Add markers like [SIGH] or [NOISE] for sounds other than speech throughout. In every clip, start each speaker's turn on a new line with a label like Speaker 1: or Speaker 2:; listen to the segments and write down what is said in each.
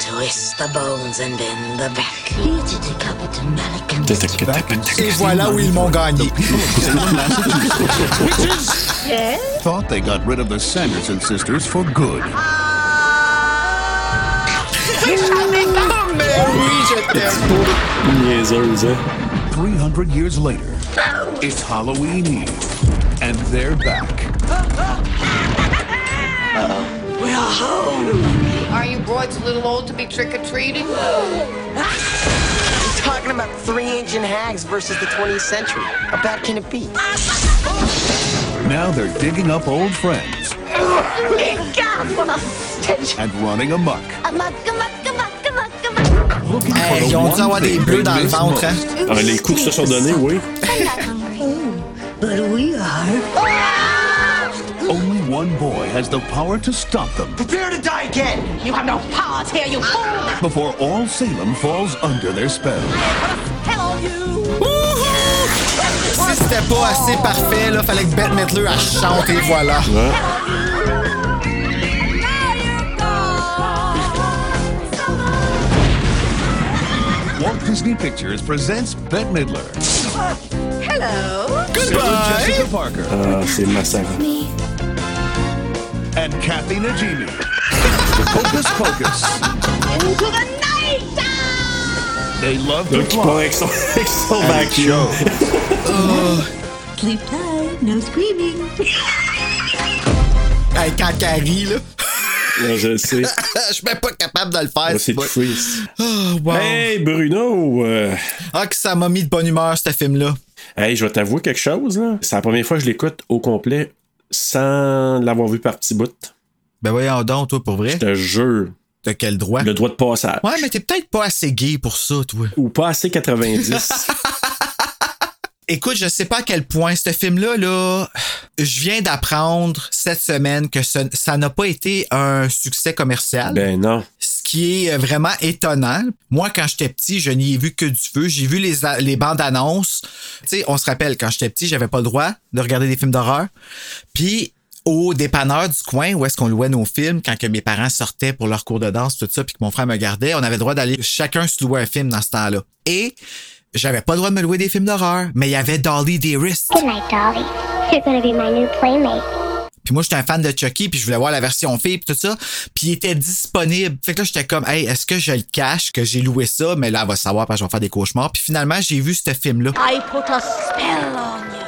Speaker 1: Twist the bones and bend the back. to the covered American.
Speaker 2: Et voilà où ils m'ont gagné.
Speaker 3: Thought they got rid of the Sanderson sisters for good.
Speaker 4: Niaiseuse, hein?
Speaker 3: 300 years later, it's Halloween Eve, and they're back.
Speaker 5: Are you broads a little old to be trick or treating?
Speaker 6: talking about three ancient hags versus the 20th century. How bad can it be?
Speaker 3: Now they're digging up old friends and running amok, looking for
Speaker 2: Hey,
Speaker 3: the
Speaker 2: ils ont
Speaker 3: one
Speaker 2: dû avoir des
Speaker 3: thing
Speaker 2: bleus
Speaker 3: they
Speaker 2: dans le
Speaker 3: miss
Speaker 2: ventre, hein?
Speaker 3: most.
Speaker 4: Ah, les coups qui se sont donnés, oui.
Speaker 1: But we are.
Speaker 3: Only one boy has the power to stop them
Speaker 6: Prepare to die again!
Speaker 5: You have no power here, you fool!
Speaker 3: before all Salem falls under their spell.
Speaker 2: Si c'était pas assez parfait, là, fallait que Bette Mettler à chante et voilà.
Speaker 3: Walt Disney Pictures presents Bette Midler,
Speaker 5: Hello?
Speaker 3: Sarah Jessica Parker,
Speaker 4: Ah, c'est massacre.
Speaker 3: and Kathy Najimy. Hocus Pocus.
Speaker 5: Into the night!
Speaker 3: They love
Speaker 4: Là,
Speaker 3: to
Speaker 4: qui part
Speaker 3: fly.
Speaker 4: avec [LAUGHS] son, avec son
Speaker 3: And it
Speaker 4: vacuum.
Speaker 3: shows.
Speaker 1: Sleep tight, no screaming.
Speaker 2: Hey, quand elle rit, là, [LAUGHS]
Speaker 4: Ouais, je le sais.
Speaker 2: je suis même pas capable de le faire.
Speaker 4: Moi, c'est
Speaker 2: ouais.
Speaker 4: freeze.
Speaker 2: Oh, wow.
Speaker 4: Hey, Bruno! euh,
Speaker 2: Ah, que ça m'a mis de bonne humeur, ce film-là.
Speaker 4: Hey, je vais t'avouer quelque chose, là. C'est la première fois que je l'écoute au complet sans l'avoir vu par petits bouts.
Speaker 2: Ben voyons donc, toi, pour vrai.
Speaker 4: Je te jure,
Speaker 2: T'as quel droit?
Speaker 4: le droit de passage.
Speaker 2: Ouais, mais t'es peut-être pas assez gay pour ça, toi.
Speaker 4: Ou pas assez 90.
Speaker 2: Écoute, je sais pas à quel point ce film-là, là, je viens d'apprendre cette semaine que ce- ça n'a pas été un succès commercial.
Speaker 4: ben non.
Speaker 2: ce qui est euh, vraiment étonnant. Moi, quand j'étais petit, je n'y ai vu que du feu. J'ai vu les, a- les bandes annonces. Tu sais, on se rappelle, quand j'étais petit, j'avais pas le droit de regarder des films d'horreur. Puis, au dépanneur du coin, où est-ce qu'on louait nos films, quand que mes parents sortaient pour leur cours de danse, tout ça, puis que mon frère me gardait, on avait le droit d'aller chacun se louer un film dans ce temps-là. Et j'avais pas le droit de me louer des films d'horreur, mais il y avait Dolly Dearest.
Speaker 7: Good night, Dolly. You're gonna be my new playmate.
Speaker 2: Puis moi, j'étais un fan de Chucky, puis je voulais voir la version fille, puis tout ça. Puis il était disponible. Fait que là, j'étais comme, hey, est-ce que je le cache, que j'ai loué ça? Mais là, elle va savoir, parce que je vais faire des cauchemars. Puis finalement, j'ai vu ce film-là.
Speaker 5: I put a spell on you.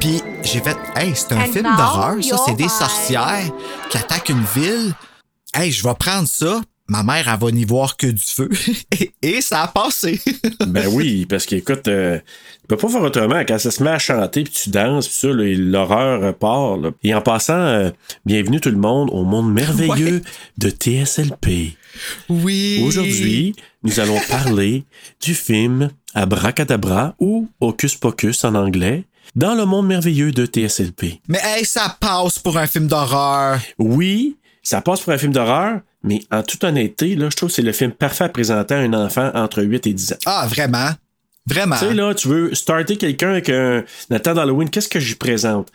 Speaker 2: Puis j'ai fait, hey, c'est un
Speaker 5: And
Speaker 2: film
Speaker 5: now
Speaker 2: d'horreur, ça.
Speaker 5: you're
Speaker 2: C'est des
Speaker 5: mine.
Speaker 2: sorcières qui attaquent une ville. Hey, je vais prendre ça. Ma mère, elle va n'y voir que du feu. [LAUGHS] et, et ça a passé.
Speaker 4: Ben oui, parce qu'écoute, euh, tu peux pas faire autrement. Quand ça se met à chanter, puis tu danses, puis ça, là, et l'horreur euh, part. là. Et en passant, euh, bienvenue tout le monde au monde merveilleux
Speaker 2: Ouais.
Speaker 4: de TSLP.
Speaker 2: oui.
Speaker 4: Aujourd'hui, nous allons parler du film Abracadabra ou Hocus Pocus en anglais, dans le monde merveilleux de TSLP.
Speaker 2: Mais hey, ça passe pour un film d'horreur.
Speaker 4: Oui, ça passe pour un film d'horreur, mais en toute honnêteté, là, je trouve que c'est le film parfait à présenter à un enfant entre 8 et 10 ans.
Speaker 2: Ah, vraiment. Vraiment.
Speaker 4: Tu sais, là, tu veux starter quelqu'un avec un Nathan d'Halloween, qu'est-ce que j'y présente?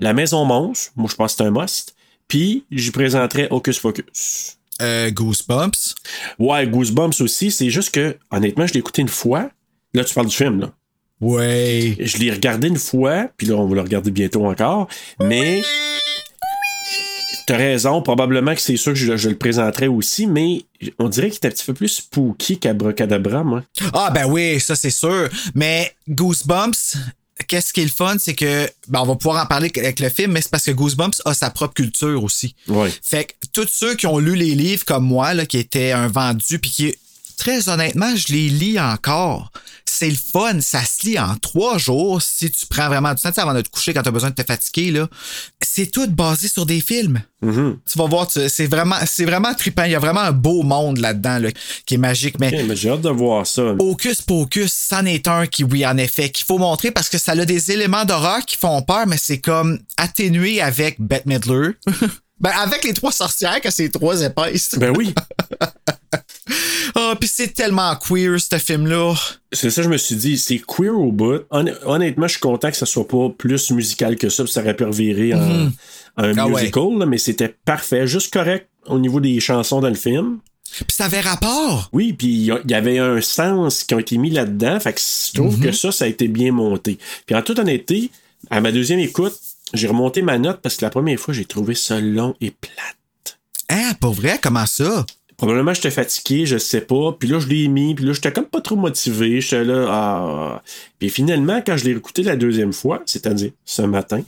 Speaker 4: La Maison Monstre, moi je pense que c'est un must, puis j'y présenterais Hocus Pocus.
Speaker 2: Euh, Goosebumps.
Speaker 4: Ouais, Goosebumps aussi, c'est juste que, honnêtement, je l'ai écouté une fois. Là, tu parles du film, là.
Speaker 2: Ouais.
Speaker 4: Je l'ai regardé une fois, puis là, on va le regarder bientôt encore, mais... T'as raison, probablement que c'est sûr que je, je le présenterais aussi, mais on dirait qu'il est un petit peu plus spooky qu'Abracadabra, moi.
Speaker 2: Ah ben oui, ça c'est sûr. Mais Goosebumps, qu'est-ce qui est le fun, c'est que ben, on va pouvoir en parler avec le film, mais c'est parce que Goosebumps a sa propre culture aussi.
Speaker 4: Ouais.
Speaker 2: Fait que tous ceux qui ont lu les livres comme moi, là, qui étaient un vendu, puis qui, très honnêtement, je les lis encore. c'est le fun. Ça se lit en trois jours si tu prends vraiment du temps tu sais, avant de te coucher quand tu as besoin de te fatiguer. Là. C'est tout basé sur des films. Tu vas voir, tu- c'est vraiment, c'est vraiment trippant. Il y a vraiment un beau monde là-dedans là, qui est magique. Mais
Speaker 4: Ok, Eh, mais j'ai hâte de voir ça.
Speaker 2: Hocus Pocus, c'en est un qui, oui, en effet, qu'il faut montrer parce que ça a des éléments d'horreur qui font peur, mais c'est comme atténué avec Bette Midler. [LAUGHS] ben, avec les trois sorcières que c'est trois épaisses.
Speaker 4: Ben oui,
Speaker 2: Ah, puis c'est tellement queer, ce film-là.
Speaker 4: [LAUGHS] c'est ça que je me suis dit. C'est queer au bout. Hon- honnêtement, je suis content que ça soit pas plus musical que ça, puis ça aurait pu revirer en, en
Speaker 2: Ah ouais.
Speaker 4: musical, là, mais c'était parfait, juste correct au niveau des chansons dans le film.
Speaker 2: Puis ça avait rapport.
Speaker 4: Oui, puis il y a- il y avait un sens qui a été mis là-dedans. Fait que je trouve que ça, ça a été bien monté. Puis en toute honnêteté, à ma deuxième écoute, j'ai remonté ma note parce que la première fois, j'ai trouvé ça long et plate.
Speaker 2: Hein, pour vrai, comment ça?
Speaker 4: Probablement, j'étais fatigué, je sais pas. Puis là, je l'ai mis. Puis là, j'étais comme pas trop motivé. J'étais là, ah. Puis finalement, quand je l'ai réécouté la deuxième fois, c'est-à-dire ce matin.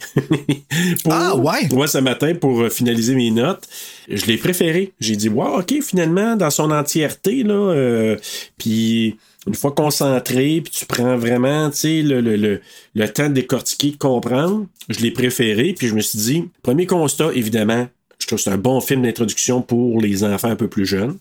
Speaker 4: [LAUGHS] pour-
Speaker 2: Ah, ouais?
Speaker 4: Ouais, ce matin, pour euh, finaliser mes notes, je l'ai préféré. J'ai dit, wow, OK, finalement, dans son entièreté, là. euh, puis une fois concentré, puis tu prends vraiment, tu sais, le, le, le, le temps de décortiquer, de comprendre, je l'ai préféré. Puis je me suis dit, premier constat, évidemment, je trouve que c'est un bon film d'introduction pour les enfants un peu plus jeunes.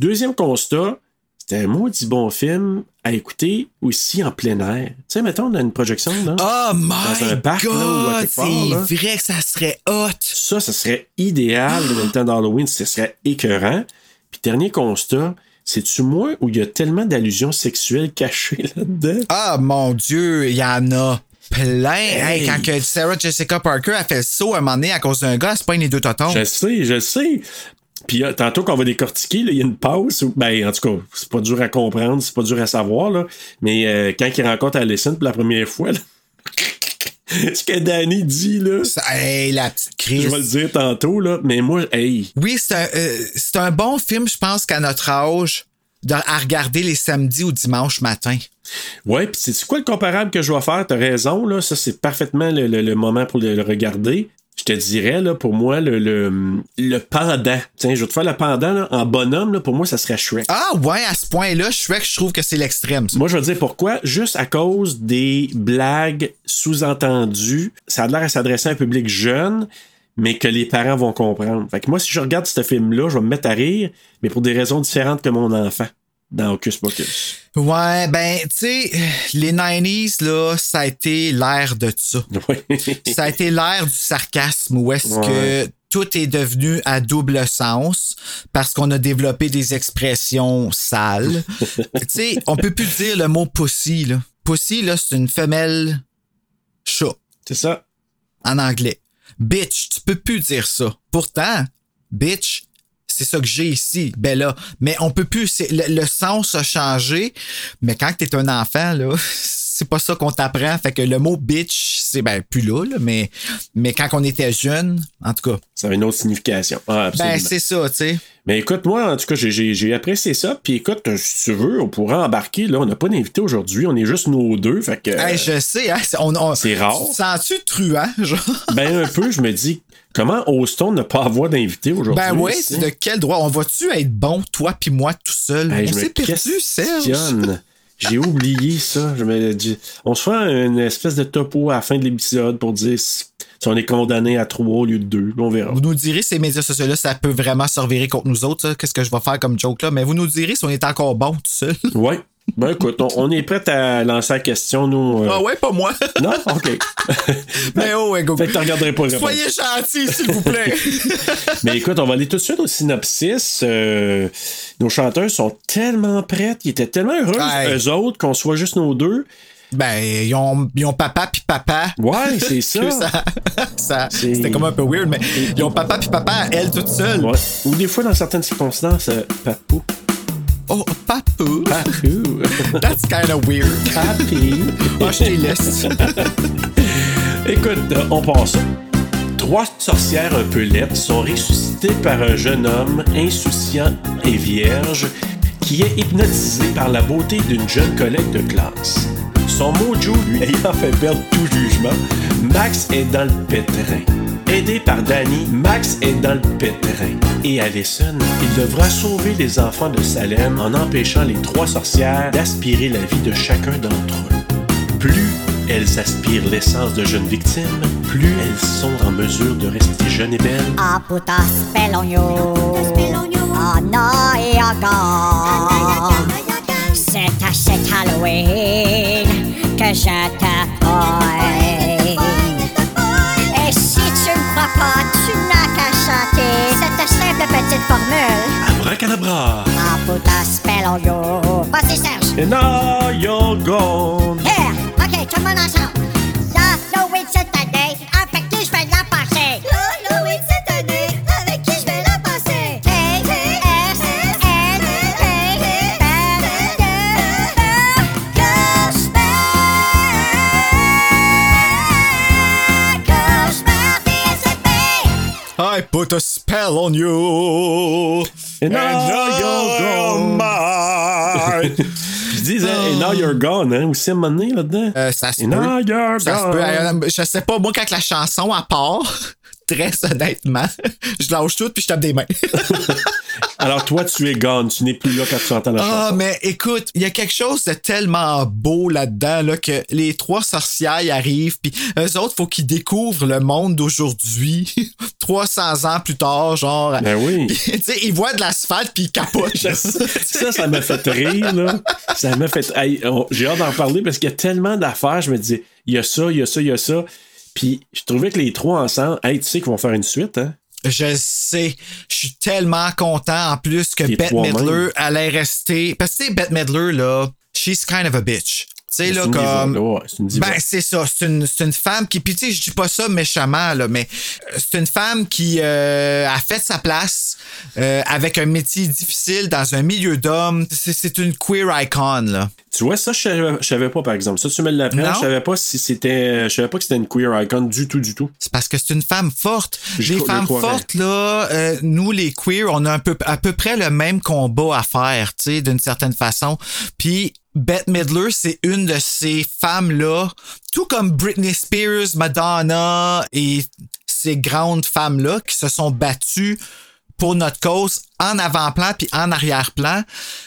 Speaker 4: Deuxième constat, c'était un maudit bon film à écouter aussi en plein air. Tu sais, mettons, on a une projection, là.
Speaker 2: Oh
Speaker 4: Dans un
Speaker 2: my
Speaker 4: parc, là, ou à
Speaker 2: god!
Speaker 4: quelque part, là.
Speaker 2: C'est vrai que ça serait hot!
Speaker 4: Ça, ça serait idéal dans le temps d'Halloween, ce serait écœurant. Puis dernier constat, c'est-tu moi où il y a tellement d'allusions sexuelles cachées [LAUGHS] là-dedans?
Speaker 2: Ah mon dieu, il y en a plein! Hey,
Speaker 4: Hey.
Speaker 2: quand que Sarah Jessica Parker a fait le saut à un moment donné à cause d'un gars, c'est pas une des deux totons.
Speaker 4: Je le sais, je le sais. Puis euh, tantôt qu'on va décortiquer, là, il y a une pause. où- ben, en tout cas, c'est pas dur à comprendre, c'est pas dur à savoir, là. Mais euh, quand il rencontre Alison pour la première fois, là, [LAUGHS] ce que Danny dit, là,
Speaker 2: Ça- Hey, la petite crise.
Speaker 4: je vais le dire tantôt, là, mais moi, hey,
Speaker 2: Oui, c'est un, euh, c'est un bon film, je pense, qu'à notre âge, de, à regarder les samedis ou dimanches matin.
Speaker 4: Ouais, puis c'est quoi le comparable que je vais faire? T'as raison, là. Ça, c'est parfaitement le, le- le moment pour le, le regarder. Je te dirais, là, pour moi, le, le, le pendant. Tiens, je vais te faire le pendant, là. En bonhomme, là, pour moi, ça serait Shrek.
Speaker 2: Ah ouais, à ce point-là, Shrek, je trouve que c'est l'extrême. ça.
Speaker 4: Moi, je vais te dire pourquoi. Juste à cause des blagues sous-entendues. Ça a l'air à s'adresser à un public jeune, mais que les parents vont comprendre. Fait que moi, si je regarde ce film-là, je vais me mettre à rire, mais pour des raisons différentes que mon enfant dans Hocus Pocus.
Speaker 2: Ouais, ben, tu sais, les 90s, là, ça a été l'ère de ça.
Speaker 4: Ouais.
Speaker 2: ça a été l'ère du sarcasme où est-ce
Speaker 4: Ouais.
Speaker 2: que tout est devenu à double sens parce qu'on a développé des expressions sales. tu sais, on peut plus dire le mot pussy, là. Pussy, là, c'est une femelle chat
Speaker 4: C'est ça.
Speaker 2: en anglais. Bitch, tu peux plus dire ça. Pourtant, bitch, c'est ça que j'ai ici, Bella. Mais on peut plus, c'est- le, le sens a changé. Mais quand t'es un enfant, là, [LAUGHS] c'est pas ça qu'on t'apprend. Fait que le mot bitch, c'est ben plus là, là, mais, mais quand on était jeune, en tout cas,
Speaker 4: Ça a une autre signification. Ah, absolument. Euh,
Speaker 2: ben c'est ça, tu sais.
Speaker 4: Mais écoute, moi, en tout cas, j'ai- j'ai j'ai apprécié ça. Puis écoute, euh, si tu veux, on pourra embarquer. Là, on n'a pas d'invité aujourd'hui. On est juste nos deux. Fait que.
Speaker 2: Hey, je sais, hein, c'est- on, on-
Speaker 4: c'est rare.
Speaker 2: tu te Sens-tu truand, hein, genre?
Speaker 4: Ben, un peu, je me dis, comment ose-t-on ne pas avoir d'invité aujourd'hui?
Speaker 2: Ben oui,
Speaker 4: ici?
Speaker 2: c'est de quel droit? On va-tu être bon, toi puis moi, tout seul?
Speaker 4: Hey,
Speaker 2: on
Speaker 4: je me
Speaker 2: s'est perdu, Serge.
Speaker 4: questionne. J'ai oublié ça. Je me dis- On se fera une espèce de topo à la fin de l'épisode pour dire si si on est condamné à trois au lieu de deux. On verra.
Speaker 2: Vous nous direz ces médias sociaux-là, ça peut vraiment se revirer contre nous autres. ça. Qu'est-ce que je vais faire comme joke là? Mais vous nous direz si on est encore bon tout seul.
Speaker 4: Ouais. Ben écoute, on, on est prêt à lancer la question, nous. euh,
Speaker 2: Ah ouais,
Speaker 4: [LAUGHS]
Speaker 2: pas moi.
Speaker 4: Non? OK.
Speaker 2: Mais oh, ouais, go.
Speaker 4: Fait que tu regarderais pas le
Speaker 2: Soyez gentils, s'il
Speaker 4: [LAUGHS]
Speaker 2: vous plaît.
Speaker 4: Mais écoute, on va aller tout de suite au synopsis. Euh, nos chanteurs sont tellement prêtes, ils étaient tellement heureux,
Speaker 2: Ouais.
Speaker 4: eux autres, qu'on soit juste nos deux.
Speaker 2: ben, ils ont, ils ont papa puis papa. [LAUGHS]
Speaker 4: Ouais, c'est ça.
Speaker 2: Que ça- ça- C'était comme un peu weird, mais ils ont papa puis papa, elle toute seule.
Speaker 4: Ouais. Ou des fois, dans certaines circonstances, euh, papou.
Speaker 2: Oh, papou.
Speaker 4: Papou.
Speaker 2: [LAUGHS] That's kind of weird.
Speaker 4: Ah. Papi.
Speaker 2: Oh, je t'ai laisse.
Speaker 4: Écoute, euh, on passe. Trois sorcières un peu laides sont ressuscitées par un jeune homme insouciant et vierge qui est hypnotisé par la beauté d'une jeune collègue de classe. Son mojo lui ayant fait perdre tout jugement, Max est dans le pétrin. Aidé par Danny, Max est dans le pétrin. Et Allison, il devra sauver les enfants de Salem en empêchant les trois sorcières d'aspirer la vie de chacun d'entre eux. Plus elles aspirent l'essence de jeunes victimes, plus elles sont en mesure de rester jeunes et belles.
Speaker 1: Ah,
Speaker 2: Ah.
Speaker 8: I put a spell on you. Oh, Anna et oh. Aga. C'est à cet Halloween que je te poigne. Et si tu ne crois pas, tu n'as qu'à chanter cette simple petite formule.
Speaker 4: Abracadabra!
Speaker 8: I put a spell on you. Vas-y, Serge.
Speaker 4: And now you're gone!
Speaker 8: Here. OK, tout le monde ensemble. Halloween cette année, avec qui je vais la passer? Halloween cette année, avec qui je vais la passer?
Speaker 2: I put a spell on you.
Speaker 4: And now you're gone! Ils disent, hein, and now you're gone, hein, aussi à un moment donné là-dedans.
Speaker 2: Oh. Euh, ça se
Speaker 4: and
Speaker 2: peut.
Speaker 4: now you're
Speaker 2: Ça se
Speaker 4: gone!
Speaker 2: peut. Euh, Je sais pas, moi, quand la chanson à part, [LAUGHS] très honnêtement, [LAUGHS] je lâche tout puis je tape des mains. [LAUGHS]
Speaker 4: Alors toi, tu es gone, tu n'es plus là quand tu entends la
Speaker 2: Ah,
Speaker 4: chanson.
Speaker 2: mais écoute, il y a quelque chose de tellement beau là-dedans là, que les trois sorcières y arrivent, puis eux autres, faut qu'ils découvrent le monde d'aujourd'hui, [LAUGHS] 300 ans plus tard, genre.
Speaker 4: Ben oui.
Speaker 2: Puis, [LAUGHS] tu sais, ils voient de l'asphalte, puis ils capotent.
Speaker 4: Ça, ça, ça m'a fait rire, là. Ça m'a fait. Hey, on- J'ai hâte d'en parler parce qu'il y a tellement d'affaires. Je me disais, il y a ça, il y a ça, il y a ça. Puis je trouvais que les trois ensemble, hey, tu sais qu'ils vont faire une suite, hein?
Speaker 2: Je le sais. Je suis tellement content en plus que
Speaker 4: Les
Speaker 2: Bette
Speaker 4: trois
Speaker 2: Midler
Speaker 4: mêmes.
Speaker 2: allait rester. Parce que tu sais, Bette Midler, là, she's kind of a bitch. Tu sais,
Speaker 4: C'est
Speaker 2: là,
Speaker 4: une diva,
Speaker 2: comme.
Speaker 4: là, ouais, c'est une diva.
Speaker 2: Ben, c'est ça. C'est une, c'est une femme qui. Puis, tu sais, je dis pas ça méchamment, là, mais euh, c'est une femme qui euh, a fait sa place euh, avec un métier difficile dans un milieu d'hommes. C'est, c'est une queer icon, là.
Speaker 4: Tu vois, ça, je savais, je savais pas, par exemple. Ça, tu me l'apprends.
Speaker 2: Non.
Speaker 4: Je savais pas si c'était. euh, Je savais pas que c'était une queer icon du tout, du tout.
Speaker 2: C'est parce que c'est une femme forte.
Speaker 4: Je
Speaker 2: les
Speaker 4: cro- je
Speaker 2: femmes
Speaker 4: croirais.
Speaker 2: fortes, là, euh, nous, les queers, on a un peu, à peu près le même combat à faire, tu sais, d'une certaine façon. Puis, Bette Midler, c'est une de ces femmes-là, tout comme Britney Spears, Madonna et ces grandes femmes-là qui se sont battues pour notre cause en avant-plan puis en arrière-plan.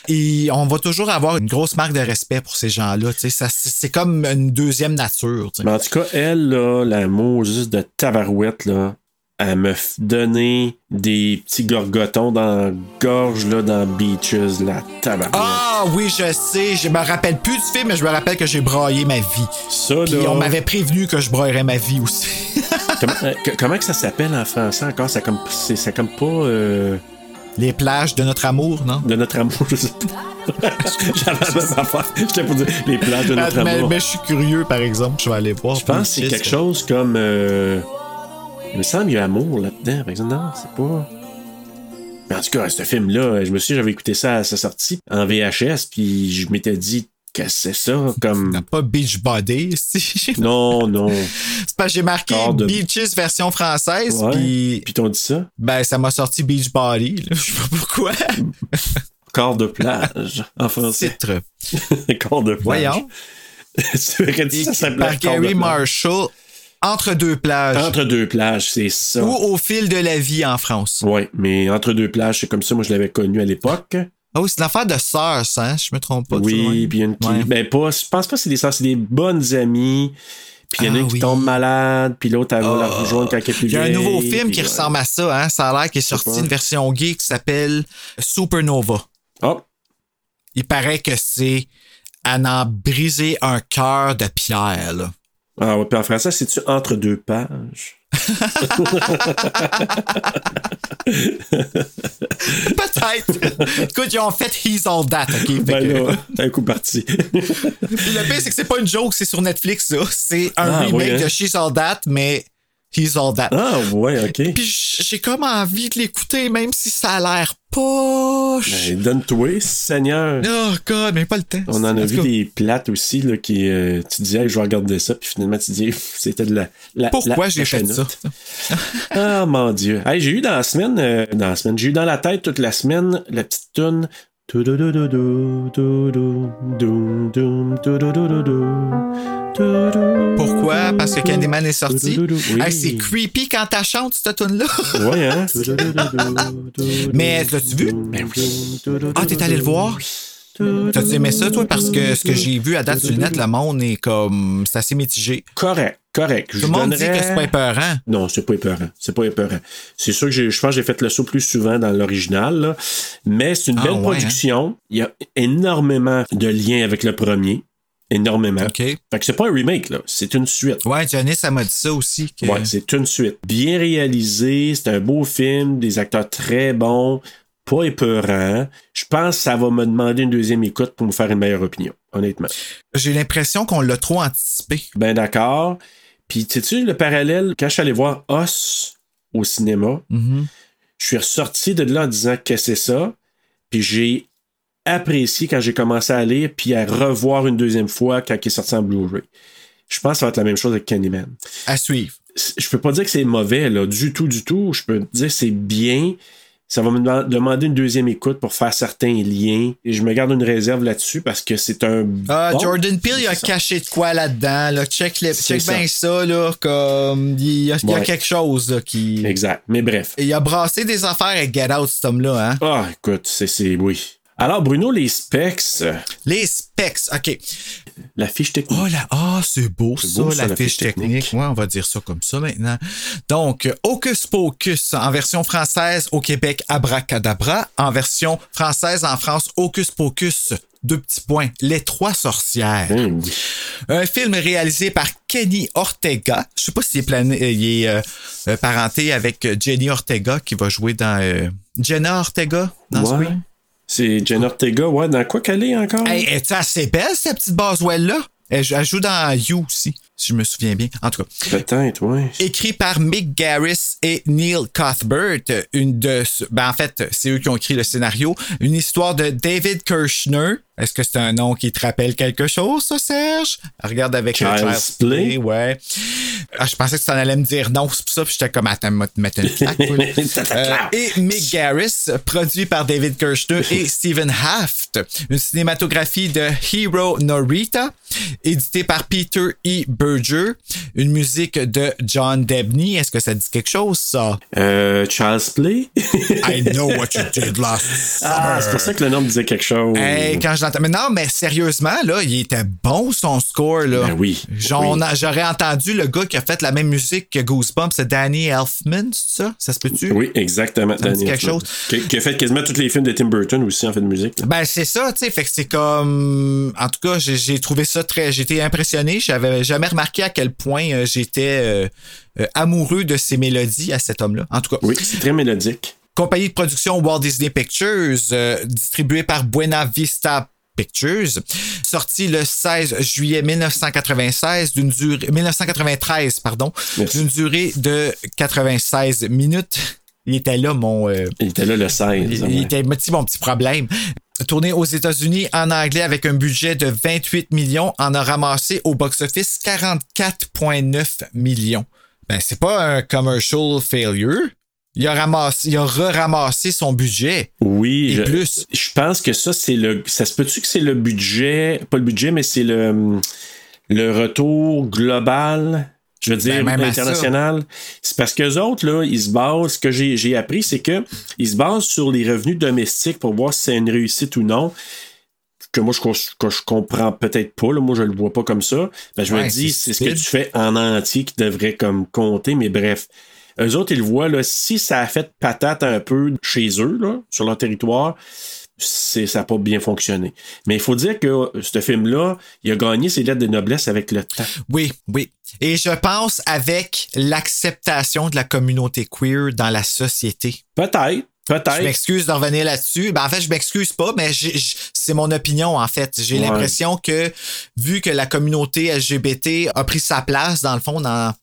Speaker 2: Et on va toujours avoir une grosse marque de respect pour ces gens-là. tu sais. Ça, C'est c'est comme une deuxième nature. tu sais.
Speaker 4: Mais en tout cas, elle, là, la Moses de Tavarouette, là, elle me f- donnait des petits gorgotons dans la gorge, là, dans Beaches, la Tabarouette.
Speaker 2: Ah oui, je sais, je me rappelle plus du film, mais je me rappelle que j'ai braillé ma vie.
Speaker 4: ça,
Speaker 2: Puis
Speaker 4: là.
Speaker 2: on m'avait prévenu que je braillerais ma vie aussi.
Speaker 4: Comment, euh, que- comment que ça s'appelle en français encore? Ça comme, c'est, ça comme pas euh,
Speaker 2: Les plages de notre amour, non?
Speaker 4: de notre amour, je sais pas. [LAUGHS] J'avais la même affaire. J'étais pour dire les plages de notre
Speaker 2: Ah, mais,
Speaker 4: amour.
Speaker 2: mais je suis curieux, par exemple, je vais aller voir.
Speaker 4: Je pense que c'est quelque chose comme. euh, il me semble qu'il y a amour là-dedans. Par exemple, non, c'est pas. Mais en tout cas, ce film-là, je me suis j'avais écouté ça à sa sortie en VHS, puis je m'étais dit, qu'est-ce que c'est ça?
Speaker 2: [LAUGHS]
Speaker 4: Comme.
Speaker 2: Pas Beachbody, [LAUGHS] si.
Speaker 4: Non, non.
Speaker 2: C'est parce que j'ai marqué
Speaker 4: Corps de-
Speaker 2: Beaches version française,
Speaker 4: Ouais.
Speaker 2: puis
Speaker 4: Puis t'on dit ça?
Speaker 2: ben, ça m'a sorti Beachbody, là. [LAUGHS] je sais pas pourquoi.
Speaker 4: Corps de plage. [LAUGHS] En français.
Speaker 2: Titre,
Speaker 4: [LAUGHS] Corps de plage.
Speaker 2: voyons.
Speaker 4: tu aurais dit ça
Speaker 2: Écrit
Speaker 4: simplement.
Speaker 2: par
Speaker 4: Corps de plage.
Speaker 2: Gary Marshall, Entre deux plages,
Speaker 4: Entre deux plages, c'est ça.
Speaker 2: ou Au fil de la vie en France.
Speaker 4: Ouais, mais entre deux plages, c'est comme ça, moi je l'avais connu à l'époque.
Speaker 2: Ah oui, c'est l'affaire de sœurs, ça, hein? Je me trompe pas. tu vois.
Speaker 4: Oui, puis il y a une qui.
Speaker 2: Ouais.
Speaker 4: Ben, pas. Je pense pas que c'est des sœurs, c'est des bonnes amies. Puis il y en a
Speaker 2: Ah
Speaker 4: une qui
Speaker 2: oui. Ah.
Speaker 4: tombe malade, puis l'autre, elle va la rejoindre quand elle est plus
Speaker 2: Il y a un
Speaker 4: vieille,
Speaker 2: nouveau film
Speaker 4: ben, puis,
Speaker 2: qui
Speaker 4: ouais.
Speaker 2: ressemble à ça, hein? Ça a l'air qu'il est sorti
Speaker 4: pas.
Speaker 2: une version gay qui s'appelle Supernova.
Speaker 4: Oh,
Speaker 2: Il paraît que c'est à en briser un cœur de pierre, là. [LAUGHS]
Speaker 4: ah ouais, puis en français, c'est-tu entre deux pages?
Speaker 2: Peut-être. Écoute, ils ont fait He's All That, OK? Fait
Speaker 4: Ben
Speaker 2: que-
Speaker 4: là, t'as un coup parti.
Speaker 2: Puis [LAUGHS] le pire, c'est que c'est pas une joke, c'est sur Netflix, ça. C'est un
Speaker 4: Ah,
Speaker 2: remake
Speaker 4: oui, hein.
Speaker 2: de She's All That, mais He's All That.
Speaker 4: ah ouais, ok.
Speaker 2: Puis j- j'ai comme envie de l'écouter, même si ça a l'air poche.
Speaker 4: Ben, donne-toi, Seigneur.
Speaker 2: Oh, God, mais pas le temps.
Speaker 4: On en a
Speaker 2: tout
Speaker 4: vu
Speaker 2: cas.
Speaker 4: des plates aussi, là, qui. euh, tu disais, Hey, je vais regarder ça, puis finalement, tu dis, [LAUGHS] c'était de la. la
Speaker 2: Pourquoi
Speaker 4: la-
Speaker 2: j'ai
Speaker 4: la
Speaker 2: fait
Speaker 4: chenoute.
Speaker 2: ça?
Speaker 4: Ah mon dieu. Hey, j'ai eu dans la semaine, euh, dans la semaine, j'ai eu dans la tête toute la semaine la petite tune Pourquoi
Speaker 2: Pourquoi? Parce que Candyman est sorti.
Speaker 4: Oui.
Speaker 2: Hey, c'est creepy quand t'as chante cette tune là
Speaker 4: Ouais, hein?
Speaker 2: [LAUGHS] Mais l'as-tu vu?
Speaker 4: Ben oui.
Speaker 2: Ah, t'es allé le voir? Ah, T'as-tu aimé ça, toi? Parce que ce que j'ai vu à date sur le net, le monde est comme. C'est assez mitigé.
Speaker 4: Correct, correct. Je
Speaker 2: Tout le monde dit
Speaker 4: donnerais-
Speaker 2: que c'est pas épeurant.
Speaker 4: Non, c'est pas épeurant. C'est pas épeurant. C'est sûr que j'ai- je pense que j'ai fait le saut plus souvent dans l'original, là. mais c'est une
Speaker 2: Ah,
Speaker 4: belle
Speaker 2: ouais,
Speaker 4: production. Il y a énormément de liens avec le premier. Énormément.
Speaker 2: OK.
Speaker 4: Fait que c'est pas un remake, là. C'est une suite.
Speaker 2: Ouais, Janice, elle m'a dit ça aussi. que-
Speaker 4: Ouais, c'est une suite. Bien réalisé, c'est un beau film, des acteurs très bons, pas épeurants. Je pense que ça va me demander une deuxième écoute pour me faire une meilleure opinion, honnêtement.
Speaker 2: J'ai l'impression qu'on l'a trop anticipé.
Speaker 4: Ben d'accord. Puis, sais-tu le parallèle, quand je suis allé voir Os au cinéma,
Speaker 2: Mm-hmm.
Speaker 4: je suis ressorti de là en disant que c'est ça. Puis j'ai apprécié quand j'ai commencé à lire, puis à revoir une deuxième fois quand il est sorti en Blu-ray. Je pense que ça va être la même chose avec Candyman.
Speaker 2: À suivre.
Speaker 4: C- Je peux pas dire que c'est mauvais, là, du tout, du tout. Je peux dire que c'est bien. Ça va me deman- demander une deuxième écoute pour faire certains liens. Et je me garde une réserve là-dessus parce que c'est un.
Speaker 2: Ah,
Speaker 4: bon-
Speaker 2: Jordan Peele, il a
Speaker 4: C'est ça.
Speaker 2: caché de quoi là-dedans. Là. Check, le-
Speaker 4: C'est
Speaker 2: check
Speaker 4: ça.
Speaker 2: bien ça, là, comme. Il y a, il y a
Speaker 4: Ouais.
Speaker 2: quelque chose là, qui.
Speaker 4: Exact. Mais bref.
Speaker 2: Il a brassé des affaires avec Get Out, cet homme-là, hein?
Speaker 4: Ah, écoute, c'est, c'est- oui. Alors, Bruno, les specs, euh,
Speaker 2: Les specs, OK.
Speaker 4: la fiche technique.
Speaker 2: Oh là, ah, c'est beau
Speaker 4: C'est
Speaker 2: ça,
Speaker 4: beau,
Speaker 2: la, fiche technique. Ouais, on va dire ça comme ça maintenant. Donc, euh, Hocus Pocus en version française au Québec, Abracadabra. En version française en France, Hocus Pocus. Deux petits points. Les trois sorcières.
Speaker 4: Hein,
Speaker 2: Un film réalisé par Kenny Ortega. Je sais pas s'il est, plané- euh, il est, euh, euh, parenté avec euh, Jenny Ortega qui va jouer dans euh, Jenna Ortega dans
Speaker 4: ouais.
Speaker 2: Scream.
Speaker 4: C'est Jen Ortega, ouais, dans quoi qu'elle est encore?
Speaker 2: Hey, est-tu assez belle, cette petite Boswell-là? Elle, jou- elle joue dans You aussi, si je me souviens bien. En tout cas,
Speaker 4: Peut-être, ouais.
Speaker 2: écrit par Mick Garris et Neil Cuthbert. Une de, ce- ben en fait, c'est eux qui ont écrit le scénario. Une histoire de David Kirshner. Est-ce que c'est un nom qui te rappelle quelque chose, ça, Serge? Regarde avec le
Speaker 4: Child's Play.
Speaker 2: ouais. Ah, je pensais que tu en allais me dire non, c'est pour ça, puis j'étais comme, attends, moi,
Speaker 4: [LAUGHS]
Speaker 2: te mettre une claque. toi, là. Euh, et Mick Garris, produit par David Kirshner
Speaker 4: [LAUGHS]
Speaker 2: et Stephen Haft. Une cinématographie de Hiro Norita, éditée par Peter E. Berger. Une musique de John Debney. Est-ce que ça dit quelque chose, ça?
Speaker 4: Euh, Charles Play?
Speaker 2: I know what you did last summer.
Speaker 4: ah, c'est pour ça que le nom me disait quelque chose.
Speaker 2: Hey, quand je l'entends. Mais non, mais sérieusement, là, il était bon son score, là.
Speaker 4: Ben oui,
Speaker 2: J'en-
Speaker 4: oui.
Speaker 2: J'aurais entendu le gars qui a fait la même musique que Goosebumps, c'est Danny Elfman, c'est ça? Ça se peut-tu?
Speaker 4: Oui, exactement.
Speaker 2: Ça me dit
Speaker 4: Daniel
Speaker 2: quelque
Speaker 4: Elfman.
Speaker 2: chose.
Speaker 4: Qui, qui a fait quasiment tous les films de Tim Burton aussi, en fait, de musique. là.
Speaker 2: Ben c'est ça, tu sais, fait que c'est comme en tout cas, j'ai- j'ai trouvé ça très j'étais impressionné, j'avais jamais remarqué à quel point euh, j'étais euh, euh, amoureux de ces mélodies à cet homme-là. En tout cas,
Speaker 4: Oui, c'est très mélodique.
Speaker 2: compagnie de production Walt Disney Pictures euh, distribuée par Buena Vista Pictures, sorti le 16 juillet 1996 d'une durée 1993 pardon,
Speaker 4: Merci.
Speaker 2: d'une durée de 96 minutes. Il était là mon euh,
Speaker 4: Il était là le 16.
Speaker 2: il,
Speaker 4: ouais.
Speaker 2: il était petit, mon petit problème. Tourné aux États-Unis en anglais avec un budget de 28 millions, en a ramassé au box-office 44,9 millions. Ben, c'est pas un commercial failure. Il a ramassé, il a re-ramassé son budget.
Speaker 4: Oui,
Speaker 2: Et
Speaker 4: je,
Speaker 2: plus.
Speaker 4: je pense que ça, c'est le. Ça se peut-tu que c'est le budget, pas le budget, mais c'est le, hum, le retour global, je veux dire,
Speaker 2: Ben, même à
Speaker 4: international. C'est parce qu'eux autres, là, ils se basent, ce que j'ai j'ai appris, c'est que ils se basent sur les revenus domestiques pour voir si c'est une réussite ou non. Que moi, je, cons- que je comprends peut-être pas, là, moi, je le vois pas comme ça. Ben, je
Speaker 2: Ouais,
Speaker 4: me dis, c'est
Speaker 2: c'est
Speaker 4: ce que tu
Speaker 2: stupide.
Speaker 4: fais en entier qui devrait comme compter, mais bref. Eux autres, ils le voient, là, si ça a fait patate un peu chez eux, là, sur leur territoire, c'est, ça n'a pas bien fonctionné. Mais il faut dire que euh, ce film-là, il a gagné ses lettres de noblesse avec le temps.
Speaker 2: Oui, oui. Et je pense avec l'acceptation de la communauté queer dans la société.
Speaker 4: Peut-être,
Speaker 2: Je
Speaker 4: peut-être.
Speaker 2: m'excuse de revenir là-dessus. Ben, en fait, je m'excuse pas, mais j'ai- j'- c'est mon opinion, en fait. J'ai
Speaker 4: Ouais.
Speaker 2: l'impression que, vu que la communauté LGBT a pris sa place, dans le fond, dans,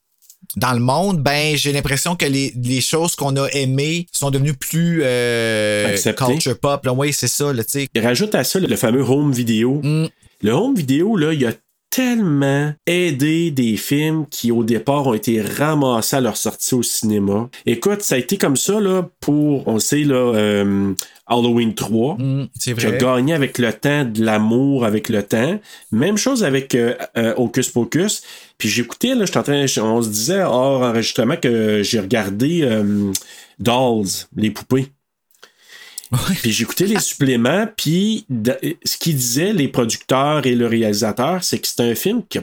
Speaker 2: dans le monde, ben, j'ai l'impression que les, les choses qu'on a aimées sont devenues plus euh,
Speaker 4: Acceptées.
Speaker 2: culture pop. là. Oui, c'est ça, là, tu sais.
Speaker 4: Rajoute à ça le fameux home vidéo.
Speaker 2: Mm.
Speaker 4: Le home vidéo, là, il a tellement aidé des films qui, au départ, ont été ramassés à leur sortie au cinéma. Écoute, ça a été comme ça, là, pour, on le sait, là, euh, Halloween 3.
Speaker 2: Hum, c'est
Speaker 4: qui a
Speaker 2: vrai.
Speaker 4: gagné avec le temps, de l'amour avec le temps. Même chose avec euh, euh, Hocus Pocus. Puis j'écoutais, là, j'étais en train, on se disait hors enregistrement que j'ai regardé euh, Dolls, les poupées. Puis j'écoutais les suppléments,
Speaker 7: Ah,
Speaker 4: puis de- ce qu'ils disaient les producteurs et le réalisateur, c'est que c'est un film qui a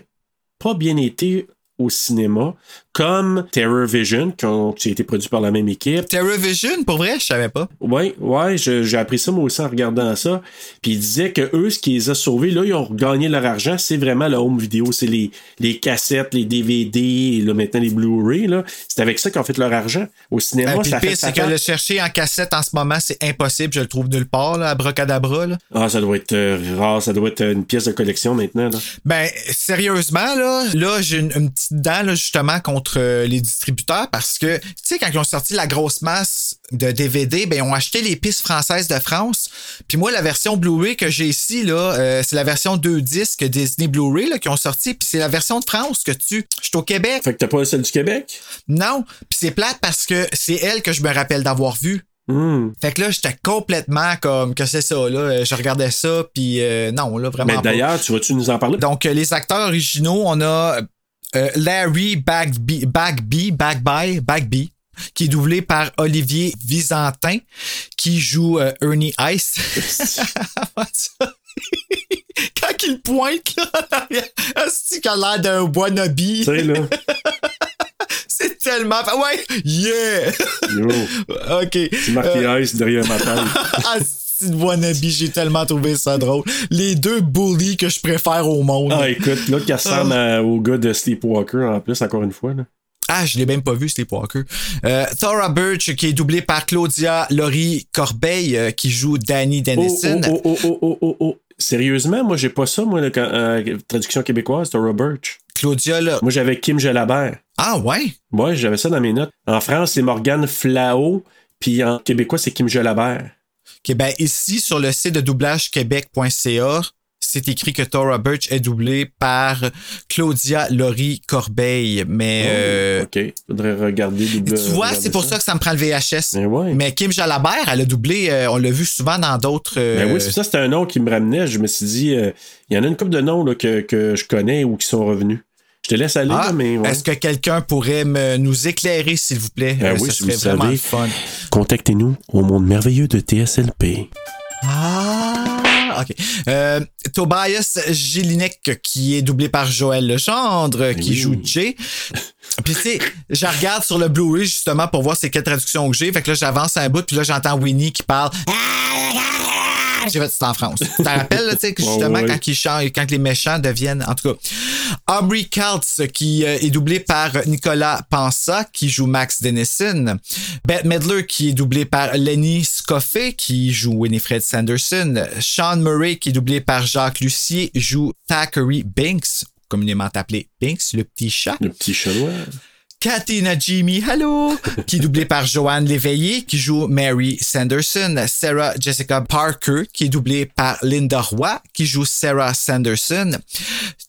Speaker 4: pas bien été au cinéma, comme Terror Vision, qui, ont- qui a été produit par la même équipe.
Speaker 2: Terror Vision, pour vrai, je savais pas.
Speaker 4: Oui, ouais, je- j'ai appris ça moi aussi en regardant ça. Puis ils disaient que eux, ce qui les a sauvés, là, ils ont gagné leur argent, c'est vraiment la home vidéo, c'est les, les cassettes, les DVD, et là, maintenant les Blu-ray, là. C'est avec ça qu'ils ont fait leur argent. Au cinéma,
Speaker 2: Ah, puis
Speaker 4: ça
Speaker 2: le
Speaker 4: fait
Speaker 2: pire,
Speaker 4: ça.
Speaker 2: c'est que le chercher en cassette en ce moment, c'est impossible. Je le trouve nulle part, là, à brocadabra. Là.
Speaker 4: Ah, ça doit être euh, rare, ça doit être une pièce de collection maintenant, là.
Speaker 2: Ben, sérieusement, là, là j'ai une, une petite dent, là, justement, contre euh, les distributeurs parce que, tu sais, quand ils ont sorti la grosse masse de DVD, ben, ils ont acheté les pistes françaises de France. Puis moi, la version Blu-ray que j'ai ici, là, euh, c'est la version 2 disques Disney Blu-ray, là, qui ont sorti. Puis c'est la version de France que tu. Je suis au Québec.
Speaker 4: Fait que t'as pas celle du Québec?
Speaker 2: Non. Puis c'est plate parce que c'est elle que je me rappelle d'avoir vue.
Speaker 4: Hmm.
Speaker 2: Fait que là, j'étais complètement comme que c'est ça, là. Euh, Je regardais ça, puis euh, non, là, vraiment.
Speaker 4: Mais
Speaker 2: pas.
Speaker 4: Ben, d'ailleurs, tu vas-tu nous en parler?
Speaker 2: Donc, euh, les acteurs originaux, on a euh, Larry Bagby, Bagby, Bagby, Bagby, qui est doublé par Olivier Visantin, qui joue euh, Ernie Ice.
Speaker 4: [LAUGHS]
Speaker 2: Quand il pointe, là, est-ce qu'il a l'air d'un wannabe?
Speaker 4: Tu sais, là.
Speaker 2: C'est tellement... Ouais! Yeah!
Speaker 4: Yo,
Speaker 2: [LAUGHS] OK.
Speaker 4: c'est marqué
Speaker 2: Euh.
Speaker 4: Ice derrière ma
Speaker 2: [LAUGHS]
Speaker 4: table.
Speaker 2: Ah, c'est une wannabe, j'ai tellement trouvé ça drôle. Les deux bullies que je préfère au monde.
Speaker 4: Ah, écoute, là, qui ressemble à- au gars de Sleepwalker, en plus, encore une fois, là.
Speaker 2: Ah, je l'ai même pas vu, Sleepwalker. Euh, Thora Birch, qui est doublée par Claudia Laurie Corbeil, euh, qui joue Danny Dennison.
Speaker 4: Oh, oh, oh, oh, oh, oh, oh. Sérieusement, moi, j'ai pas ça, moi, euh, la traduction québécoise, Thora Birch.
Speaker 2: Claudia, là.
Speaker 4: Moi, j'avais Kim Jalabert.
Speaker 2: Ah, ouais?
Speaker 4: Moi, j'avais ça dans mes notes. En France, c'est Morgane Flao, puis en québécois, c'est Kim Jalabert.
Speaker 2: Ok, ben, ici, sur le site de doublagequebec.ca, c'est écrit que Thora Birch est doublée par Claudia Laurie Corbeil. Mais,
Speaker 4: Oh,
Speaker 2: euh,
Speaker 4: OK. Faudrait regarder.
Speaker 2: tu vois, c'est pour ça. que ça me prend le VHS.
Speaker 4: Mais ouais.
Speaker 2: Mais Kim Jalabert, elle a doublé, euh, on l'a vu souvent dans d'autres. euh,
Speaker 4: Ben oui, c'est pour ça c'était un nom qui me ramenait. Je me suis dit, euh, il y en a une couple de noms là, que, que je connais ou qui sont revenus. Je te laisse aller,
Speaker 2: Ah,
Speaker 4: là, mais. ouais.
Speaker 2: Est-ce que quelqu'un pourrait me- nous éclairer, s'il vous plaît?
Speaker 4: Ben
Speaker 2: Euh,
Speaker 4: oui,
Speaker 2: ça
Speaker 4: si
Speaker 2: serait
Speaker 4: vous
Speaker 2: vraiment
Speaker 4: savez.
Speaker 2: le fun.
Speaker 9: Contactez-nous au monde merveilleux de TSLP.
Speaker 2: Ah, ok. Euh, Tobias Gilinek, qui est doublé par Joël Legendre, qui
Speaker 4: oui.
Speaker 2: joue Jay. Puis tu sais, je regarde sur le Blu-ray justement pour voir c'est quelle traduction que j'ai. Fait que là, j'avance un bout, puis là, j'entends Winnie qui parle. J'ai fait c'est en France. Tu te rappelles, là, tu sais, que justement,
Speaker 4: [LAUGHS] Ouais, ouais.
Speaker 2: quand, ils chantent, quand les méchants deviennent. En tout cas, Aubrey Kaltz, qui euh, est doublé par Nicolas Pansa, qui joue Max Dennison. Bette Medler, qui est doublé par Lenny Scoffey, qui joue Winifred Sanderson. Sean Murray, qui est doublé par Jacques Lucier, joue Thackeray Binks, communément appelé Binks, le petit chat.
Speaker 4: Le petit hein? chat noir.
Speaker 2: Katina Jimmy, hello, qui est doublée par Joanne Léveillé, qui joue Mary Sanderson. Sarah Jessica Parker, qui est doublée par Linda Roy, qui joue Sarah Sanderson.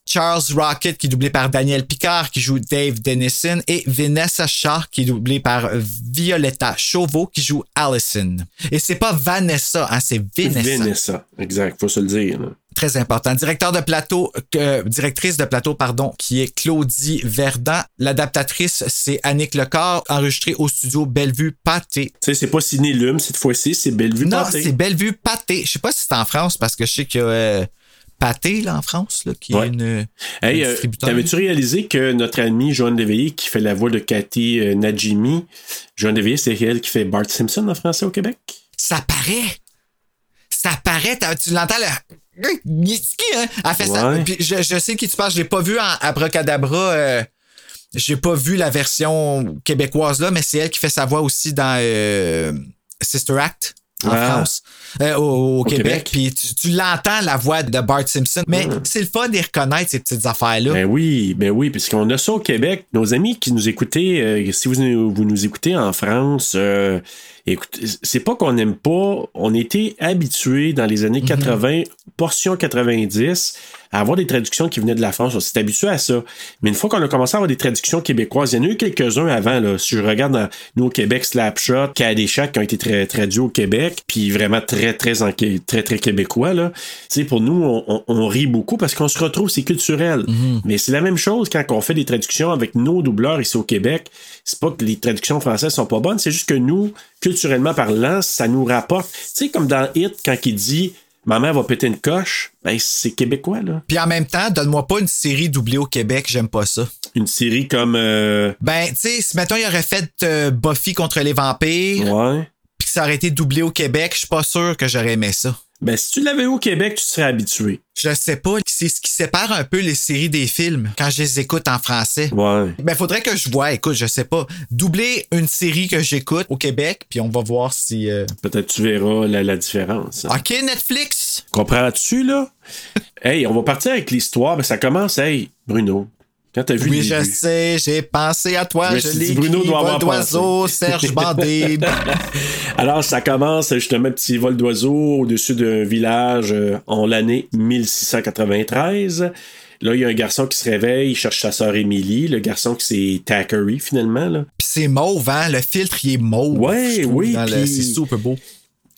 Speaker 2: Charles Rocket, qui est doublé par Daniel Picard, qui joue Dave Dennison. Et Vanessa Shaw, qui est doublée par Violetta Chauveau, qui joue Allison. Et c'est pas Vanessa, hein, c'est Vanessa
Speaker 4: Vanessa. Exact, faut se le dire. là.
Speaker 2: très important. Directeur de plateau, euh, directrice de plateau, pardon, qui est Claudie Verdant. L'adaptatrice, c'est Annick Lecor, enregistrée au studio Bellevue Pâté.
Speaker 4: Tu sais, c'est pas Ciné-Lume cette fois-ci, c'est Bellevue
Speaker 2: Non,
Speaker 4: Pâté.
Speaker 2: c'est Bellevue Pâté. Je sais pas si c'est en France parce que je sais qu'il y a euh, Pâté là en France là, qui
Speaker 4: Ouais.
Speaker 2: est une
Speaker 4: Hey,
Speaker 2: un
Speaker 4: euh,
Speaker 2: distributeur.
Speaker 4: t'avais-tu réalisé que notre ami Joanne Léveillé, qui fait la voix de Cathy euh, Najimi, Joanne Léveillé, c'est elle qui fait Bart Simpson en français au Québec?
Speaker 2: Ça paraît. Ça paraît. T'as- Tu l'entends là. Hein? Elle fait ça.
Speaker 4: Ouais.
Speaker 2: Puis je, je sais qui tu parles. Je l'ai pas vu en Abracadabra. Euh, J'ai pas vu la version québécoise là, mais c'est elle qui fait sa voix aussi dans euh, Sister Act en
Speaker 4: Ah.
Speaker 2: France, euh, au, au Québec.
Speaker 4: Québec. Ah.
Speaker 2: Puis tu, tu l'entends la voix de Bart Simpson. Mais c'est le fun d'y reconnaître ces petites affaires là.
Speaker 4: Ben oui, ben oui, puisqu'on a ça au Québec. Nos amis qui nous écoutez, euh, si vous, nous- vous nous écoutez en France, euh, écoutez, c'est pas qu'on n'aime
Speaker 2: Mhm.
Speaker 4: pas, on était habitués dans les années 80, portion 90, à avoir des traductions qui venaient de la France. On s'est habitué à ça. Mais une fois qu'on a commencé à avoir des traductions québécoises, il y en a eu quelques-uns avant. Là. Si je regarde dans- nous au Québec, Slapshot, Caddyshack qui ont été tra- traduits au Québec, puis vraiment très, très, en- très, très québécois. Là. Tu sais, pour nous, on, on- on rit beaucoup parce qu'on se retrouve, c'est culturel. Mais c'est la même chose quand on fait des traductions avec nos doubleurs ici au Québec. C'est pas que les traductions françaises sont pas bonnes, c'est juste que nous, culturellement parlant, ça nous rapporte. Tu sais, comme dans Hit, quand il dit Ma mère va péter une coche, ben c'est québécois, là.
Speaker 2: Puis en même temps, donne-moi pas une série doublée au Québec, j'aime pas ça.
Speaker 4: Une série comme euh,
Speaker 2: Ben, tu sais, si maintenant il aurait fait euh, Buffy contre les vampires,
Speaker 4: Ouais.
Speaker 2: puis que ça aurait été doublé au Québec, je suis pas sûr que j'aurais aimé ça.
Speaker 4: Ben si tu l'avais eu au Québec, tu serais habitué.
Speaker 2: Je sais pas, c'est ce qui sépare un peu les séries des films quand je les écoute en français.
Speaker 4: Ouais.
Speaker 2: Ben, faudrait que je vois, écoute, je sais pas, doubler une série que j'écoute au Québec, puis on va voir si. euh,
Speaker 4: Peut-être tu verras la, la différence.
Speaker 2: Ok, Netflix!
Speaker 4: Comprends-tu, là?
Speaker 2: [LAUGHS]
Speaker 4: hey, on va partir avec l'histoire. Ben, ça commence, hey, Bruno. Quand t'as vu
Speaker 2: Oui,
Speaker 4: le
Speaker 2: je
Speaker 4: début.
Speaker 2: sais, j'ai pensé à toi,
Speaker 4: Je me
Speaker 2: je
Speaker 4: suis dit,
Speaker 2: l'ai
Speaker 4: Bruno
Speaker 2: écrit,
Speaker 4: doit
Speaker 2: vol
Speaker 4: avoir [LAUGHS]
Speaker 2: d'oiseau, Serge Bandé.
Speaker 4: Alors, ça commence justement petit vol d'oiseau au-dessus d'un village euh, en l'année 1693. Là, il y a un garçon qui se réveille, il cherche sa sœur Émilie, le garçon qui c'est Thackeray finalement. Là.
Speaker 2: Puis c'est mauve, hein? Le filtre, il est mauve.
Speaker 4: Ouais,
Speaker 2: je trouve,
Speaker 4: oui,
Speaker 2: dans le-
Speaker 4: puis-
Speaker 2: C'est super beau.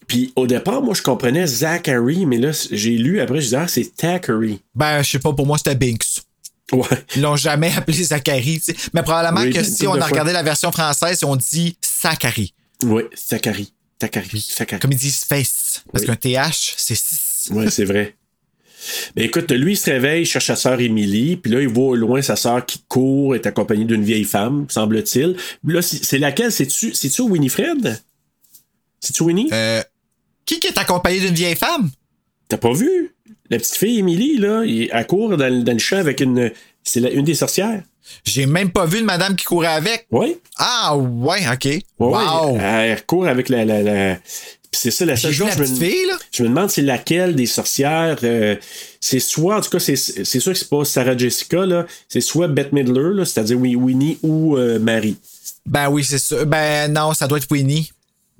Speaker 4: Puis au départ, moi, je comprenais Zachary, mais là, j'ai lu après, je disais, ah, c'est Thackeray.
Speaker 2: Ben, je sais pas, pour moi, c'était Binks.
Speaker 4: Ouais.
Speaker 2: Ils l'ont jamais [LAUGHS] appelé Zachary, tu sais. Mais probablement
Speaker 4: Oui,
Speaker 2: que
Speaker 4: une
Speaker 2: si
Speaker 4: couple
Speaker 2: on
Speaker 4: de
Speaker 2: a
Speaker 4: fois.
Speaker 2: regardé la version française, on dit Zachary.
Speaker 4: Ouais, Zachary. Thackeray. Zachary.
Speaker 2: Comme ils disent face. Parce
Speaker 4: Oui.
Speaker 2: qu'un TH, c'est 6.
Speaker 4: Ouais, c'est vrai. Ben écoute, lui, il se réveille, il cherche sa sœur Émilie, puis là, il voit au loin sa sœur qui court, est accompagnée d'une vieille femme, semble-t-il. Là, c'est c'est laquelle? C'est-tu c'est-tu Winifred? C'est-tu Winnie?
Speaker 2: Euh, qui qui est accompagné d'une vieille femme?
Speaker 4: T'as pas vu? La petite fille, Émilie, là, il- elle court dans, le- dans le champ avec une... C'est la- une des sorcières.
Speaker 2: J'ai même pas vu une madame qui courait avec.
Speaker 4: Oui?
Speaker 2: Ah, ouais, OK.
Speaker 4: Ouais, ouais.
Speaker 2: wow!
Speaker 4: Elle, elle court avec la... la, la... Puis c'est ça, la
Speaker 2: J'ai
Speaker 4: seule
Speaker 2: vu
Speaker 4: chose...
Speaker 2: la
Speaker 4: je me-
Speaker 2: petite fille, là.
Speaker 4: Je me demande c'est laquelle des sorcières. euh, c'est soit, en tout cas, c'est c'est sûr que c'est pas Sarah Jessica, là. C'est soit Bette Midler, là, c'est-à-dire Win- Winnie ou euh, Marie.
Speaker 2: Ben oui, c'est sûr. Ben non, ça doit être Winnie.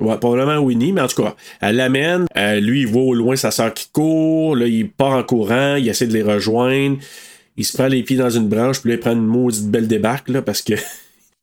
Speaker 4: Ouais, probablement Winnie, mais en tout cas, elle l'amène. euh, lui, il voit au loin sa sœur qui court. Là, il part en courant. Il essaie de les rejoindre. Il se prend les pieds dans une branche, puis là, il prend une maudite belle débarque, là, parce que, [LAUGHS]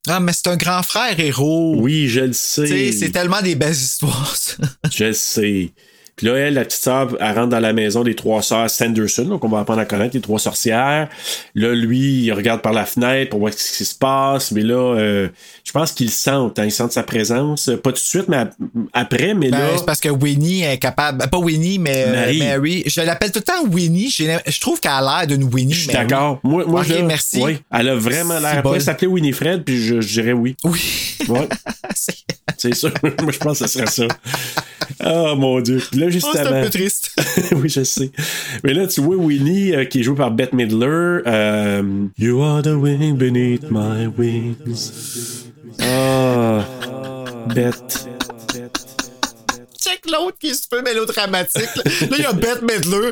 Speaker 2: Ah, mais c'est un grand frère héros.
Speaker 4: oui, je le
Speaker 2: Tu sais,
Speaker 4: sais.
Speaker 2: c'est tellement des belles histoires, ça.
Speaker 4: Je le sais. Puis là, elle, la petite sœur, elle rentre dans la maison des trois sœurs Sanderson, donc on va apprendre à connaître les trois sorcières. Là, lui, il regarde par la fenêtre pour voir ce qui se passe, mais là, euh, je pense qu'il sent, hein, il sent sa présence, pas tout de suite, mais ap- après, mais
Speaker 2: Ben,
Speaker 4: là...
Speaker 2: c'est parce que Winnie est capable. ben, Pas Winnie, mais euh,
Speaker 4: Marie.
Speaker 2: Mary. Je l'appelle tout le temps Winnie. J'ai l'im- Je trouve qu'elle a l'air d'une Winnie.
Speaker 4: Je suis
Speaker 2: Mary.
Speaker 4: d'accord. Moi, moi
Speaker 2: Ok,
Speaker 4: je-
Speaker 2: merci.
Speaker 4: oui, elle a vraiment
Speaker 2: C'est
Speaker 4: l'air. Après,
Speaker 2: bon.
Speaker 4: elle s'appelait Winifred, puis je, je dirais oui.
Speaker 2: Oui.
Speaker 4: Ouais,
Speaker 2: [LAUGHS] C'est oh,
Speaker 4: c'est sûr. [LAUGHS] moi, je pense que ce serait ça. Oh mon Dieu. Puis là,
Speaker 2: oh,
Speaker 4: justement.
Speaker 2: c'est un peu triste. [LAUGHS]
Speaker 4: [LAUGHS] oui, je sais. Mais là, tu vois Winnie, euh, qui est joué par Bette Midler. euh, you are the wind beneath my wings. Ah, Bette.
Speaker 2: Check l'autre qui se peu mélodramatique. Là, Là, il y a Bette Midler.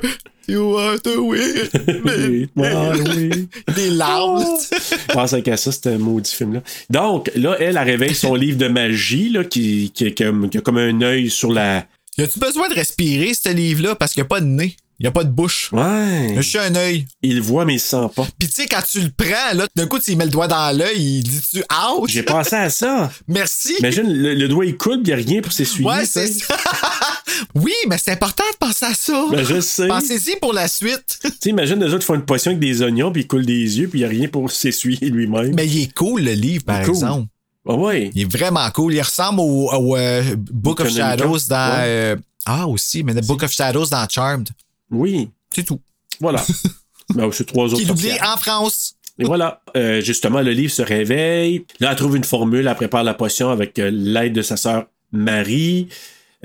Speaker 2: You are the way.
Speaker 4: [LAUGHS] Beneath my wings.
Speaker 2: Des larmes. là, tu sais.
Speaker 4: Je pense qu'à ça, c'était un maudit film-là. Donc, là, elle, elle réveille son livre de magie, là, qui, qui, qui a, qui a comme un œil sur la.
Speaker 2: Y a-tu besoin de respirer, ce livre-là? Parce qu'il n'y a pas de nez. Il n'y a pas de bouche.
Speaker 4: Ouais.
Speaker 2: Je suis un œil.
Speaker 4: Il le voit, mais il le sent pas.
Speaker 2: Puis, tu sais, quand tu le prends, là, d'un coup, tu lui mets le doigt dans l'œil, il dit-tu, ouch!
Speaker 4: J'ai pensé à ça.
Speaker 2: Merci!
Speaker 4: Imagine, le, le doigt, il coule, puis il n'y a rien pour s'essuyer.
Speaker 2: Ouais,
Speaker 4: tu
Speaker 2: c'est
Speaker 4: sais.
Speaker 2: ça. [LAUGHS] oui, mais c'est important de penser à ça.
Speaker 4: hein. Ben, je sais.
Speaker 2: Pensez-y pour la suite.
Speaker 4: Tu sais, imagine, les autres font une potion avec des oignons, puis ils coulent des yeux, puis il n'y a rien pour s'essuyer lui-même.
Speaker 2: mais il est cool, le livre, par
Speaker 4: Cool.
Speaker 2: exemple.
Speaker 4: Ah ouais.
Speaker 2: Il est vraiment cool. Il ressemble au, au, euh, Book of
Speaker 4: Economica.
Speaker 2: Shadows dans.
Speaker 4: Ouais.
Speaker 2: euh, ah, aussi, mais le Book of Shadows dans Charmed.
Speaker 4: Oui.
Speaker 2: C'est tout. [LAUGHS]
Speaker 4: Voilà. Ben, c'est trois autres.
Speaker 2: Qui ah. est doublé
Speaker 4: sorcières.
Speaker 2: en France.
Speaker 4: Et voilà. Euh, justement, le livre se réveille. Là, elle trouve une formule. Elle prépare la potion avec euh, l'aide de sa sœur Marie.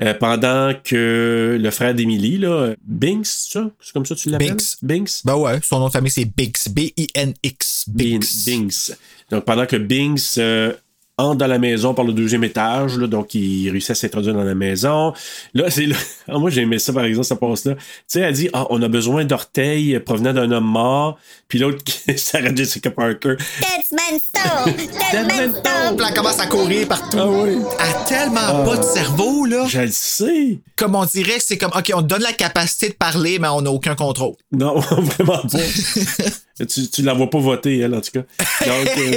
Speaker 4: Euh, pendant que le frère d'Émilie, là, euh, Binks, c'est ça? C'est comme ça que tu l'appelles?
Speaker 2: Binks.
Speaker 4: Binks.
Speaker 2: Ben ouais, son nom de famille, c'est Bix. B-I-N-X.
Speaker 4: Bin-
Speaker 2: Bix.
Speaker 4: Binks. Donc, pendant que Binks euh, entre dans la maison par le deuxième étage, là, donc il réussit à s'introduire dans la maison. Là, c'est là. [LAUGHS] Ah, moi, j'ai aimé ça, par exemple, ça passe là. Tu sais, elle dit, ah, on a besoin d'orteils provenant d'un homme mort. Puis l'autre, [LAUGHS] Sarah Jessica Parker.
Speaker 8: Dead man stole! Dead man stole!
Speaker 2: Puis elle commence à courir partout. Ah
Speaker 4: oui.
Speaker 2: Elle a tellement
Speaker 4: Ah.
Speaker 2: pas de cerveau, là.
Speaker 4: Je le sais.
Speaker 2: Comme on dirait que c'est comme, OK, on te donne la capacité de parler, mais on n'a aucun contrôle.
Speaker 4: Non, [LAUGHS] vraiment pas. tu, tu la vois pas voter, elle, en tout cas. Donc, euh,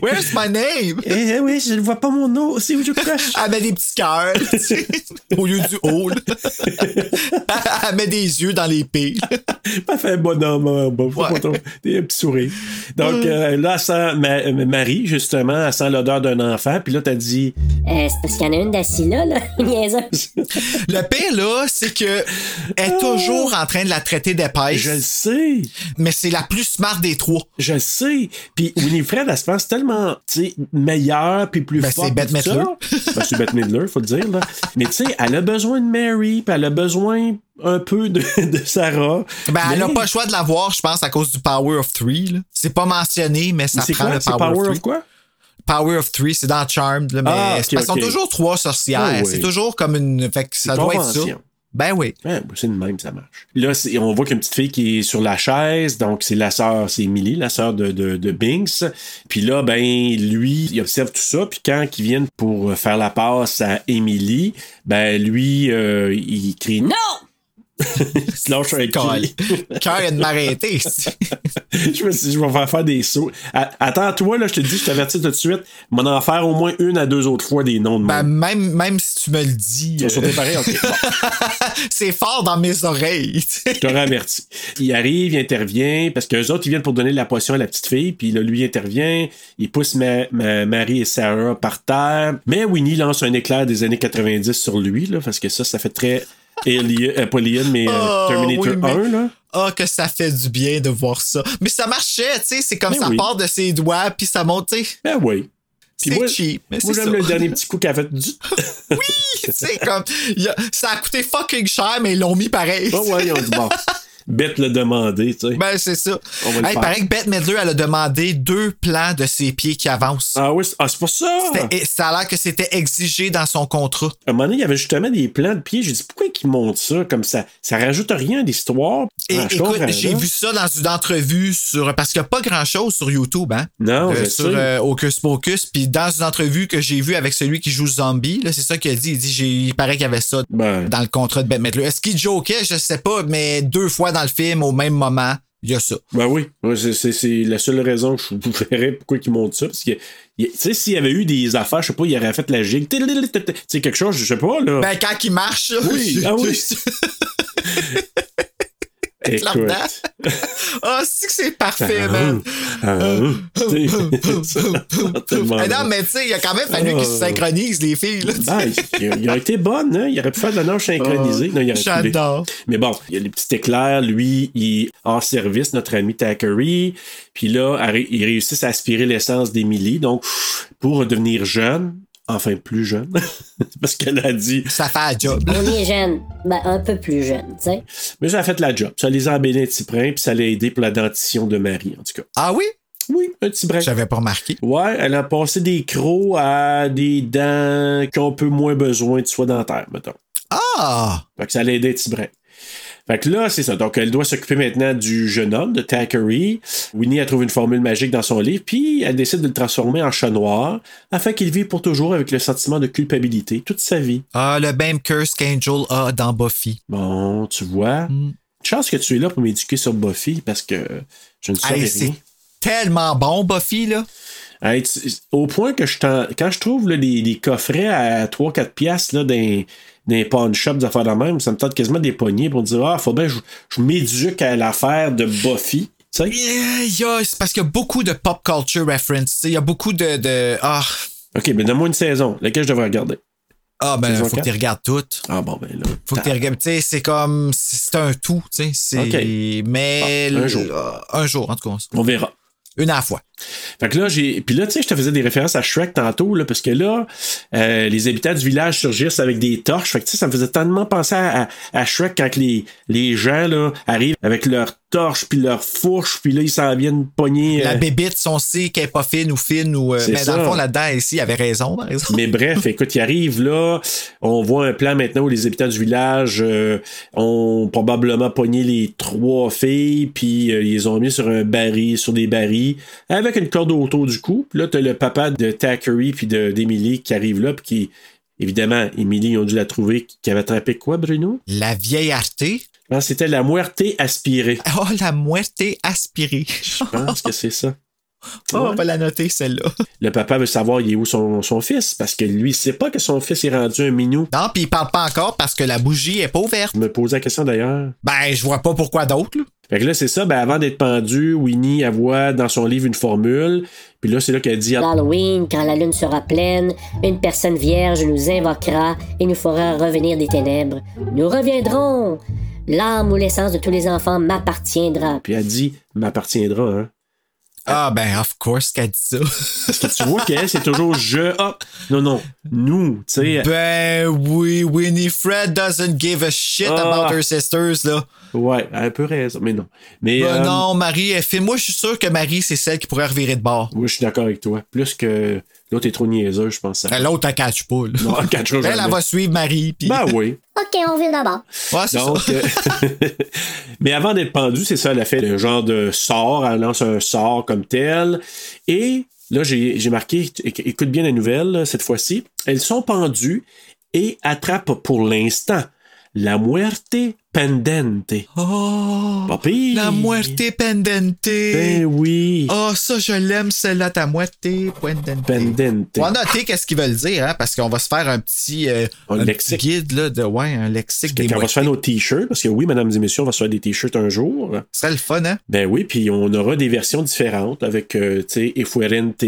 Speaker 2: Where's my name?
Speaker 4: eh, eh oui, je ne vois pas mon nom, c'est où je crache.
Speaker 2: Elle met des petits cœurs tu sais, au lieu du haut. là. Elle met des yeux dans les pieds.
Speaker 4: pas fait un bonhomme, hein, bon, faut
Speaker 2: Ouais.
Speaker 4: pas trop- des petits souris. Donc, euh, là, elle sent Ma- euh, Marie, justement, elle sent l'odeur d'un enfant, puis là, t'as dit,
Speaker 8: Euh, c'est parce qu'il y en a une d'assise là, là. Niaiseuse.
Speaker 2: Le pire, là, c'est que elle est toujours en train de la traiter
Speaker 4: je le
Speaker 2: d'épaisse,
Speaker 4: sais,
Speaker 2: mais c'est la plus smart des trois.
Speaker 4: je le sais. Puis Winifred, elle se pense tellement, tu sais, meilleure, puis plus
Speaker 2: Ben,
Speaker 4: forte.
Speaker 2: c'est Bette
Speaker 4: tout ça.
Speaker 2: Midler.
Speaker 4: Ben, c'est Bette Midler, faut le dire, là. Mais tu sais, elle a besoin de Mary, puis elle a besoin un peu de, [LAUGHS] de Sarah.
Speaker 2: Ben, elle n'a
Speaker 4: Mais-
Speaker 2: pas le choix de l'avoir, je pense, à cause du Power of Three. là. C'est pas mentionné, mais ça
Speaker 4: C'est
Speaker 2: prend
Speaker 4: quoi?
Speaker 2: le
Speaker 4: C'est
Speaker 2: Power,
Speaker 4: Power
Speaker 2: of
Speaker 4: of
Speaker 2: Three.
Speaker 4: quoi?
Speaker 2: Power of Three, c'est dans Charmed. Là, mais
Speaker 4: Ah, ok,
Speaker 2: c'est parce qu'ils
Speaker 4: ok.
Speaker 2: sont toujours trois sorcières.
Speaker 4: Ah, oui.
Speaker 2: C'est toujours comme une. Fait que ça
Speaker 4: Une
Speaker 2: doit être ça.
Speaker 4: convention.
Speaker 2: Ben oui.
Speaker 4: Ouais, bah, c'est le même, ça marche. Là, c'est- on voit qu'il y a une petite fille qui est sur la chaise, donc c'est la sœur, c'est Emily, la sœur de, de, de Binks. Puis là, ben, lui, il observe tout ça, puis quand ils viennent pour euh, faire la passe à Emily, ben, lui, euh, il crie Non! [LAUGHS] il se lâche un
Speaker 2: Colle.
Speaker 4: cri.
Speaker 2: [LAUGHS] Cœur est de m'arrêter.
Speaker 4: [LAUGHS] je, me suis dit, je vais faire faire des sauts. A- Attends-toi, là, je te dis, je t'avertis tout de suite, m'en en faire au moins une à deux autres fois des noms de
Speaker 2: Ben,
Speaker 4: moi.
Speaker 2: même, même si tu me le dis,
Speaker 4: Ils sont
Speaker 2: euh,
Speaker 4: préparés, ok. Bon.
Speaker 2: c'est fort dans mes oreilles. tu sais.
Speaker 4: Je t'aurais averti. Il arrive, il intervient, parce qu'eux autres, ils viennent pour donner la potion à la petite fille, puis là, lui, il intervient, il pousse Ma- Ma- Marie et Sarah par terre, mais Winnie lance un éclair des années 90 sur lui, là, parce que ça, ça fait très Alien, euh, pas Alien, mais euh,
Speaker 2: Oh,
Speaker 4: Terminator
Speaker 2: oui, mais-
Speaker 4: 1, là.
Speaker 2: Ah, que ça fait du bien de voir ça. Mais ça marchait, tu sais. C'est comme
Speaker 4: Mais
Speaker 2: ça
Speaker 4: oui.
Speaker 2: part de ses doigts, puis ça monte, tu sais.
Speaker 4: Ben oui. Puis
Speaker 2: C'est
Speaker 4: moi,
Speaker 2: cheap, mais
Speaker 4: moi,
Speaker 2: c'est
Speaker 4: j'aime
Speaker 2: ça.
Speaker 4: le dernier petit coup qu'elle a fait du...
Speaker 2: [LAUGHS] Tu sais, comme. il y a- ça a coûté fucking cher, mais ils l'ont mis pareil.
Speaker 4: Oh, ouais, ils ont dit, bon, bête le demander, tu sais.
Speaker 2: Ben, c'est ça.
Speaker 4: On va le
Speaker 2: Hey,
Speaker 4: faire.
Speaker 2: paraît que Bette Midler, elle a demandé deux plans de ses pieds qui avancent.
Speaker 4: Ah oui, c'est- ah, c'est pour ça!
Speaker 2: C'était- et ça a l'air que c'était exigé dans son contrat.
Speaker 4: À un moment donné, il y avait justement des plans de pieds. J'ai dit, pourquoi ils montent ça comme ça? Ça rajoute rien à l'histoire.
Speaker 2: Et
Speaker 4: Ah, je
Speaker 2: écoute,
Speaker 4: comprends,
Speaker 2: j'ai
Speaker 4: là.
Speaker 2: vu ça dans une entrevue sur. Parce qu'il n'y a pas grand chose sur YouTube, hein?
Speaker 4: Non,
Speaker 2: Euh,
Speaker 4: je
Speaker 2: sur
Speaker 4: sais.
Speaker 2: euh, Hocus Pocus. Puis dans une entrevue que j'ai vue avec celui qui joue Zombie, là, c'est ça qu'il a dit. Il dit j'ai- il paraît qu'il y avait ça
Speaker 4: Ben.
Speaker 2: dans le contrat de Bette Midler. Est-ce qu'il jokait? Je sais pas, mais deux fois dans le film, au même moment, il y a ça.
Speaker 4: Ben oui, Ouais, c'est- c'est c'est la seule raison que je vous [LAUGHS] verrais pourquoi ils montent ça. Parce que, il- tu sais, s'il y avait eu des affaires, je sais pas, il aurait fait la gigue. Tu sais, quelque chose, je sais pas, là.
Speaker 2: Ben, quand il marche, là,
Speaker 4: Oui,
Speaker 2: [LAUGHS] je-
Speaker 4: ah oui.
Speaker 2: là-dedans.
Speaker 4: Écoute.
Speaker 2: [LAUGHS] Ah, c'est que c'est parfait, man.
Speaker 4: Ah,
Speaker 2: [LAUGHS]
Speaker 4: tu sais, tellement
Speaker 2: Ah non,
Speaker 4: bon.
Speaker 2: mais tu sais, il y a quand même fallu qu'ils se
Speaker 4: Ah.
Speaker 2: synchronisent, les filles. Là, tu sais.
Speaker 4: Ben, il, il aurait été [LAUGHS] bonne, hein? Il aurait pu faire de la nage synchronisée. Non, il aurait coulé.
Speaker 2: J'adore.
Speaker 4: Mais bon, il y a les petits éclairs. Lui, il est hors service, notre ami Thackeray. Puis là, arri- ils réussissent à aspirer l'essence d'Emily. Donc, pour redevenir jeune, Ah, enfin plus jeune, [LAUGHS] parce qu'elle a dit
Speaker 2: Ça fait un job.
Speaker 8: On est jeune. Ben, un peu plus jeune, tu sais.
Speaker 4: Mais ça a fait la job. Ça les a embellis un petit brin, puis ça l'a aidé pour la dentition de Marie, en tout cas.
Speaker 2: Ah oui?
Speaker 4: Oui, un petit brin.
Speaker 2: J'avais pas remarqué.
Speaker 4: Ouais, elle a passé des crocs à des dents qui ont un peu moins besoin de soins dentaires, mettons.
Speaker 2: Ah!
Speaker 4: Fait que ça l'a aidé un petit brin. Fait que là, c'est ça. Donc, elle doit s'occuper maintenant du jeune homme, de Thackeray. Winnie a trouvé une formule magique dans son livre, puis elle décide de le transformer en chat noir, afin qu'il vive pour toujours avec le sentiment de culpabilité toute sa vie.
Speaker 2: Ah, le même curse qu'Angel a dans Buffy.
Speaker 4: Bon, tu vois.
Speaker 2: Mm.
Speaker 4: Chance que tu es là pour m'éduquer sur Buffy, parce que je ne saurais
Speaker 2: Hey,
Speaker 4: rien.
Speaker 2: c'est tellement bon, Buffy, là.
Speaker 4: Hey, tu- au point que je t'en- quand je trouve là, des, des coffrets à 3-4 piastres là, dans des pawn shops des affaires de même, ça me tente quasiment des poignées pour dire Ah, faut bien que je, je m'éduque à l'affaire de Buffy. Tu sais?
Speaker 2: Yeah, yeah, c'est parce qu'il y a beaucoup de pop culture reference. tu sais, Il y a beaucoup de. de- Ah,
Speaker 4: Ok, mais donne-moi une saison, laquelle je devrais regarder.
Speaker 2: ah ben,
Speaker 4: Saison
Speaker 2: faut que
Speaker 4: quatre.
Speaker 2: tu regardes toutes.
Speaker 4: Ah bon, ben là.
Speaker 2: Faut que tu regardes. Tu sais, c'est comme. C'est un tout, tu sais. c'est- Mais.
Speaker 4: Ah, un
Speaker 2: le-
Speaker 4: jour.
Speaker 2: ah, Un jour, en tout cas.
Speaker 4: On verra.
Speaker 2: Une à la fois.
Speaker 4: Fait que là, j'ai. Puis là, tu sais, je te faisais des références à Shrek tantôt, là, parce que là, euh, les habitants du village surgissent avec des torches. Fait que tu sais, ça me faisait tellement penser à, à- à Shrek quand que les, les gens là, arrivent avec leurs
Speaker 7: torche, puis leur fourche, puis là, ils s'en viennent pogner.
Speaker 2: La
Speaker 7: euh,
Speaker 2: bébite, si on sait qu'elle est pas fine ou fine, ou, euh,
Speaker 7: C'est
Speaker 2: mais dans le
Speaker 7: ça.
Speaker 2: fond, là-dedans, ici, il avait raison, par exemple.
Speaker 7: Mais bref, écoute, ils arrivent là. On voit un plan maintenant où les habitants du village euh, ont probablement pogné les trois filles, puis euh, ils les ont mis sur un baril, sur des barils, avec une corde autour du cou. Puis là, t'as le papa de Thackeray puis de- d'Emily qui arrive là, puis qui, évidemment, Emily, ils ont dû la trouver, qui avait attrapé quoi, Bruno?
Speaker 2: La vieille artée.
Speaker 7: Non, c'était la muerte aspirée.
Speaker 2: Oh, la muerte
Speaker 4: [LAUGHS]
Speaker 2: aspirée.
Speaker 7: Je pense que c'est ça.
Speaker 2: Oh, On va
Speaker 7: Ouais.
Speaker 2: pas la noter, celle-là. [LAUGHS]
Speaker 7: Le papa veut savoir il est où son, son fils, parce que lui, il sait pas que son fils est rendu un minou.
Speaker 2: Non, puis il parle pas encore parce que la bougie est pas ouverte.
Speaker 7: Je me posais la question d'ailleurs.
Speaker 2: Ben, je vois pas pourquoi d'autre, là.
Speaker 7: Fait que là, c'est ça, ben avant d'être pendu, Winnie, elle voit dans son livre une formule, puis là, c'est là qu'elle dit, ah,
Speaker 8: L'Halloween, quand la lune sera pleine, une personne vierge nous invoquera et nous fera revenir des ténèbres. Nous reviendrons. L'âme ou l'essence de tous les enfants m'appartiendra.
Speaker 7: puis elle dit, m'appartiendra, hein.
Speaker 2: Ah, ben, of course qu'elle dit ça. [LAUGHS]
Speaker 7: Parce que tu vois qu'elle, c'est toujours je, ah, non, non, nous, tu sais,
Speaker 2: Ben oui, Winifred doesn't give a shit
Speaker 7: Ah.
Speaker 2: about her sisters, là.
Speaker 7: ouais, elle a un peu raison, mais non. Mais,
Speaker 2: Ben
Speaker 7: euh,
Speaker 2: non, Marie est fine. Moi, je suis sûr que Marie, c'est celle qui pourrait revirer de bord.
Speaker 7: Oui, je suis d'accord avec toi. Plus que l'autre est trop niaiseux, je pense. Ça...
Speaker 2: Ben, L'autre, elle catch pas, là.
Speaker 7: Non, Ben, elle catchera
Speaker 2: elle, elle
Speaker 7: jamais.
Speaker 2: va suivre Marie, puis...
Speaker 7: Ben [LAUGHS] oui.
Speaker 10: Ok, on vire d'abord.
Speaker 2: Ouais, c'est ça.
Speaker 7: Donc, euh, [LAUGHS] mais avant d'être pendu, c'est ça, elle a fait le genre de sort, elle lance un sort comme tel. Et là, j'ai j'ai marqué, éc- écoute bien la nouvelle là, cette fois-ci. Elles sont pendues et attrapent pour l'instant la muerte pendente.
Speaker 2: Oh,
Speaker 7: Pas pire.
Speaker 2: la muerte pendente.
Speaker 7: Ben oui.
Speaker 2: Oh, ça, je l'aime, celle-là, ta muerte pendente.
Speaker 7: Pendente.
Speaker 2: On va noter qu'est-ce qu'ils veulent dire, hein, parce qu'on va se faire un petit, euh,
Speaker 7: Un
Speaker 2: petit
Speaker 7: lexique.
Speaker 2: guide, là, de, ouais, un lexique des
Speaker 7: Quand on va
Speaker 2: muertes.
Speaker 7: se faire nos t-shirts, parce que oui, mesdames et messieurs, on va se faire des t-shirts un jour.
Speaker 2: Ce serait le fun, hein?
Speaker 7: Ben oui, puis on aura des versions différentes avec, euh, tu sais, effuerente,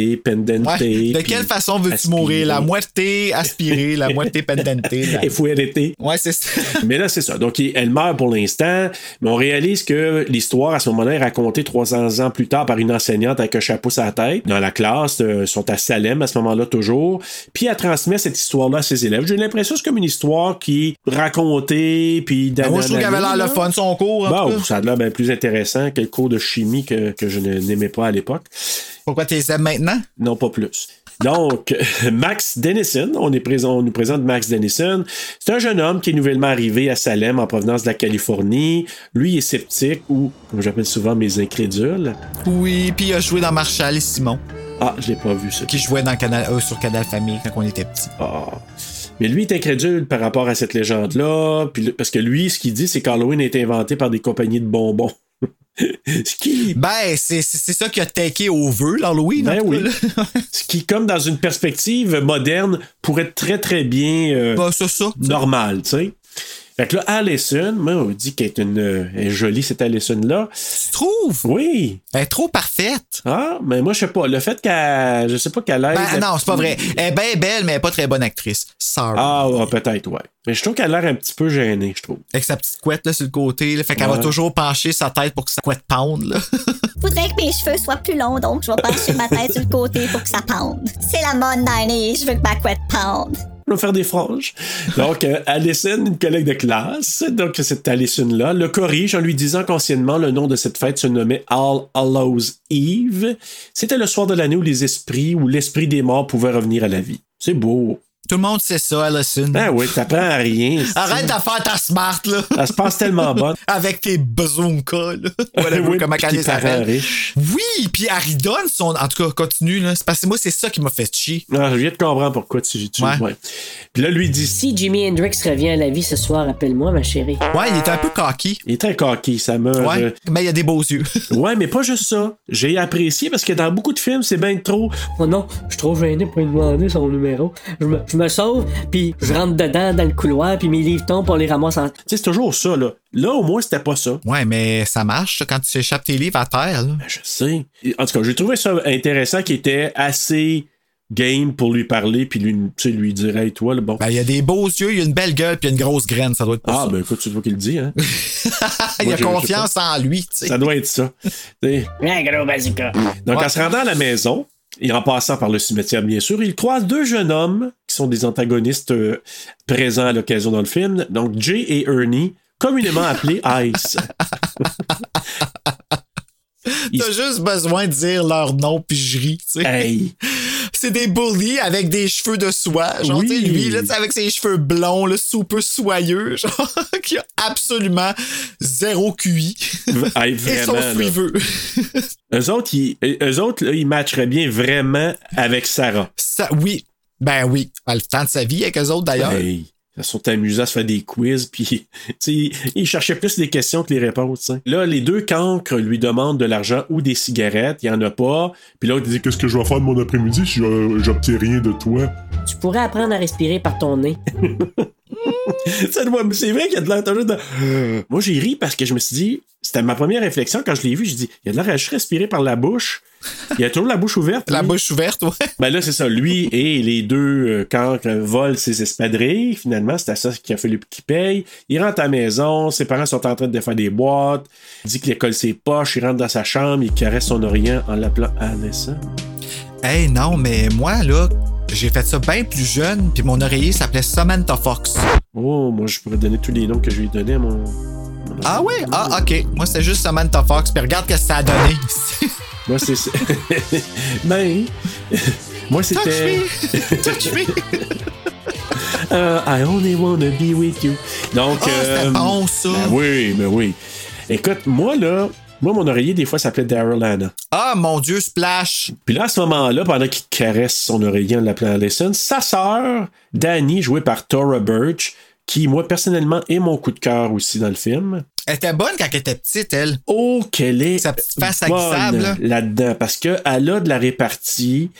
Speaker 2: Ouais.
Speaker 7: pendente.
Speaker 2: De
Speaker 7: puis
Speaker 2: quelle façon veux-tu
Speaker 7: aspiré.
Speaker 2: mourir? La muerte aspirée, la muerte pendente. la-
Speaker 7: Effuerente.
Speaker 2: Ouais, c'est ça.
Speaker 7: [LAUGHS] Mais là, c'est ça. Donc, il- elle meurt pour l'instant, mais on réalise que l'histoire, à ce moment-là, est racontée 300 ans plus tard par une enseignante avec un chapeau sur la tête. Dans la classe, euh, ils sont à Salem à ce moment-là toujours. Puis, elle transmet cette histoire-là à ses élèves. J'ai l'impression que c'est comme une histoire qui est racontée, puis
Speaker 2: Ah, Moi, je trouve qu'elle avait l'air le fun, son cours. en tout
Speaker 7: Bon,
Speaker 2: cas.
Speaker 7: ça a l'air bien plus intéressant que le cours de chimie que, que je ne- n'aimais pas à l'époque.
Speaker 2: Pourquoi tu les aimes maintenant?
Speaker 7: Non, pas plus. Donc, [LAUGHS] Max Dennison, on, est présent, on nous présente Max Dennison. C'est un jeune homme qui est nouvellement arrivé à Salem en provenance de la Californie. Lui il est sceptique ou, comme j'appelle souvent, mes incrédules.
Speaker 2: Oui, puis il a joué dans Marshall et Simon,
Speaker 7: Ah, je l'ai pas vu ça.
Speaker 2: qui jouait dans Canal, euh, sur Canal Famille quand on était petit.
Speaker 7: Ah. Mais lui est incrédule par rapport à cette légende-là, puis le- parce que lui, ce qu'il dit, c'est qu'Halloween est inventé par des compagnies de bonbons. [LAUGHS] ce qui
Speaker 2: Ben, c'est c'est- c'est ça qui a taqué au vœu, l'Halloween. en
Speaker 7: Ben
Speaker 2: tout cas,
Speaker 7: oui.
Speaker 2: là. [LAUGHS]
Speaker 7: Ce qui, comme dans une perspective moderne, pourrait être très très bien euh,
Speaker 2: ben, c'est ça.
Speaker 7: normal, tu sais. Fait que là, Allison, moi, on dit qu'elle est une euh, elle est jolie, cette Allison-là.
Speaker 2: Tu trouves?
Speaker 7: Oui.
Speaker 2: Elle est trop parfaite.
Speaker 7: Ah, mais moi, je sais pas. Le fait qu'elle. Je sais pas qu'elle a
Speaker 2: Ben, non, c'est pas vrai. Elle est bien belle, mais elle est pas très bonne actrice. Sorry.
Speaker 7: Ah, ouais, peut-être, ouais. Mais je trouve qu'elle a l'air un petit peu gênée, je trouve.
Speaker 2: Avec sa petite couette là, sur le côté. là. fait qu'elle va
Speaker 7: Ouais.
Speaker 2: toujours pencher sa tête pour que sa couette pende. Là. [LAUGHS]
Speaker 8: voudrais que mes cheveux soient plus longs, donc je vais pencher ma tête sur le côté pour que ça pende. C'est la mode 90, je veux que ma couette pende.
Speaker 7: On va faire des franges. Donc, euh, Allison, une collègue de classe, donc cette Allison-là, le corrige en lui disant qu'anciennement, le nom de cette fête se nommait All Hallows Eve. C'était le soir de l'année où les esprits, où l'esprit des morts pouvait revenir à la vie. C'est beau.
Speaker 2: Tout le monde sait ça, Allison.
Speaker 7: Ah oui, t'apprends à rien.
Speaker 2: Arrête de faire ta smart, là.
Speaker 7: Elle se passe tellement bonne.
Speaker 2: [LAUGHS] Avec tes bazookas,
Speaker 7: [LAUGHS]
Speaker 2: là. Whatever,
Speaker 7: Oui,
Speaker 2: comment
Speaker 7: puis
Speaker 2: qu'elle
Speaker 7: tes parents
Speaker 2: s'appelle.
Speaker 7: riches.
Speaker 2: Oui, puis elle redonne son... En tout cas, continue, là. C'est parce que moi, c'est ça qui m'a fait chier.
Speaker 7: Non, Ah, je viens de comprendre pourquoi tu. tu
Speaker 2: Ouais.
Speaker 7: ouais. Puis là, lui, il dit
Speaker 1: Si Jimi Hendrix revient à la vie ce soir, appelle-moi, ma chérie.
Speaker 2: Ouais, il était un peu cocky.
Speaker 7: il est très coquille, ça me.
Speaker 2: Ouais, mais il a des beaux yeux. [LAUGHS]
Speaker 7: ouais, mais pas juste ça. J'ai apprécié parce que dans beaucoup de films, c'est bien trop.
Speaker 1: Oh non, je suis trop gêné pour lui demander son numéro. Je me, je me sauve, puis je rentre dedans, dans le couloir, puis mes livres tombent, pour les ramasse en...
Speaker 7: Tu sais, c'est toujours ça, là. Là, au moins, c'était pas ça.
Speaker 2: ouais, mais ça marche, ça, quand tu échappes tes livres à terre, là.
Speaker 7: Ben, je sais. Et, En tout cas, j'ai trouvé ça intéressant qu'il était assez game pour lui parler, puis lui, tu sais, lui dire, hey, toi, le bon.
Speaker 2: Ben, il a des beaux yeux, il a une belle gueule, puis il a une grosse graine, ça doit être pour
Speaker 7: ah,
Speaker 2: ça.
Speaker 7: ben écoute, tu vois qu'il le dit, hein.
Speaker 2: il
Speaker 7: moi,
Speaker 2: a
Speaker 7: je- je
Speaker 2: confiance en lui, tu sais.
Speaker 7: ça doit être ça. Tu sais.
Speaker 1: Ah, gros bazooka.
Speaker 7: Donc,
Speaker 2: Ouais.
Speaker 7: en se rendant à la maison, et en passant par le cimetière, bien sûr, il croise deux jeunes hommes qui sont des antagonistes euh, présents à
Speaker 2: [LAUGHS]
Speaker 7: l'occasion dans le film. Donc, Jay et Ernie, communément appelés Ice.
Speaker 4: Ils- Euh.
Speaker 2: T'as juste besoin de dire leur nom, puis je ris, tu sais.
Speaker 4: Hey,
Speaker 2: C'est des bullies avec des cheveux de soie. Genre,
Speaker 4: Oui.
Speaker 2: tu sais, lui, là, tu sais, avec ses cheveux blonds, le peu soyeux, [LAUGHS] genre, qui a absolument zéro QI.
Speaker 4: hey,
Speaker 2: Et son
Speaker 4: vraiment. là.
Speaker 2: suiveux.
Speaker 4: Eux autres, ils, eux autres là, ils matcheraient bien vraiment avec Sarah.
Speaker 2: Ça, oui. Ben oui. Ben, le temps de sa vie avec eux autres, d'ailleurs.
Speaker 4: Hey, ils sont amusés à se faire des quiz,
Speaker 7: [LAUGHS]
Speaker 4: puis tu sais, ils, ils cherchaient plus les questions que les réponses. tu sais. Là, les deux cancres lui demandent de l'argent ou des cigarettes, il n'y en a pas. Puis l'autre il dit
Speaker 11: Qu'est-ce que je vais faire de mon après-midi si je- j'obtiens rien de toi?
Speaker 1: Tu pourrais apprendre à respirer par ton nez.
Speaker 4: [LAUGHS] Ça doit- C'est vrai qu'il y a de l'air toujours de. [GASPS] Moi, j'ai ri parce que je me suis dit, c'était ma première réflexion quand je l'ai vu. J'ai dit, il y a de l'air à juste respirer par la bouche. Il a toujours la bouche ouverte.
Speaker 2: La
Speaker 4: lui.
Speaker 2: bouche ouverte, ouais.
Speaker 4: Ben là, c'est ça. Lui et les deux euh, cancres volent ses espadrilles. Finalement, c'est à ça qu'il a fallu qu'il paye. Il rentre à la maison. Ses parents sont en train de faire des boîtes. Il dit qu'il école ses poches. Il rentre dans sa chambre. Il caresse son orient en l'appelant Anessa.
Speaker 2: Hey, non, mais moi, là, j'ai fait ça bien plus jeune, puis mon oreiller s'appelait Samantha Fox.
Speaker 4: Oh, moi, je pourrais donner tous les noms que je lui ai donnés à mon. mon
Speaker 2: Ah ouais? Ah, ok. Moi, c'était juste Samantha Fox, puis regarde ce que ça a donné. [LAUGHS]
Speaker 4: Moi, c'est. [LAUGHS] ben. [LAUGHS] Moi, c'était.
Speaker 2: me! Touch me!
Speaker 4: Euh, I only wanna be with you. Donc.
Speaker 2: Ah, c'était
Speaker 4: euh,
Speaker 2: bon, ça.
Speaker 4: ben oui, mais oui. Écoute, moi, là. Moi, mon oreiller, des fois, s'appelait Daryl Anna.
Speaker 2: Ah, mon Dieu, Splash!
Speaker 4: Puis là, à ce moment-là, pendant qu'il caresse son oreiller en l'appelant Allison, sa sœur, Danny, jouée par Tora Birch, qui, moi, personnellement, est mon coup de cœur aussi dans le film.
Speaker 2: Elle était bonne quand elle était petite, elle.
Speaker 4: Oh, qu'elle est
Speaker 2: Sa petite face à glissable, là.
Speaker 4: bonne là-dedans, parce qu'elle a de la répartie,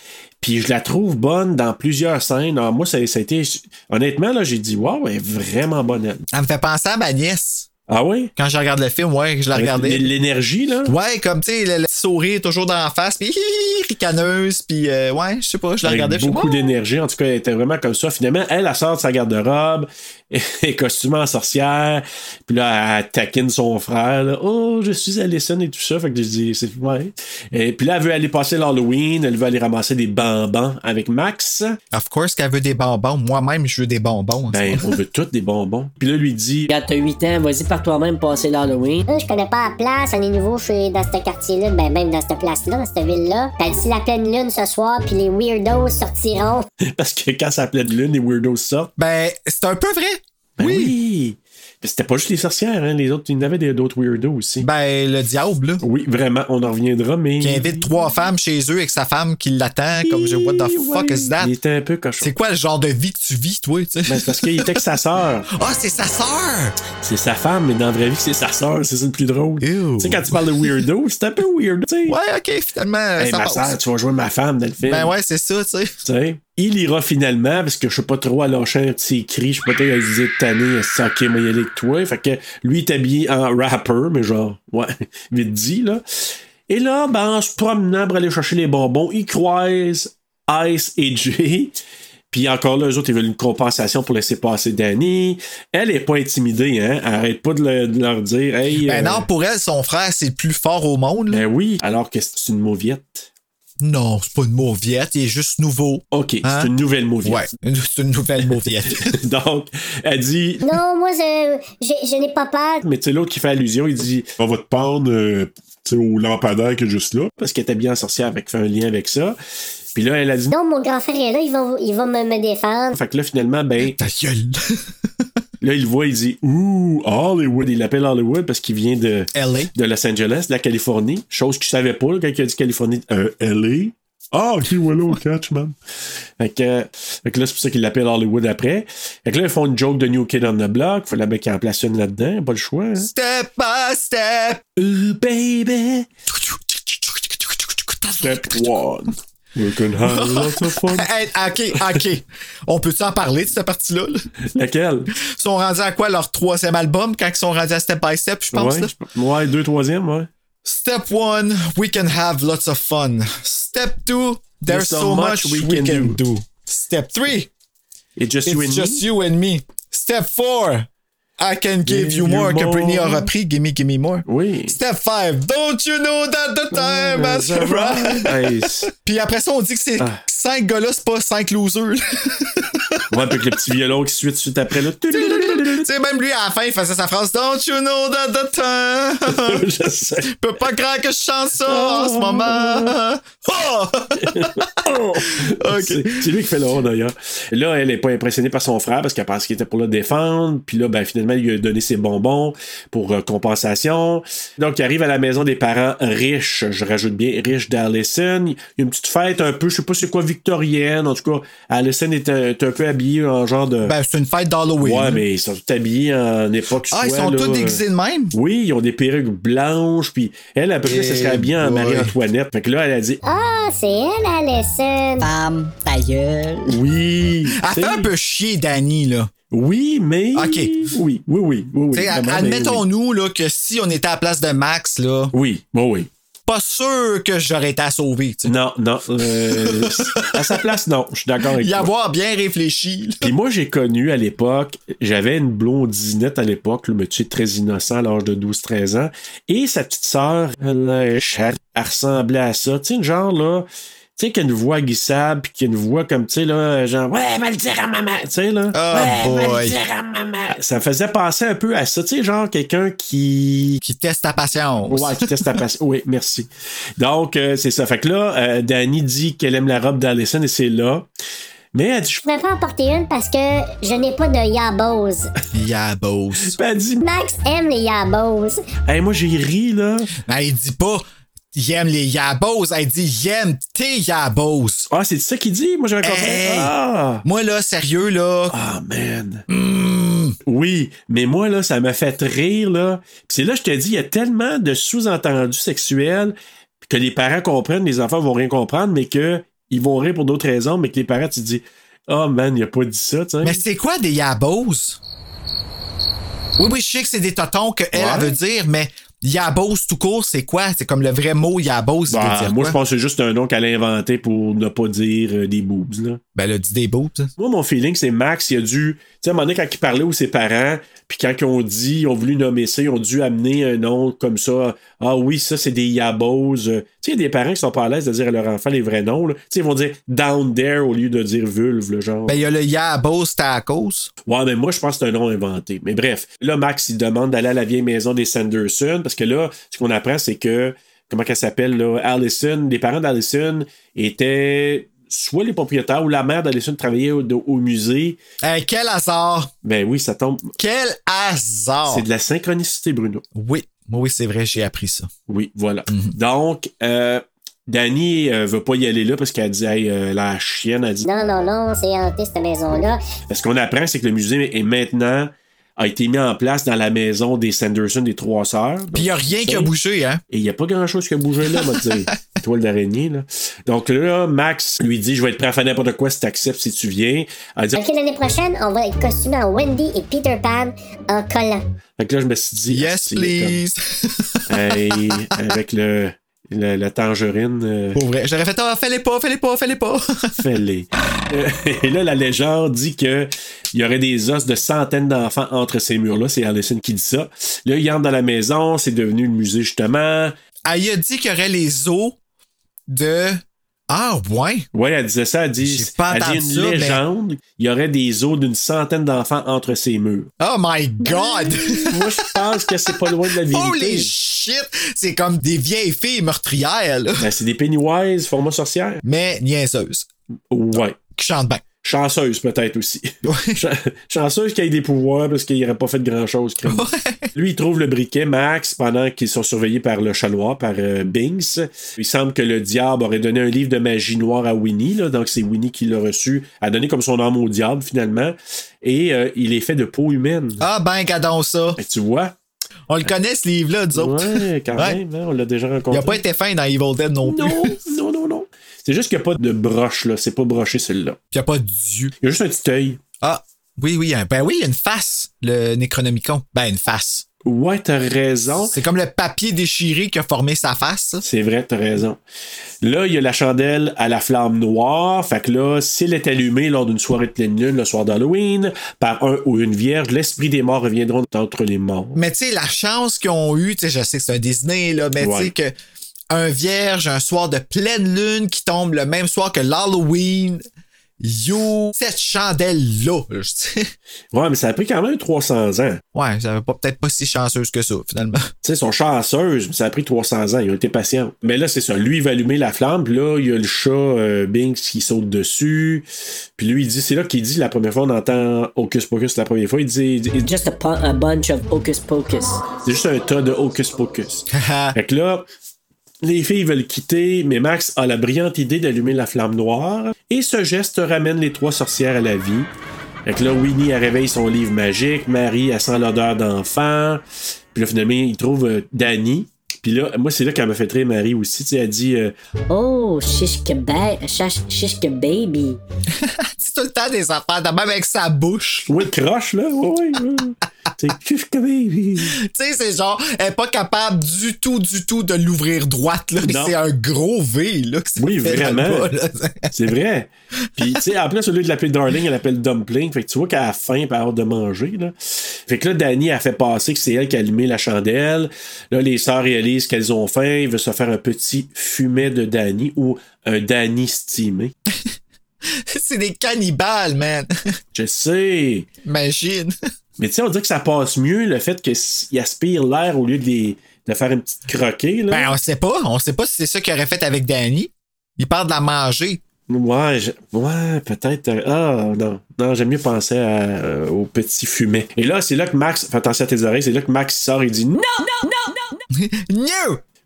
Speaker 4: puis je la trouve bonne dans plusieurs scènes. Alors, moi, ça, ça a été... Honnêtement, là, j'ai dit « Wow, elle est vraiment bonne, elle.
Speaker 2: Elle me fait penser à ma nièce. »
Speaker 4: Ah oui?
Speaker 2: Quand je regarde le film, ouais, je la regardais.
Speaker 4: L'énergie, là.
Speaker 2: Ouais, comme, tu sais, le, le sourire toujours dans la face, puis hi, hi, hi, ricaneuse, puis euh, ouais, je sais pas, je la
Speaker 4: Avec
Speaker 2: regardais. je sais
Speaker 4: beaucoup
Speaker 2: pas.
Speaker 4: d'énergie. En tout cas, elle était vraiment comme ça. Finalement, elle, elle sort de sa garde-robe, [LAUGHS] elle est costumée en sorcière, puis là, elle taquine son frère. là. Oh, je suis Allison et tout ça. Fait que je dis, c'est ouais. Et puis là, elle veut aller passer l'Halloween, elle veut aller ramasser des bonbons avec Max.
Speaker 2: Of course qu'elle veut des bonbons. Moi-même, je veux des bonbons.
Speaker 4: Ben, on veut tous des bonbons. Puis là, lui dit,
Speaker 1: Regarde, t'as 8 ans, vas-y par toi-même passer l'Halloween.
Speaker 7: Là, je connais pas la place, on est nouveau, je suis dans ce quartier-là, ben même dans cette place-là, dans cette ville-là. Ben, d'ici la pleine lune ce soir, puis les weirdos sortiront.
Speaker 4: parce que quand ça plaît de lune, les weirdos sortent.
Speaker 2: Ben, c'est un peu vrai.
Speaker 4: Ben oui! Mais c'était pas juste les sorcières, hein. Les autres, il y en avait des- d'autres weirdos aussi.
Speaker 2: Ben, le diable, là.
Speaker 4: oui, vraiment, on en reviendra, mais.
Speaker 2: Qui invite trois femmes chez eux avec sa femme qui l'attend, comme je, what the fuck
Speaker 4: Ouais.
Speaker 2: is that?
Speaker 4: Il était un peu cochon.
Speaker 2: C'est quoi le genre de vie que tu vis, toi, tu
Speaker 4: Ben,
Speaker 2: sais?
Speaker 4: c'est parce qu'il était avec sa sœur.
Speaker 2: [LAUGHS] Ah, c'est sa sœur!
Speaker 4: C'est sa femme, mais dans la vraie vie, c'est sa sœur. C'est ça le plus drôle.
Speaker 2: Ew.
Speaker 4: Tu sais, quand tu parles de weirdo, c'est un peu weird. tu sais.
Speaker 2: Ouais, ok, finalement,
Speaker 4: Hey,
Speaker 2: ça
Speaker 4: ma
Speaker 2: passe.
Speaker 4: sœur, tu vas jouer ma femme dans le film.
Speaker 2: Ben ouais, c'est ça, tu sais.
Speaker 4: Tu sais. Il ira finalement, parce que je sais pas trop à lâcher un petit cri. Je sais pas, peut-être disait tanné, elle se dit, ok, moi, y aller avec toi. Fait que lui, il est habillé en rapper, mais genre, ouais, [LAUGHS] vite dit, là. Et là, ben, en se promenant pour aller chercher les bonbons, il croise Ice et Jay. Puis encore là, eux autres, ils veulent une compensation pour laisser passer Danny. Elle est pas intimidée, hein. Elle Arrête pas de, le- de leur dire, hey.
Speaker 2: Ben
Speaker 4: euh,
Speaker 2: non, pour elle, son frère, c'est le plus fort au monde. là.
Speaker 4: Ben oui, alors que c'est une mauviette.
Speaker 2: Non, c'est pas une mauviette, il est juste nouveau.
Speaker 4: OK,
Speaker 2: Hein?
Speaker 4: c'est une nouvelle
Speaker 2: Ouais, [LAUGHS]
Speaker 4: mauviette.
Speaker 2: c'est une nouvelle
Speaker 4: [LAUGHS]
Speaker 2: mauviette.
Speaker 4: Donc, elle dit,
Speaker 7: Non, moi, je, je, je n'ai pas peur.
Speaker 4: mais tu sais, l'autre qui fait allusion, il dit,
Speaker 11: On va te pendre euh, tu sais, au lampadaire qui est juste là.
Speaker 4: parce qu'elle était bien en sorcière, avec fait un lien avec ça. Puis là, elle a dit, non.
Speaker 7: Non, mon grand frère est là, il va, il va me, me défendre.
Speaker 4: Fait que là, finalement, ben,
Speaker 2: [LAUGHS] Ta gueule.
Speaker 4: là, il le voit, il dit, ouh, Hollywood. Il l'appelle Hollywood parce qu'il vient de,
Speaker 2: LA.
Speaker 4: de Los Angeles, de la Californie. Chose qu'il savait pas, là, quand il a dit Californie. Euh,
Speaker 11: LA. Ah, ok, voilà,
Speaker 7: [LAUGHS]
Speaker 11: au catch, man.
Speaker 4: Fait que, fait que là, c'est pour ça qu'il l'appelle Hollywood après. Fait que là, ils font une joke de New Kid on the Block. Fallait bien qu'il en place une là-dedans. Pas le choix. Hein.
Speaker 2: Step by step.
Speaker 4: Ooh, baby. Step one. We're gonna [LAUGHS] have lots of fun.
Speaker 2: Hey, ok, ok. On peut-tu en parler de cette partie-là? là?
Speaker 4: Laquelle?
Speaker 2: Ils sont rendus à quoi leur troisième album quand ils sont rendus à Step by Step, je pense?
Speaker 4: ouais.
Speaker 2: là?
Speaker 4: ouais, deux, troisième, ouais.
Speaker 2: Step 1, we can have lots of fun. Step 2, there's so, much, we, can, do. Step 3,
Speaker 4: Et Just You and E.
Speaker 2: it's
Speaker 4: Me.
Speaker 2: just you and me. Step 4, I can give you more, que Britney a repris. Gimme, gimme more.
Speaker 4: Oui.
Speaker 2: Step 5, don't you know that the time has arrived?
Speaker 4: Hey, c'est-
Speaker 2: Puis après ça, on dit que ces
Speaker 4: Ah.
Speaker 2: cinq gars-là, c'est pas cinq losers. [LAUGHS]
Speaker 4: ouais, avec le petit violon qui suit tout de suite après, là.
Speaker 2: Tu sais, même lui, à la fin, il faisait sa phrase Don't you know that the
Speaker 7: [LAUGHS]
Speaker 2: time?
Speaker 7: je sais.
Speaker 2: Peux pas croire que je chante ça en ce moment. Oh!
Speaker 7: C'est c'est lui qui fait le haut d'ailleurs. Là, elle est pas impressionnée par son frère parce qu'elle pense qu'il était pour le défendre. Puis là, ben, finalement, il lui a donné ses bonbons pour euh, compensation. Donc, il arrive à la maison des parents riches. Je rajoute bien riches d'Allison. Il y a une petite fête un peu, je sais pas c'est quoi, victorienne. En tout cas, Allison est, euh, est un peu habillée en genre de.
Speaker 2: ben, c'est une fête d'Halloween.
Speaker 7: ouais, mais ils sont tous habillés en époque
Speaker 2: Ah, ils
Speaker 7: soit,
Speaker 2: sont
Speaker 7: là,
Speaker 2: tous déguisés de même?
Speaker 7: oui, ils ont des perruques blanches, puis elle, à peu près, ça
Speaker 2: Eh
Speaker 7: serait bien en
Speaker 2: boy.
Speaker 7: Marie-Antoinette. Fait que là, elle a dit
Speaker 8: Ah, c'est elle, Alison.
Speaker 1: Bam, ta gueule.
Speaker 7: oui.
Speaker 2: Elle
Speaker 7: tu
Speaker 2: fait
Speaker 7: sais,
Speaker 2: un peu chier, Danny, là.
Speaker 7: Oui, mais.
Speaker 2: Ok.
Speaker 7: Oui, oui, oui. oui, oui
Speaker 2: Tu sais,
Speaker 7: vraiment, mais Oui,
Speaker 2: Admettons-nous là, que si on était à la place de Max, là,
Speaker 7: oui, oui. oui.
Speaker 2: pas sûr que j'aurais été à sauver. tu sais.
Speaker 7: Non, non. euh, à sa place, non. Je suis d'accord avec
Speaker 2: Y
Speaker 7: toi.
Speaker 2: avoir bien réfléchi. là.
Speaker 7: Puis moi, j'ai connu à l'époque, j'avais une blondinette à l'époque, le métier très innocent à l'âge de 12-13 ans, et sa petite sœur, elle, euh, elle ressemblait à ça. Tu sais, une genre, là, tu sais, qui a une voix guissable, puis qui a une voix comme, tu sais, là, genre, ouais, va le dire à maman, tu sais, là.
Speaker 2: [LAUGHS] Ah,
Speaker 7: ouais, va le
Speaker 2: boy.
Speaker 7: dire à maman. Ça me faisait penser un peu à ça, tu sais, genre, quelqu'un qui,
Speaker 2: Qui teste ta patience.
Speaker 7: Ouais, qui teste ta passion. Oui, merci. Donc, euh, c'est ça. Fait que là, euh, Dani dit qu'elle aime la robe d'Alison et c'est là. Mais elle dit, je
Speaker 8: Je pouvais pas en porter une parce que je n'ai pas de yabos.
Speaker 2: Yeah, boss.
Speaker 7: peux pas. Elle dit,
Speaker 8: Max aime les yabos.
Speaker 7: Hey, moi, j'ai ri, là.
Speaker 2: Mais elle dit pas il aime les yabos, elle dit il aime tes yabos.
Speaker 7: Ah, c'est ça qu'il dit? Moi, j'avais compris.
Speaker 2: Hey!
Speaker 7: Ah!
Speaker 2: Moi là, sérieux là,
Speaker 7: Ah, man.
Speaker 2: Hmm.
Speaker 7: Oui, mais moi, là, ça m'a fait rire, là. Puis c'est là, je te dis, il y a tellement de sous-entendus sexuels que les parents comprennent, les enfants vont rien comprendre, mais que ils vont rire pour d'autres raisons, mais que les parents, tu te dis, ah, man, il a pas dit ça, tu sais.
Speaker 2: mais c'est quoi des yabos? Oui, oui, je sais que c'est des totons que elle, elle veut dire, mais yabos tout court, c'est quoi? C'est comme le vrai mot yabos, c'est
Speaker 7: Bah,
Speaker 2: dire quoi?
Speaker 7: moi, je pense que c'est juste un nom qu'elle a inventé pour ne pas dire euh, des boobs. Là.
Speaker 2: Ben là, dis des beaux, ça.
Speaker 7: Moi, mon feeling, c'est Max, il a dû. Tu sais, à un moment donné, quand il parlait aux ses parents, puis quand ils ont dit, ils ont voulu nommer ça, ils ont dû amener un nom comme ça. Ah oui, ça, c'est des yabos. Euh, Tu sais, il y a des parents qui sont pas à l'aise de dire à leur enfant les vrais noms. là. Tu sais, ils vont dire down there au lieu de dire vulve, le genre.
Speaker 2: Ben il y a le yabos tacos.
Speaker 7: Ouais, mais moi, je pense que c'est un nom inventé. Mais bref, là, Max, il demande d'aller à la vieille maison des Sanderson, parce que là, ce qu'on apprend, c'est que, comment qu'elle s'appelle, là, Allison, les parents d'Allison étaient soit les propriétaires ou la mère d'Allison travaillait au, de- au musée.
Speaker 2: Hey, quel hasard!
Speaker 7: Ben oui, ça tombe.
Speaker 2: Quel hasard!
Speaker 7: C'est de la synchronicité, Bruno.
Speaker 2: Oui, moi oui, c'est vrai, j'ai appris ça.
Speaker 7: Oui, voilà. Donc, euh, Danny euh, veut pas y aller là parce qu'elle dit, Hey, euh, la chienne, elle dit.
Speaker 8: Non, non, non, c'est hanté cette maison-là.
Speaker 7: Parce qu'on apprend, c'est que le musée est maintenant a été mis en place dans la maison des Sanderson des trois sœurs.
Speaker 2: Puis il y a rien qui a bougé, hein?
Speaker 7: Et il n'y a pas grand-chose qui a bougé là,
Speaker 2: [LAUGHS]
Speaker 7: m'a dit. Toile d'araignée, là. Donc là, Max lui dit Je vais être prêt à faire n'importe quoi si tu acceptes, si tu viens. Elle dit
Speaker 8: Ok, l'année prochaine, on va être costumé en Wendy et Peter Pan en collant.
Speaker 7: Fait que là, je me suis dit
Speaker 2: Yes,
Speaker 7: Asti, mais
Speaker 2: please!
Speaker 7: comme- Hey,
Speaker 2: [LAUGHS]
Speaker 7: avec le, le- la tangerine, euh,
Speaker 2: Pour vrai, j'aurais fait, ah, fais-les pas, fais-les pas, fais-les pas! [LAUGHS]
Speaker 7: fais-les. Euh, [LAUGHS] Et là, la légende dit que il y aurait des os de centaines d'enfants entre ces murs-là. C'est Allison qui dit ça. Là, il entre dans la maison, c'est devenu le musée, justement.
Speaker 2: Elle Ah, a dit qu'il y aurait les os de. Ah, ouais!
Speaker 7: Oui, elle disait ça. Elle dit,
Speaker 2: J'ai pas
Speaker 7: elle dit
Speaker 2: entendu
Speaker 7: une
Speaker 2: ça, mais-
Speaker 7: légende il y aurait des os d'une centaine d'enfants entre ces murs.
Speaker 2: Oh my
Speaker 7: [LAUGHS]
Speaker 2: god! [LAUGHS]
Speaker 7: Moi, je pense que c'est pas loin de la vérité.
Speaker 2: Holy shit! C'est comme des vieilles filles meurtrières, là.
Speaker 7: Ben, c'est des Pennywise, format sorcière.
Speaker 2: Mais niaiseuses.
Speaker 7: Ouais.
Speaker 2: Qui chantent bien.
Speaker 7: Chanceuse, peut-être aussi.
Speaker 2: Ouais.
Speaker 7: Ch- [LAUGHS] Chanceuse qu'il ait des pouvoirs parce qu'il n'aurait pas fait grand-chose. crime. Lui, il trouve le briquet, Max, pendant qu'ils sont surveillés par le chat noir, par euh, Binks. Il semble que le diable aurait donné un livre de magie noire à Winnie, là, donc c'est Winnie qui l'a reçu, a donné comme son âme au diable, finalement. Et euh, il est fait de peau humaine.
Speaker 2: Ah, ben, gadon ça.
Speaker 7: Ben, tu vois?
Speaker 2: On le connaît, ce livre-là, nous autres.
Speaker 7: Ouais, quand
Speaker 2: Ouais.
Speaker 7: même, hein, on l'a déjà rencontré.
Speaker 2: Il a pas été fin dans Evil Dead non, plus.
Speaker 7: Non, non, non, non. C'est juste qu'il n'y a pas de broche, là. C'est pas broché, celui-là.
Speaker 2: Puis il a pas de dieu.
Speaker 7: Il y a juste un petit œil.
Speaker 2: Ah, oui, oui. hein. Ben oui, il y a une face, le Necronomicon. Ben, une face.
Speaker 7: Ouais, t'as raison.
Speaker 2: C'est comme le papier déchiré qui a formé sa face. ça.
Speaker 7: C'est vrai, t'as raison. Là, il y a la chandelle à la flamme noire. Fait que là, s'il est allumé lors d'une soirée de pleine lune, le soir d'Halloween, par un ou une vierge, l'esprit des morts reviendront entre les morts.
Speaker 2: Mais tu sais, la chance qu'ils ont eue, tu sais, je sais que c'est un Disney, là, mais
Speaker 7: Ouais.
Speaker 2: tu sais que un vierge, un soir de pleine lune qui tombe le même soir que l'Halloween, Yo, cette chandelle-là, je sais. [LAUGHS]
Speaker 4: Ouais, mais ça a pris quand même 300 ans.
Speaker 2: Ouais, ça va pas peut-être pas si chanceuse que ça, finalement. [LAUGHS]
Speaker 4: Tu sais, ils sont chanceuses, mais ça a pris 300 ans. Ils ont été patients. Mais là, c'est ça. Lui, il va allumer la flamme. Puis là, il y a le chat euh, Binks qui saute dessus. Puis lui, il dit, c'est là qu'il dit la première fois, on entend Hocus Pocus la première fois. Il dit, il dit- il dit,
Speaker 1: Just a, pu- a bunch of hocus pocus.
Speaker 4: c'est juste un tas de Hocus Pocus. fait que là, les filles veulent quitter, mais Max a la brillante idée d'allumer la flamme noire. Et ce geste ramène les trois sorcières à la vie. Fait que là, Winnie, elle réveille son livre magique. Marie, elle sent l'odeur d'enfant. Puis là, finalement, il trouve euh, Danny. Puis là, moi, c'est là qu'elle m'a fait très Marie aussi. Tu sais, elle dit euh,
Speaker 7: Oh, shishke, ba- shash- shishke baby.
Speaker 2: C'est tout le temps des affaires, de même avec sa bouche.
Speaker 4: Oui, croche, là. Oui, oui. oui. C'est Chief Baby.
Speaker 2: Tu sais, c'est genre, elle est pas capable du tout, du tout de l'ouvrir droite, là.
Speaker 4: Non.
Speaker 2: C'est un gros V, là. que ça
Speaker 4: Oui,
Speaker 2: fait dans le
Speaker 4: vraiment.
Speaker 2: bas, là.
Speaker 4: C'est vrai. Puis, tu sais, en plus, au lieu de l'appeler Darling, elle l'appelle Dumpling. Fait que tu vois qu'elle a faim et elle a hâte de manger. Là. Fait que là, Dani a fait passer que c'est elle qui a allumé la chandelle. Là, les sœurs réalisent qu'elles ont faim. Ils veulent se faire un petit fumet de Dani ou un Dani stimé.
Speaker 2: c'est des cannibales,
Speaker 4: [LAUGHS]
Speaker 2: man.
Speaker 4: Je sais.
Speaker 2: Imagine.
Speaker 4: Mais tu sais, on dirait que ça passe mieux le fait qu'il aspire l'air au lieu de, les- de faire une petite croquée. Là.
Speaker 2: Ben, on sait pas. On sait pas si c'est ça qu'il aurait fait avec Danny. Il parle de la manger.
Speaker 4: Ouais, je- ouais peut-être. euh, Ah, non. Non, j'aime mieux penser à, euh, au petit fumet. Et là, c'est là que Max. Fais attention à tes oreilles. C'est là que Max sort et dit non.
Speaker 2: No!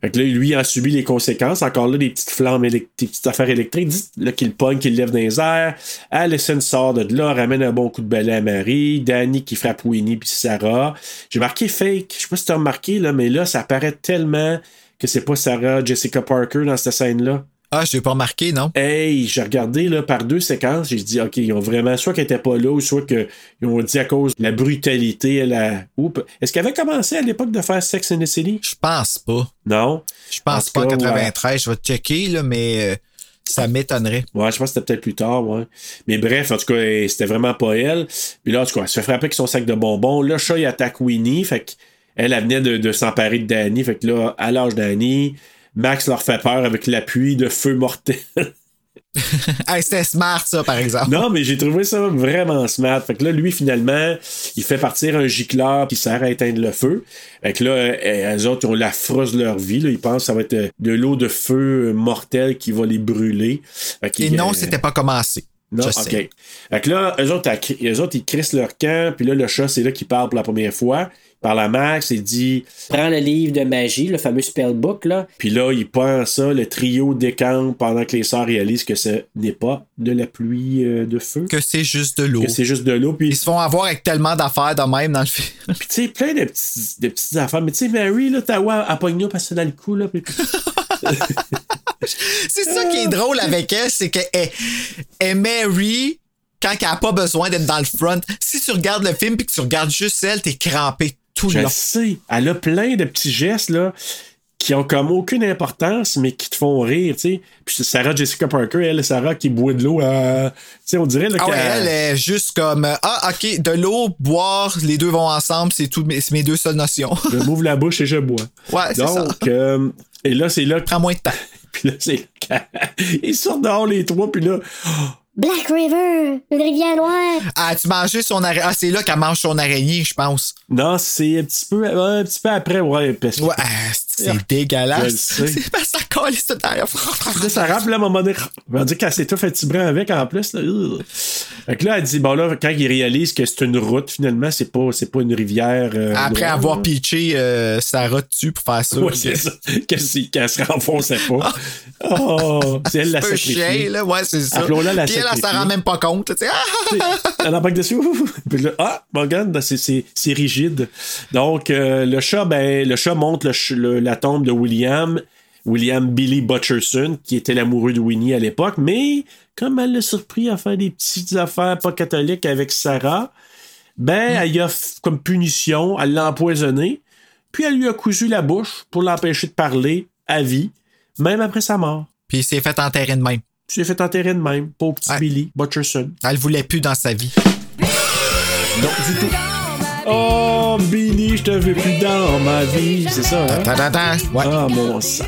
Speaker 4: Fait que là, lui, il en subit les conséquences. Encore là, des petites flammes, élec- des petites affaires électriques. Dites là qu'il pogne, qu'il lève dans les airs. Allison sort de là, ramène un bon coup de balai à Marie. Danny qui frappe Winnie puis Sarah. J'ai marqué fake. Je sais pas si t'as remarqué, là, mais là, ça paraît tellement que c'est pas Sarah, Jessica Parker dans cette scène-là.
Speaker 2: Ah, je l'ai pas remarqué, non?
Speaker 4: Hey, j'ai regardé là, par deux séquences, j'ai dit, OK, ils ont vraiment, soit qu'elle était pas là, ou soit qu'ils ont dit à cause de la brutalité, la. Oups. Est-ce qu'elle avait commencé à l'époque de faire Sex and the City?
Speaker 2: Je pense pas.
Speaker 4: Non.
Speaker 2: Je pense
Speaker 4: En
Speaker 2: pas en
Speaker 4: tout cas,
Speaker 2: 93. Je vais checker, là, mais euh, ça m'étonnerait.
Speaker 4: Ouais, je pense que c'était peut-être plus tard, ouais. Mais bref, en tout cas, elle- c'était vraiment pas elle. Puis là, en tout cas, elle se fait frapper avec son sac de bonbons. Le chat, il attaque Winnie, fait que elle, elle venait de, de s'emparer de Danny, fait que là, à l'âge Danny, Max leur fait peur avec l'appui de feu mortel.
Speaker 2: Hey, c'était smart, ça, par exemple.
Speaker 4: Non, mais j'ai trouvé ça vraiment smart. Fait que là, lui, finalement, il fait partir un gicleur qui sert à éteindre le feu. Fait que là, euh, elles autres, ils ont la frosse de leur vie. Là. Ils pensent que ça va être euh, de l'eau de feu euh, mortelle qui va les brûler. Fait
Speaker 2: Et
Speaker 4: qu'ils,
Speaker 2: non,
Speaker 4: euh,
Speaker 2: c'était pas commencé.
Speaker 4: non,
Speaker 2: je sais.
Speaker 4: ok. Fait que là, eux autres, à- eux autres, ils crissent leur camp. Puis là, le chat, c'est là qu'il parle [GASPS] pour la première fois. Il parle à Max, il dit...
Speaker 1: Prends le livre de magie, le fameux spellbook, là.
Speaker 4: Puis là, il prend ça, le trio décampe pendant que les sœurs réalisent que ce n'est pas de la pluie euh, de feu.
Speaker 2: Que c'est juste de l'eau.
Speaker 4: Que c'est juste de l'eau. Puis
Speaker 2: Ils se font avoir avec tellement d'affaires de même dans le film.
Speaker 4: Puis tu sais, plein de, petits, de petites affaires. Mais tu sais, Mary, là, t'as ouais, elle pogne là, parce que c'est dans le cou, là. puis-
Speaker 2: C'est ça qui est drôle avec elle, c'est qu'elle elle- elle Mary quand elle a pas besoin d'être dans le front. Si tu regardes le film puis que tu regardes juste elle, t'es crampé tout
Speaker 4: Je
Speaker 1: [LAUGHS]
Speaker 2: le long.
Speaker 4: sais. Elle a plein de petits gestes, là, qui ont comme aucune importance, mais qui te font rire, tu sais. Puis c'est Sarah Jessica Parker, elle, Sarah qui boit de l'eau, euh, tu sais, on dirait, là,
Speaker 2: Ah ouais,
Speaker 4: qu'elle-
Speaker 2: elle est juste comme euh, ah ok de l'eau boire les deux vont ensemble c'est tout mes- c'est mes deux seules notions.
Speaker 4: je m'ouvre la bouche et je bois.
Speaker 2: [LAUGHS] Ouais, [LAUGHS] c'est ça.
Speaker 4: Donc, euh, et là, c'est là, [LAUGHS] que-
Speaker 2: Prends moins de temps.
Speaker 4: puis là, c'est [LAUGHS] là qu'elle- ils sortent dehors, les trois, puis là,
Speaker 7: Black River, une rivière noire.
Speaker 2: Ah tu mangé son araignée ah c'est là qu'elle mange son araignée je pense.
Speaker 4: non, c'est un petit peu, un petit peu après, ouais, parce que
Speaker 2: Ouais ah, c'est
Speaker 4: Ah,
Speaker 2: c'est
Speaker 4: je
Speaker 2: dégueulasse.
Speaker 4: le sais.
Speaker 2: [LAUGHS] C'est pas ça colle c'est derrière.
Speaker 4: Là, ça rappe, là, à un moment donné, on va dire qu'elle s'étouffe un petit brin avec, en plus. Là. Ugh. Fait que là, elle dit, bon, là, quand il réalise que c'est une route, finalement, c'est pas, c'est pas une rivière. euh, [LAUGHS]
Speaker 2: Après
Speaker 4: noire,
Speaker 2: avoir
Speaker 4: là.
Speaker 2: pitché euh, Sarah dessus pour faire ça.
Speaker 4: Ouais, c'est ça. Qu'elle s'y- qu'elle se renfonçait pas. Oh, c'est elle la
Speaker 2: peu chien,
Speaker 4: sacrifiée.
Speaker 2: là, ouais, c'est ça.
Speaker 4: Appelons-la la
Speaker 2: Puis elle, elle s'en
Speaker 4: sacrifiée.
Speaker 2: rend même pas compte. là, tu sais. Ah!
Speaker 4: Elle embarque dessus. ouh, Puis là, ah, Morgan, c'est- c'est c'est rigide. Donc, euh, le chat, ben, le chat monte le ch- le- la tombe de William. William Billy Butcherson, qui était l'amoureux de Winnie à l'époque, mais comme elle l'a surpris à faire des petites affaires pas catholiques avec Sarah, ben, elle y a, f- comme punition, elle l'a empoisonné, puis elle lui a cousu la bouche pour l'empêcher de parler à vie, même après sa mort.
Speaker 2: Puis il s'est fait enterrer de même.
Speaker 4: Puis elle s'est fait enterrer de même, pauvre petit
Speaker 2: Ouais.
Speaker 4: Billy Butcherson.
Speaker 2: Elle le voulait plus dans sa vie.
Speaker 4: Non, du tout. Oh, Billy, je te veux plus dans ma vie. C'est ça, hein?
Speaker 2: Ta-ta-ta. Ouais.
Speaker 4: Ah, mon sang.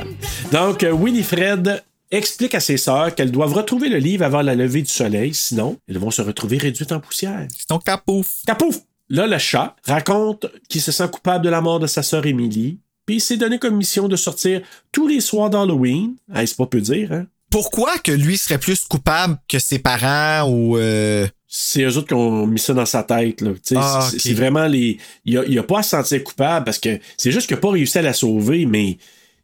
Speaker 4: Donc, euh, Winifred explique à ses sœurs qu'elles doivent retrouver le livre avant la levée du soleil, sinon, elles vont se retrouver réduites en poussière.
Speaker 2: Sinon, capouf.
Speaker 4: Capouf! Là, le chat raconte qu'il se sent coupable de la mort de sa sœur Émilie, puis il s'est donné comme mission de sortir tous les soirs d'Halloween. Ah, c'est pas peu dire, hein?
Speaker 2: Pourquoi que lui serait plus coupable que ses parents ou... euh,
Speaker 4: C'est eux autres qui ont mis ça dans sa tête. Là. Tu sais,
Speaker 2: Ah,
Speaker 4: c'est-
Speaker 2: ok.
Speaker 4: C'est vraiment les. Il a, il a pas à se sentir coupable parce que c'est juste qu'il n'a pas réussi à la sauver, mais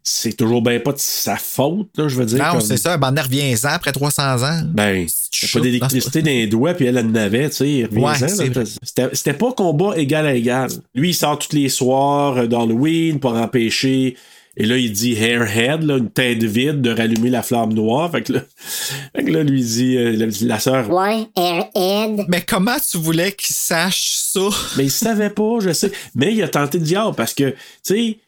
Speaker 4: c'est toujours bien pas de sa faute, là, je veux dire.
Speaker 2: Non,
Speaker 4: comme-
Speaker 2: c'est ça, ben, revient-en après 300 ans.
Speaker 4: Ben,
Speaker 2: tu
Speaker 4: il pas
Speaker 2: shoots
Speaker 4: d'électricité dans les doigts, puis elle en avait, tu sais, reviens-en,
Speaker 2: Ouais,
Speaker 4: là.
Speaker 2: c'est vrai.
Speaker 4: C'était c'était pas combat égal à égal. Lui, il sort tous les soirs euh, d'Halloween pour empêcher. Et là, il dit Hairhead, là, une tête vide, de rallumer la flamme noire. Fait que là, [LAUGHS] fait que là, lui, il dit, euh, la, la sœur,
Speaker 7: Ouais, Airhead.
Speaker 2: Mais comment tu voulais qu'il sache ça?
Speaker 4: mais il savait pas, je sais. Mais il a tenté de diable parce que, tu sais,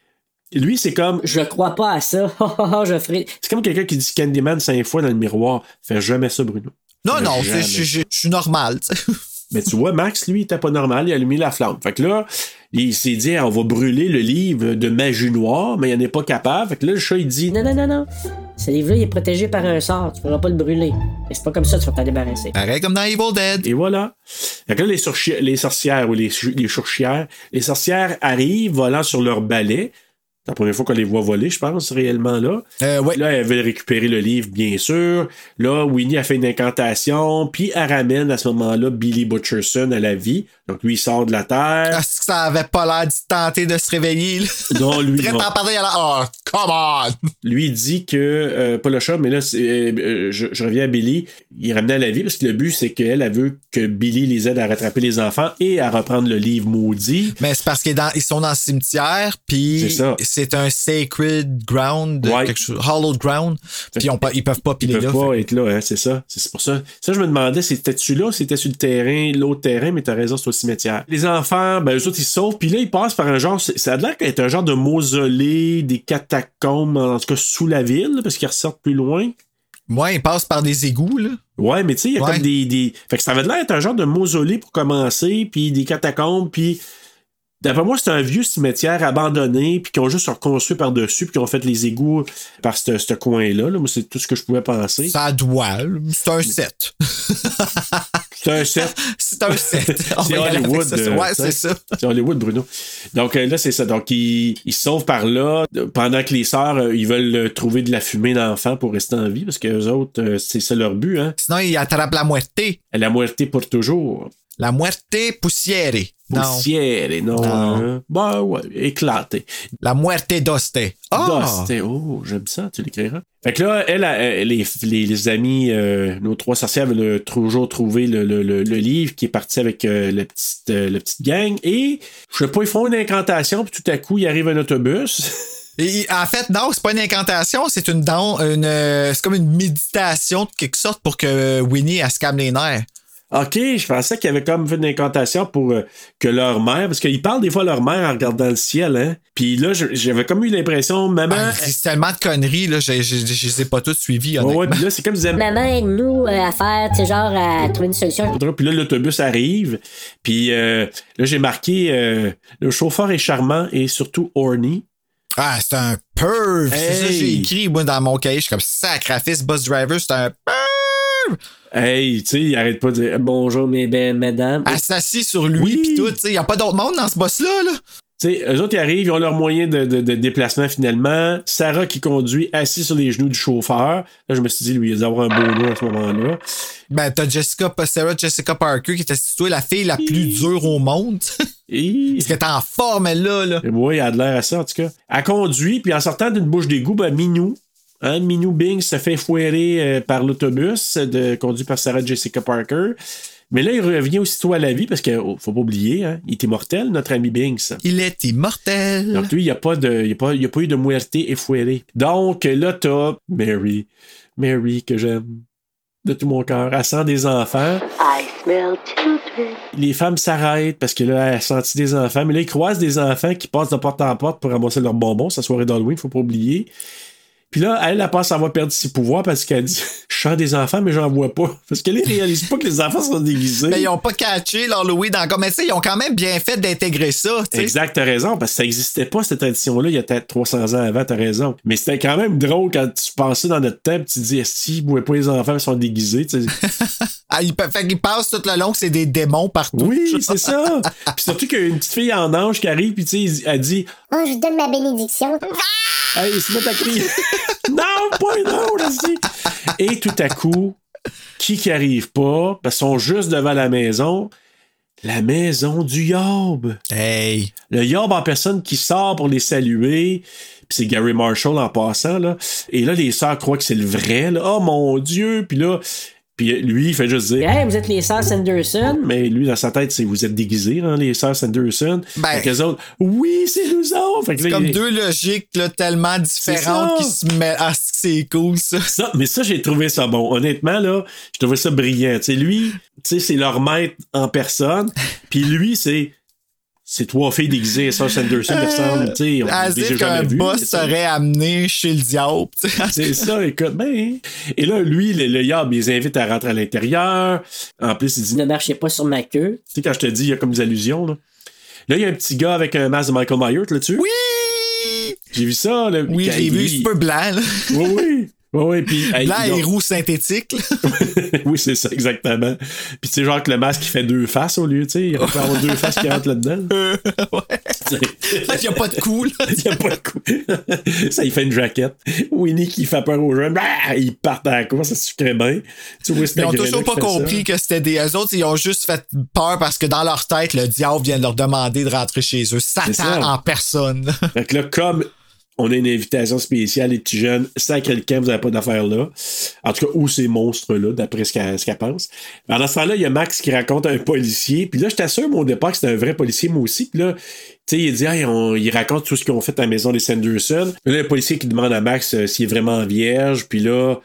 Speaker 4: lui, c'est comme,
Speaker 1: Je crois pas à ça. [LAUGHS] Oh, Ha, ha, ha, je ferai.
Speaker 4: c'est comme quelqu'un qui dit Candyman cinq fois dans le miroir. Fais jamais ça, Bruno.
Speaker 2: Non, non,
Speaker 4: Jamais.
Speaker 2: c'est- je je- je suis normal. tu sais. [LAUGHS]
Speaker 4: Mais tu vois, Max, lui, il était pas normal, il a allumé la flamme. Fait que là, il s'est dit, Ah, on va brûler le livre de magie noire, mais il n'est pas capable. Fait que là, le chat, il dit,
Speaker 1: Non, non, non, non. Ce livre-là, il est protégé par un sort. Tu pourras pas le brûler. Mais c'est pas comme ça que tu vas t'en débarrasser.
Speaker 2: Pareil comme dans Evil Dead.
Speaker 4: et voilà. Fait que là, les, surchi- les sorcières, ou les, chu- les chourchières, les sorcières arrivent volant sur leur balai. C'est la première fois qu'on les voit voler, je pense, réellement là.
Speaker 2: Euh, ouais.
Speaker 4: Là, elle veut récupérer le livre, bien sûr. Là, Winnie a fait une incantation, puis elle ramène à ce moment-là Billy Butcherson à la vie. Donc, lui, il sort de la terre.
Speaker 2: Ah, c'est que ça avait pas l'air de tenter de se réveiller. là.
Speaker 4: Non, lui,
Speaker 2: [LAUGHS] Très
Speaker 4: non.
Speaker 2: en parler, alors, oh, come on!
Speaker 4: lui dit que euh, pas le chat, mais là c'est, euh, euh, je, je reviens à Billy. Il ramenait à la vie parce que le but c'est qu'elle elle veut que Billy les aide à rattraper les enfants et à reprendre le livre maudit.
Speaker 2: Mais c'est parce qu'ils dans- ils sont dans le cimetière,
Speaker 4: C'est
Speaker 2: puis
Speaker 4: ça.
Speaker 2: c'est un sacred ground,
Speaker 4: Ouais.
Speaker 2: quelque chose, hollowed ground, puis ils ont pas- ils peuvent pas
Speaker 4: Ils
Speaker 2: piler là.
Speaker 4: peuvent pas être là, hein, c'est ça. C'est c'est pour ça. Ça, je me demandais, c'était-tu là, ou c'était sur le terrain, l'autre terrain, mais t'as raison, c'est au cimetière. Les enfants, ben, eux autres, ils se sauvent, puis là, ils passent par un genre, c'est- ça a l'air d'être un genre de mausolée, des catacombes, en tout cas, sous la ville, parce qu'ils ressortent plus loin.
Speaker 2: Moi, ils passent par des égouts, là.
Speaker 4: Ouais, mais tu sais, il y a
Speaker 2: Ouais.
Speaker 4: comme des, des- Fait que ça avait l'air d'être un genre de mausolée pour commencer, puis des catacombes, puis. D'après moi, c'est un vieux cimetière abandonné, puis qu'ils ont juste reconstruit par-dessus, puis qu'ils ont fait les égouts par ce ce coin-là. là. Moi, c'est tout ce que je pouvais penser.
Speaker 2: Ça doit, là. c'est un set. [LAUGHS]
Speaker 4: C'est un set.
Speaker 2: C'est un set.
Speaker 4: [LAUGHS]
Speaker 2: On
Speaker 4: C'est
Speaker 2: va y aller avec
Speaker 4: Hollywood,
Speaker 2: ça, ça.
Speaker 4: euh,
Speaker 2: Ouais,
Speaker 4: t'sais.
Speaker 2: c'est ça.
Speaker 4: C'est Hollywood, Bruno. Donc euh, là, c'est ça. Donc, ils, ils se sauvent par là, euh, pendant que les sœurs, euh, ils veulent euh, trouver de la fumée d'enfants pour rester en vie, parce qu'eux autres, euh, c'est ça leur but, hein.
Speaker 2: Sinon, ils attrapent la moitié.
Speaker 4: La moitié pour toujours.
Speaker 2: La moitié poussière. Non.
Speaker 4: Poussière, et non.
Speaker 2: Non.
Speaker 4: euh, bah ouais, éclaté.
Speaker 2: La moitié d'osté. Ah!
Speaker 4: Dust. Oh, j'aime ça, tu l'écriras. Fait que là, elle, elle- les, les, les amis, euh, nos trois sorcières veulent toujours trouver le, le, le, le livre qui est parti avec euh, la, petite, euh, la petite gang. Et, je sais pas, ils font une incantation, puis tout à coup, il arrive un autobus. [LAUGHS]
Speaker 2: Et- en fait, non, c'est pas une incantation, c'est une don, une, euh, c'est comme une méditation de quelque sorte pour que Winnie, elle se calme les nerfs.
Speaker 4: OK, je pensais qu'il avait comme fait une incantation pour euh, que leur mère, parce qu'ils parlent des fois à leur mère en regardant le ciel, hein. Puis là, je- j'avais comme eu l'impression, maman.
Speaker 2: Ah, c'est tellement de conneries, là, je, je, je les ai pas toutes
Speaker 4: ouais,
Speaker 2: suivies, honnêtement.
Speaker 4: ouais, puis là, c'est comme ils disaient,
Speaker 7: Maman, aide-nous euh, à faire, tu sais, genre, à trouver une solution.
Speaker 4: Puis là, l'autobus arrive. Puis euh, là, j'ai marqué euh, le chauffeur est charmant et surtout horny.
Speaker 2: Ah, c'est un perv! C'est ça que j'ai
Speaker 4: Hey!
Speaker 2: écrit, moi, dans mon cahier. Je suis comme sacrifice, bus driver, c'est un perv!
Speaker 4: Hey, tu sais, il arrête pas de dire bonjour, mais.
Speaker 1: Mais ben, madame.
Speaker 2: Elle s'assit sur lui,
Speaker 4: Oui.
Speaker 2: pis tout, tu sais. Y a pas d'autre monde dans ce boss-là, là.
Speaker 4: Tu sais, eux autres, ils arrivent, ils ont leur moyen de, de- de déplacement finalement. Sarah qui conduit assis sur les genoux du chauffeur. Là, je me suis dit, lui, il doit avoir un beau nom à ce moment-là.
Speaker 2: Ben, t'as Jessica, Sarah Jessica Parker qui est assise sur toi, la fille la plus dure au monde. [LAUGHS]
Speaker 4: Et.
Speaker 2: Parce qu'elle est en forme, elle, là, là.
Speaker 4: Oui, il a de l'air à ça, en tout cas. Elle conduit, puis en sortant d'une bouche d'égout, ben, Minou, hein, Minou Bing se fait fouetter euh, par l'autobus euh, de, conduit par Sarah Jessica Parker. Mais là, il revient aussitôt à la vie, parce qu'il faut pas oublier, hein, il était mortel, notre ami Binks.
Speaker 2: Il est immortel.
Speaker 4: Donc, lui, il n'y a, pas de- il y a, pas- il y a pas eu de muerte et fouetter. Donc, là, t'as Mary. Mary, que j'aime de tout mon cœur. Elle sent des enfants.
Speaker 5: I smell children.
Speaker 4: Les femmes s'arrêtent parce que là, elle a senti des enfants. Mais là, ils croisent des enfants qui passent de porte en porte pour ramasser leurs bonbons. Sa soirée d'Halloween, faut pas oublier. Puis là, elle, elle pense avoir perdu ses pouvoirs parce qu'elle dit [LAUGHS] Je sens des enfants, mais j'en vois pas. Parce qu'elle réalise pas que les enfants sont déguisés.
Speaker 2: Mais Ben, ils ont pas catché leur Louis dans Mais tu sais, ils ont quand même bien fait d'intégrer ça. tu sais.
Speaker 4: Exact, t'as raison, parce que ça n'existait pas, cette tradition-là, il y a peut-être 300 ans avant, t'as raison. Mais c'était quand même drôle quand tu pensais dans notre tête, tu te dis, si, vous pas les enfants, ils sont déguisés, tu sais.
Speaker 2: Ah, ils, pe- fait qu'ils passent tout le long que c'est des démons partout.
Speaker 4: [LAUGHS] Oui, c'est ça. Puis surtout qu'il y a une petite fille en ange qui arrive, puis tu sais, elle dit,
Speaker 7: Oh, je vous donne ma bénédiction.
Speaker 4: hey, ils se mettent à crier. non, pas une autre, aussi. Et tout à coup, qui qui arrive pas, parce qu'ils sont juste devant la maison, la maison du yob.
Speaker 2: Hey.
Speaker 4: Le yob en personne qui sort pour les saluer. Puis c'est Gary Marshall en passant, là. Et là, les sœurs croient que c'est le vrai, là. Oh mon Dieu! Puis là, puis lui, il fait juste dire.
Speaker 1: Hey, vous êtes les sœurs Sanderson?
Speaker 4: Mais lui, dans sa tête, c'est vous êtes déguisés, hein, les sœurs Sanderson.
Speaker 2: Ben.
Speaker 4: Fait que les autres, oui, c'est nous autres! Fait que là,
Speaker 2: Comme
Speaker 4: il-
Speaker 2: deux logiques là, tellement différentes
Speaker 4: C'est
Speaker 2: qui
Speaker 4: ça.
Speaker 2: se mettent. Ah, c'est cool ça.
Speaker 4: Ça, Ah, mais ça, j'ai trouvé ça bon. Honnêtement, là, je trouvais ça brillant. Tu sais, lui, tu sais, c'est leur maître en personne. Puis lui, c'est. C'est trois filles déguisées, ça, Sanderson, il ressemble, tu sais, on
Speaker 2: À
Speaker 4: les a
Speaker 2: dire
Speaker 4: jamais
Speaker 2: qu'un
Speaker 4: vues,
Speaker 2: boss
Speaker 4: tu sais.
Speaker 2: serait amené chez le diable. tu sais.
Speaker 4: C'est ça, écoute, ben. Et là, lui, le, le yab, il les invite à rentrer à l'intérieur. En plus, il dit,
Speaker 1: Ne
Speaker 4: tu
Speaker 1: marchez pas sur ma queue.
Speaker 4: sais, quand je te dis, il y a comme des allusions, là. Là, il y a un petit gars avec un masque de Michael Myers, là-dessus.
Speaker 2: Oui!
Speaker 4: J'ai vu ça, là.
Speaker 2: Oui,
Speaker 4: Quand
Speaker 2: j'ai
Speaker 4: il-
Speaker 2: vu, c'est peu blanc. Là,
Speaker 4: Oui, oui. Oui, oui, puis. [LAUGHS] hey,
Speaker 2: blanc
Speaker 4: ils ont-
Speaker 2: et roux synthétique. là. [LAUGHS]
Speaker 4: [LAUGHS] oui, c'est ça, exactement. Puis, c'est genre que le masque, il fait deux faces au lieu, tu sais. [LAUGHS] Il aurait pu avoir deux faces qui rentrent là-dedans. ouais.
Speaker 2: Il n'y a pas de coup. là.
Speaker 4: Il y a pas de coup. [LAUGHS] ça, il fait une jaquette. Winnie qui fait peur aux jeunes. Bah, ils partent à la course, ça se crée bien. Tu vois, c'est
Speaker 2: Ils ont
Speaker 4: un grain-là
Speaker 2: toujours
Speaker 4: qui
Speaker 2: pas
Speaker 4: fait ça.
Speaker 2: compris que c'était des. Eux autres, ils ont juste fait peur parce que dans leur tête, le diable vient de leur demander de rentrer chez eux.
Speaker 4: ça.
Speaker 2: Satan en personne.
Speaker 4: Fait que là, comme on a une invitation spéciale, les petits jeunes, à quelqu'un, vous n'avez pas d'affaires là. En tout cas, ou ces monstres-là, d'après ce qu'elle ce qu'elle pense. Pendant ce temps-là, il y a Max qui raconte un policier. Puis là, je t'assure, mon départ, que c'était un vrai policier, moi aussi. Puis là, tu sais, il dit, ah, on- il raconte tout ce qu'ils ont fait à la maison des Sanderson. Puis là, le policier qui demande à Max euh, s'il est vraiment vierge. Puis là,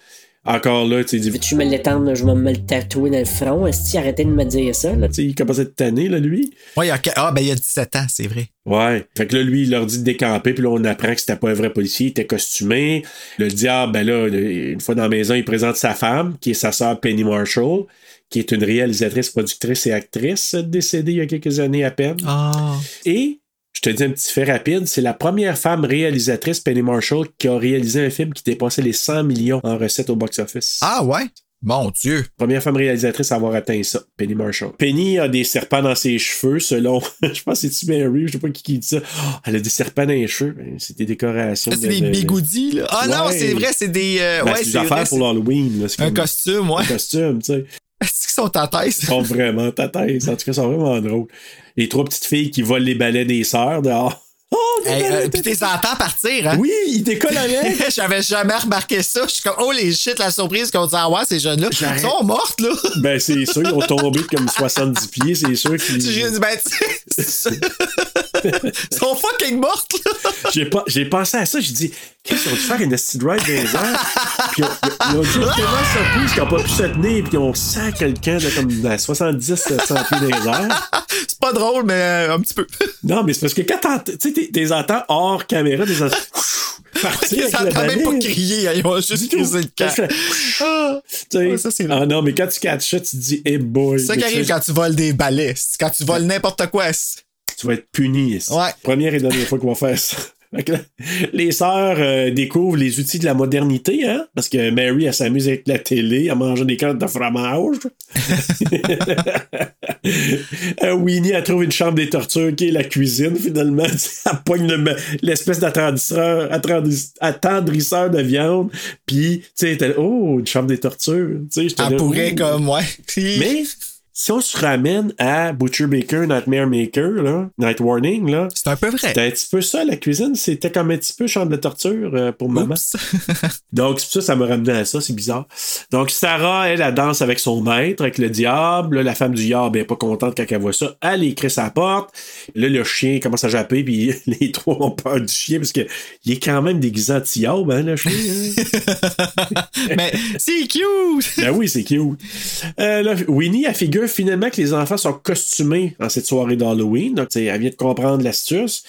Speaker 4: encore là, tu sais, il dit, tu
Speaker 1: Veux-tu me l'étendre? Je vais me le tatouer dans le front. Est-ce que arrêtez de me dire ça? Là?
Speaker 4: sais, il commence à être tanné, là, lui.
Speaker 2: Ouais, il y a... Ah, ben il y a 17 ans, c'est vrai.
Speaker 4: Ouais. Fait que là, lui, il leur dit de décamper, puis là, on apprend que c'était pas un vrai policier, il était costumé. Le diable, ben là, le- une fois dans la maison, il présente sa femme, qui est sa sœur Penny Marshall, qui est une réalisatrice, productrice et actrice, euh, décédée il y a quelques années à peine.
Speaker 2: Ah.
Speaker 4: Et, je te dis un petit fait rapide, c'est la première femme réalisatrice, Penny Marshall, qui a réalisé un film qui dépassait les 100 millions en recettes au box-office.
Speaker 2: Ah ouais? Mon Dieu.
Speaker 4: Première femme réalisatrice à avoir atteint ça, Penny Marshall. Penny a des serpents dans ses cheveux, selon. [LAUGHS] je pense que c'est-tu Mary, je sais pas qui, qui dit ça. Oh, elle a des serpents dans les cheveux. Ben, C'est des décorations.
Speaker 2: Ça, C'est
Speaker 4: de-
Speaker 2: des
Speaker 4: de- de-
Speaker 2: bigoudis, là. Ah non,
Speaker 4: Ouais.
Speaker 2: c'est vrai, c'est des. euh,
Speaker 4: Ben,
Speaker 2: ouais,
Speaker 4: c'est des
Speaker 2: c'est vrai,
Speaker 4: affaires
Speaker 2: c'est
Speaker 4: pour l'Halloween. là. C'est
Speaker 2: un
Speaker 4: comme
Speaker 2: costume,
Speaker 4: un [LAUGHS]
Speaker 2: ouais.
Speaker 4: costume, tu sais.
Speaker 2: Est-ce qu'ils sont en tête?
Speaker 4: Ils sont vraiment tataise. En tout cas, ils sont vraiment drôles. Les trois petites filles qui volent les balais des sœurs dehors. [LAUGHS] Oh, des
Speaker 2: Hey,
Speaker 4: balais,
Speaker 2: euh,
Speaker 4: [LAUGHS] des-
Speaker 2: Puis t'es entends partir, [LAUGHS] hein?
Speaker 4: Oui, ils décollent avec.
Speaker 2: J'avais jamais remarqué ça. Je suis comme, oh les shit, la surprise qu'on dit, ah ouais, ces jeunes-là, ils sont mortes, là.
Speaker 4: ben, c'est sûr, ils ont tombé comme 70 pieds, c'est sûr. qu'ils-
Speaker 2: [LAUGHS] Tu dis, ben, tu
Speaker 4: [LAUGHS]
Speaker 2: sais, [LAUGHS] ils sont fucking mortes, là.
Speaker 4: J'ai pas- j'ai pensé à ça, j'ai dit, qu'est-ce qu'on dû faire une acid ride dans les airs? Puis on- ils ont juste tellement surpris qu'ils n'ont pas pu se tenir, puis on sent quelqu'un de comme ben, à 70-100 pieds dans les airs.
Speaker 2: C'est pas drôle, mais euh, un petit peu.
Speaker 4: Non, mais c'est parce que quand t'en- tu sais, t'es- t'es entends hors caméra, des entends
Speaker 2: [LAUGHS]
Speaker 4: partir
Speaker 2: Ils
Speaker 4: avec le
Speaker 2: entendent même pas
Speaker 4: balai.
Speaker 2: crier, hein, ils ont juste
Speaker 4: tout.
Speaker 2: crisé le
Speaker 4: Ça
Speaker 2: camp.
Speaker 4: fait-
Speaker 2: Ah.
Speaker 4: Tu sais,
Speaker 2: Ouais, ça, c'est-
Speaker 4: ah non, mais quand tu catches ça, tu te dis, eh boy.
Speaker 2: C'est ça qui
Speaker 4: mais tu
Speaker 2: arrive
Speaker 4: sais,
Speaker 2: quand tu voles des balais. Quand tu voles n'importe quoi. c'est-
Speaker 4: tu vas être puni. ici.
Speaker 2: Ouais.
Speaker 4: Première et dernière fois qu'on va faire ça. [LAUGHS] Fait que là, Les sœurs euh, découvrent les outils de la modernité, hein? Parce que Mary, elle s'amuse avec la télé, à manger des cartes de fromage. Euh, Winnie, elle trouve une chambre des tortures qui est la cuisine, finalement. [LAUGHS] Elle poigne le ma- l'espèce d'attendrisseur attendris- attendrisseur de viande. Puis, tu sais, elle est là, oh, une chambre des tortures. Tu sais, j'étais
Speaker 2: Elle
Speaker 4: là,
Speaker 2: pourrait
Speaker 4: oh.
Speaker 2: comme, ouais.
Speaker 4: Mais si on se ramène à Butcher Baker, Nightmare Maker, là, Night Warning, là,
Speaker 2: C'est un peu vrai.
Speaker 4: c'était un petit peu ça, la cuisine. C'était comme un petit peu chambre de torture euh, pour
Speaker 2: [LAUGHS]
Speaker 4: maman.
Speaker 2: Oups.
Speaker 4: Donc, c'est pour ça, que ça me ramenait à ça, c'est bizarre. Donc, Sarah, elle, elle danse avec son maître, avec le diable. Là, la femme du diable, elle est pas contente quand elle voit ça. Elle écrit sa porte. Là, le chien commence à japper, puis [LAUGHS] les trois ont peur du chien, parce que il est quand même déguisé en diable, hein, le chien. hein.
Speaker 2: Mais c'est cute!
Speaker 4: [LAUGHS] Ben oui, c'est cute. Euh, là, Winnie, elle figure que finalement que les enfants sont costumés en cette soirée d'Halloween. Donc, tu sais, elle vient de comprendre l'astuce.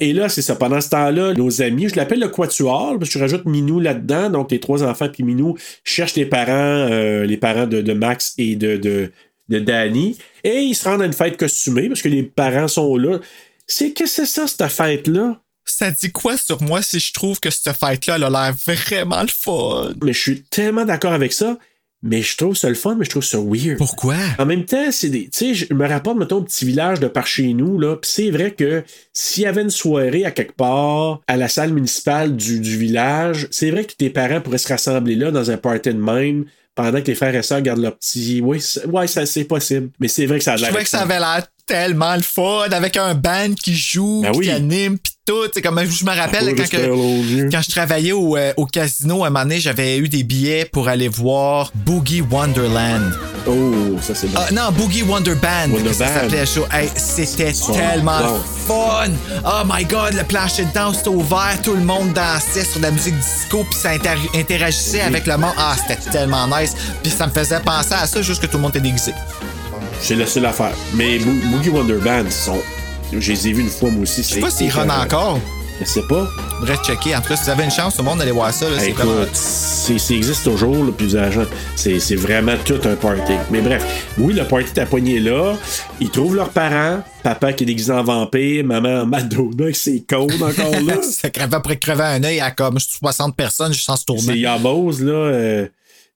Speaker 4: Et là, c'est ça. Pendant ce temps-là, nos amis, je l'appelle le quatuor, parce que je rajoute Minou là-dedans. Donc, les trois enfants puis Minou cherchent les parents, euh, les parents de, de Max et de, de, de Danny. Et ils se rendent à une fête costumée parce que les parents sont là. C'est qu'est-ce que c'est ça, cette fête-là?
Speaker 2: Ça dit quoi sur moi si je trouve que cette fête-là, elle a l'air vraiment le fun?
Speaker 4: Mais je suis tellement d'accord avec ça. Mais je trouve ça le fun, mais je trouve ça weird.
Speaker 2: Pourquoi?
Speaker 4: En même temps, c'est des. Tu sais, je me rapporte, mettons, au petit village de par chez nous, là. Puis c'est vrai que s'il y avait une soirée à quelque part, à la salle municipale du, du village, c'est vrai que tes parents pourraient se rassembler là dans un party de même pendant que les frères et sœurs gardent leur petit. Oui, c'est- ouais, ça, c'est possible. Mais c'est vrai que ça a
Speaker 2: Je
Speaker 4: l'air.
Speaker 2: trouvais que ça avait l'air tellement le fun avec un band qui joue,
Speaker 4: Ben
Speaker 2: puis
Speaker 4: oui.
Speaker 2: qui anime, puis tout. C'est comme je me rappelle quand, que- quand je travaillais au, euh, au casino, à un moment donné, j'avais eu des billets pour aller voir Boogie Wonderland.
Speaker 4: Oh, ça, c'est bon.
Speaker 2: Ah, non, Boogie Wonder Band.
Speaker 4: Wonder
Speaker 2: que ça
Speaker 4: Band.
Speaker 2: s'appelait le show. Hey, c'était tellement
Speaker 4: wow.
Speaker 2: fun. Oh my God, le plancher de danse était ouvert. Tout le monde dansait sur de la musique disco puis ça inter- interagissait avec le monde. Ah, c'était tellement nice. Puis ça me faisait penser à ça, juste que tout le monde était déguisé.
Speaker 4: C'est la seule affaire. Mais Bo- Boogie Wonder Band, ils sont. Je les ai vus une fois, moi aussi. euh,
Speaker 2: Je sais pas s'ils run encore.
Speaker 4: Je sais pas.
Speaker 2: Bref, checker. En tout cas, si vous avez une chance, tout le monde allait voir ça. là, c'est
Speaker 4: Écoute,
Speaker 2: vraiment- [LAUGHS]
Speaker 4: c'est- ça existe toujours, là, puis les agents, c'est c'est vraiment tout un party. Mais bref, oui, le party t'a pogné là. Ils trouvent leurs parents, papa qui est déguisé en vampire, maman en Madonna avec ses cônes encore
Speaker 2: [LAUGHS]
Speaker 4: là.
Speaker 2: Ça crevait après crever un œil à comme 60 personnes juste en se tourner.
Speaker 4: C'est Yabose, là. Euh,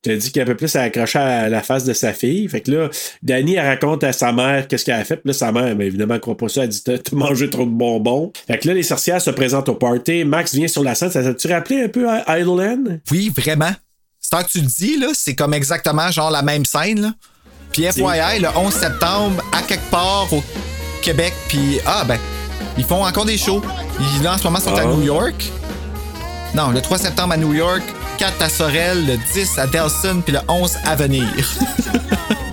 Speaker 4: qui a dit qu'à peu près, ça accrochait à la face de sa fille. Fait que là, Dani, elle raconte à sa mère qu'est-ce qu'elle a fait. Puis là, sa mère, mais évidemment, elle croit pas ça. Elle dit T'as t'as mangé trop de bonbons. Fait que là, les sorcières se présentent au party. Max vient sur la scène. Ça t'a-tu rappelé un peu I- Idle End?
Speaker 2: Oui, vraiment. C'est que tu le dis, là, c'est comme exactement genre la même scène. Là. Puis FYI, le 11 septembre, à quelque part au Québec, puis ah ben, ils font encore des shows. Ils, là, en ce moment, sont à
Speaker 4: Ah.
Speaker 2: New York. Non, le 3 septembre à New York, 4 à Sorel, le 10 à Delson, puis le 11
Speaker 4: [LAUGHS]
Speaker 2: à venir.